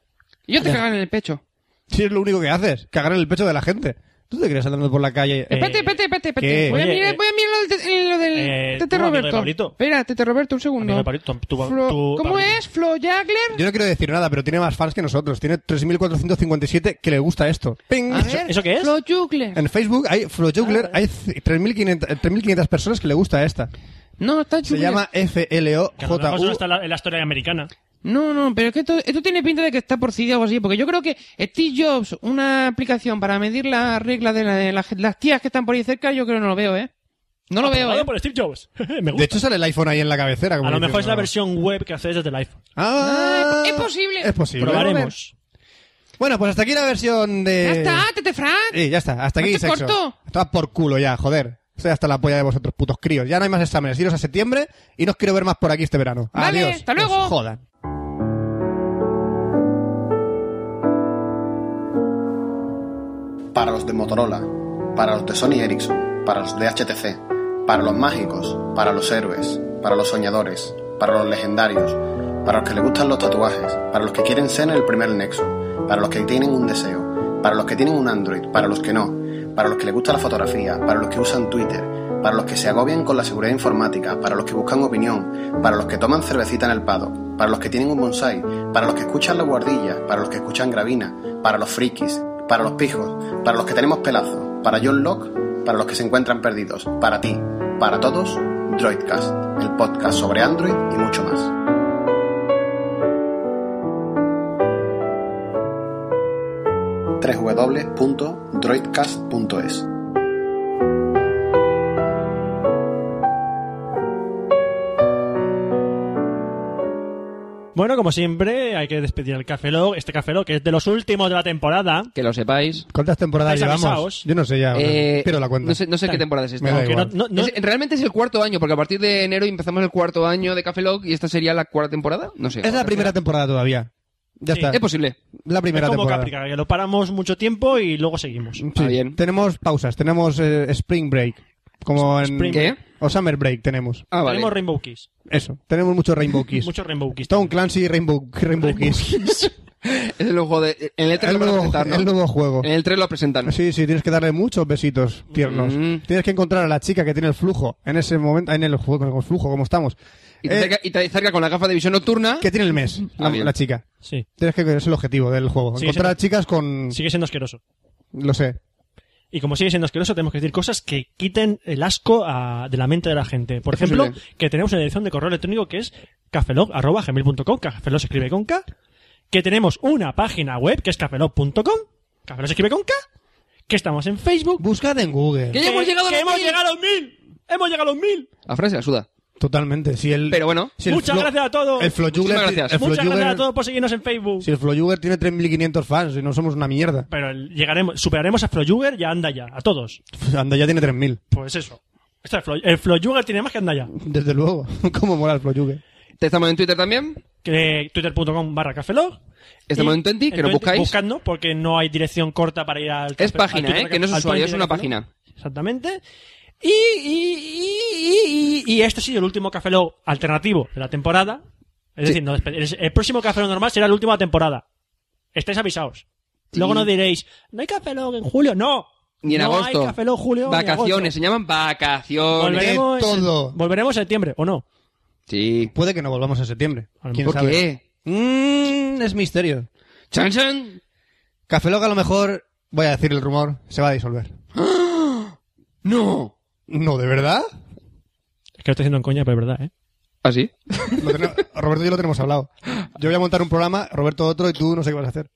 Yo te cago en el pecho. Si es lo único que haces, cagar en el pecho de la gente. ¿Tú te crees andando por la calle? eh, Espérate, espérate, espérate, espérate. ¿qué? Voy, a Oye, mirar, eh, voy a mirar lo del, te- lo del eh, Tete tú, amigo de Roberto. Pablito. Espera, Tete Roberto, un Amigo segundo. de Pablito, tú- tú- Flo- tú- ¿Cómo Pablito. es? Flo Jagler. Yo no quiero decir nada, pero tiene más fans que nosotros. Tiene 3.457 que le gusta esto. ¡Ping! A ver, ¿Eso qué es? Flo Jugler. En Facebook hay Flo Juggler, hay c- 3.500 eh, 3.500 personas que le gusta esta. No, está Se Jugler. llama Que a lo mejor solo FLOJU. está en la- en la historia americana. No, no, pero es que esto, esto tiene pinta de que está por Cydia o algo así, porque yo creo que Steve Jobs, una aplicación para medir las reglas de, la- de la- las tías que están por ahí cerca, yo creo que no lo veo, ¿eh? No lo veo, Aprobado ¿eh? por Steve Jobs. *laughs* Me gusta. De hecho, sale el iPhone ahí en la cabecera. como a lo diciendo, mejor es la ¿no? versión web que haces desde el iPhone. Ah, Ah, es posible. Es posible. Probaremos. Bueno, pues hasta aquí la versión de. Ya está, Tete Fran. Sí, ya está. Hasta aquí, Hazte sexo. corto. Está por culo ya, joder. Estoy hasta la polla de vosotros, putos críos. Ya no hay más exámenes. Iros a septiembre y no os quiero ver más por aquí este verano. Vale, Adiós. hasta Que os luego. Jodan. para los de Motorola, para los de Sony Ericsson, para los de HTC, para los mágicos, para los héroes, para los soñadores, para los legendarios, para los que les gustan los tatuajes, para los que quieren ser el primer nexo, para los que tienen un deseo, para los que tienen un Android, para los que no, para los que les gusta la fotografía, para los que usan Twitter, para los que se agobian con la seguridad informática, para los que buscan opinión, para los que toman cervecita en el pado, para los que tienen un bonsai, para los que escuchan la guardilla, para los que escuchan gravina, para los frikis, para los pijos, para los que tenemos pelazo, para John Locke, para los que se encuentran perdidos, para ti, para todos, Droidcast, el podcast sobre Android y mucho más. www.droidcast.es Bueno, como siempre, hay que despedir el Café Log. Este Café Log que es de los últimos de la temporada. Que lo sepáis. ¿Cuántas temporadas ¿Estáis llevamos? avisados? Yo no sé ya. Eh, Ah, Pero la cuenta. No sé, no sé qué temporada es esta. Me da Aunque igual. no- no- no- Es- realmente es el cuarto año, porque a partir de enero empezamos el cuarto año de Café Log y esta sería la cuarta temporada. No sé. Es la primera temporada todavía. Ya Sí. está. Es posible. La primera es como temporada. Caprica, que lo paramos mucho tiempo y luego seguimos. Ah, bien. Tenemos pausas, tenemos eh, Spring Break. Como en. Spring ¿Qué? O Summer Break tenemos. Ah, vale. Tenemos Rainbow Kiss. Eso. Tenemos mucho Rainbow Kiss. Muchos Rainbow Kiss. Stone Clancy Rainbow, Rainbow, Kiss. Es el juego de. En el 3 el, lo van a nuevo, presentar, Este ¿no? Eh. el Eh, nuevo juego. En el 3 lo presentan. Sí, sí, tienes que darle muchos besitos tiernos. Mm. Tienes que encontrar a la chica que tiene el flujo en ese momento, en el juego, con el flujo, como estamos. Y te, Eh, acerca- y te acerca con la gafa de visión nocturna. que tiene el mes, Ah, la, bien. la chica. Sí. Tienes que es el objetivo del juego. Sí, sí. encontrar a chicas con, Sigue siendo asqueroso. lo sé, Y como sigue siendo asqueroso, tenemos que decir cosas que quiten el asco a- de la mente de la gente. Por Es ejemplo, posible. que tenemos una edición de correo electrónico que es cafelog.gmail.com, cafelog se escribe con K. Que tenemos una página web que es cafelog.com, cafelog se escribe con K. Que estamos en Facebook. Buscad en Google. Que ya hemos llegado a que los hemos mil. llegado a los mil. Hemos llegado a los mil. A Fran se la suda. Totalmente. Si el, Pero bueno. si el Muchas Flo- gracias a todos. El Flojugler, Muchísimas gracias. el Muchas Flojugler- gracias a todos por seguirnos en Facebook. Si el Flojugler tiene 3.500 fans y no somos una mierda. *laughs* Pero el- llegaremos, superaremos a Frojuger y a Anda ya, a todos. Anda, ya tiene 3.000. Pues eso. Este Flo- el Frojuger tiene más que Anda ya. Desde luego. *laughs* ¿Cómo mola el Flojugler? Te estamos en Twitter también. que twitter.com barra cafelog. Estamos Y en 20, que nos buscáis. Buscadnos porque no hay dirección corta para ir al Es cafe- página, al ¿eh? Twitter Que no es al Twitter usuario, es de una Cafelog. página. Exactamente. Y, y, y, y, y- y este ha sido el último cafelog alternativo de la temporada. Es decir, no despe- el, el próximo Café Lock normal será la última temporada. Estáis avisados. Luego no diréis, no hay Café Lock en julio. ¡No! Ni en no agosto. hay Café Lock julio ni Vacaciones, se llaman agosto. vacaciones. Volveremos, De todo. volveremos en septiembre, ¿o no? Sí. Puede que no volvamos a septiembre. ¿Quién ¿Por sabe? qué? Mm, es misterio. ¡Chan, chan! Café Lock a lo mejor, voy a decir el rumor, se va a disolver. ¡No! No, ¿de verdad? Es que lo estoy haciendo en coña, pero es verdad, ¿eh? ¿Así? *laughs* Lo tenemos- Roberto y yo lo tenemos hablado. Yo voy a montar un programa, Roberto otro, y tú no sé qué vas a hacer.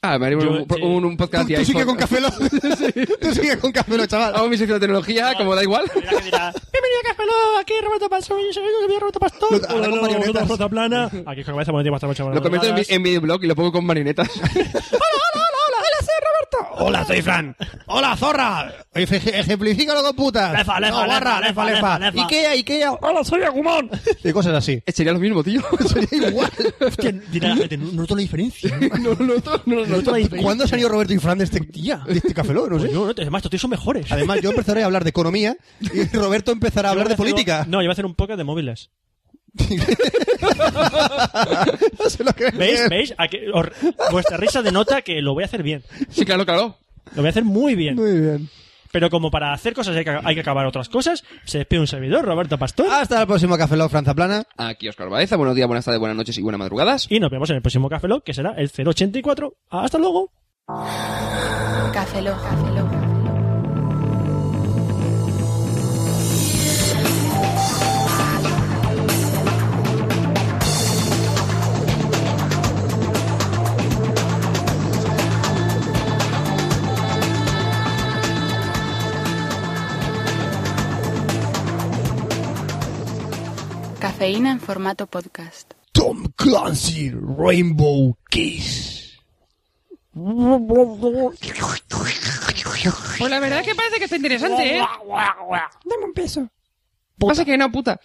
Ah, me haremos Yo- un, sí. un, un podcast Tú, de tú sigue iPhone. con *laughs* Café Lock. *laughs* tú sigue con Café Lock, chaval. Hago mi sección de tecnología, como da igual. Mira que *laughs* dirá, Bienvenido a Café Lock, aquí Roberto Pastor, soy yo, Roberto Pastor. Lo- habla con Hola, marionetas. hola, flota plana. *laughs* Aquí es que comienza, bueno, tiene bastante mucho- Lo convierto en, vi- en videoblog y lo pongo con marionetas. *laughs* Hola, soy Fran. Hola, zorra. Efe- Ejemplifícalo con putas. Lefa, lefa, no, guarra, lefa, lefa, lefa. Ikea, Ikea. Hola, soy Agumon. Y cosas así. Eh, Sería lo mismo, tío. *laughs* Sería igual. Hostia, dirá la gente, no noto la diferencia. *laughs* no, no, no, no, no. ¿Cuándo salió Roberto y Fran de este, de este Café Lock? No sé. Pues yo, no, además, estos tíos son mejores. Además, yo empezaré a hablar de economía y Roberto empezará a hablar de Yo voy a hacer política. un- No, yo voy a hacer un podcast de móviles. *laughs* No sé lo que ¿Veis? ¿Veis? Aquí- os- vuestra risa denota que lo voy a hacer bien. Sí, claro, claro. Lo voy a hacer muy bien. Muy bien. Pero como para hacer cosas hay que, hay que acabar otras cosas, se despide un servidor, Roberto Pastor. Hasta el próximo Café Lock Franza Plana. Aquí Oscar Baeza. Buenos días, buenas tardes, buenas noches y buenas madrugadas. Y nos vemos en el próximo Café Lock, que será el 084. Hasta luego. Café Lock. Café Lock. Cafeína en formato podcast. Tom Clancy Rainbow Kiss. Pues la verdad que parece que está interesante, ¿eh? Dame un peso. Pasa que no, puta.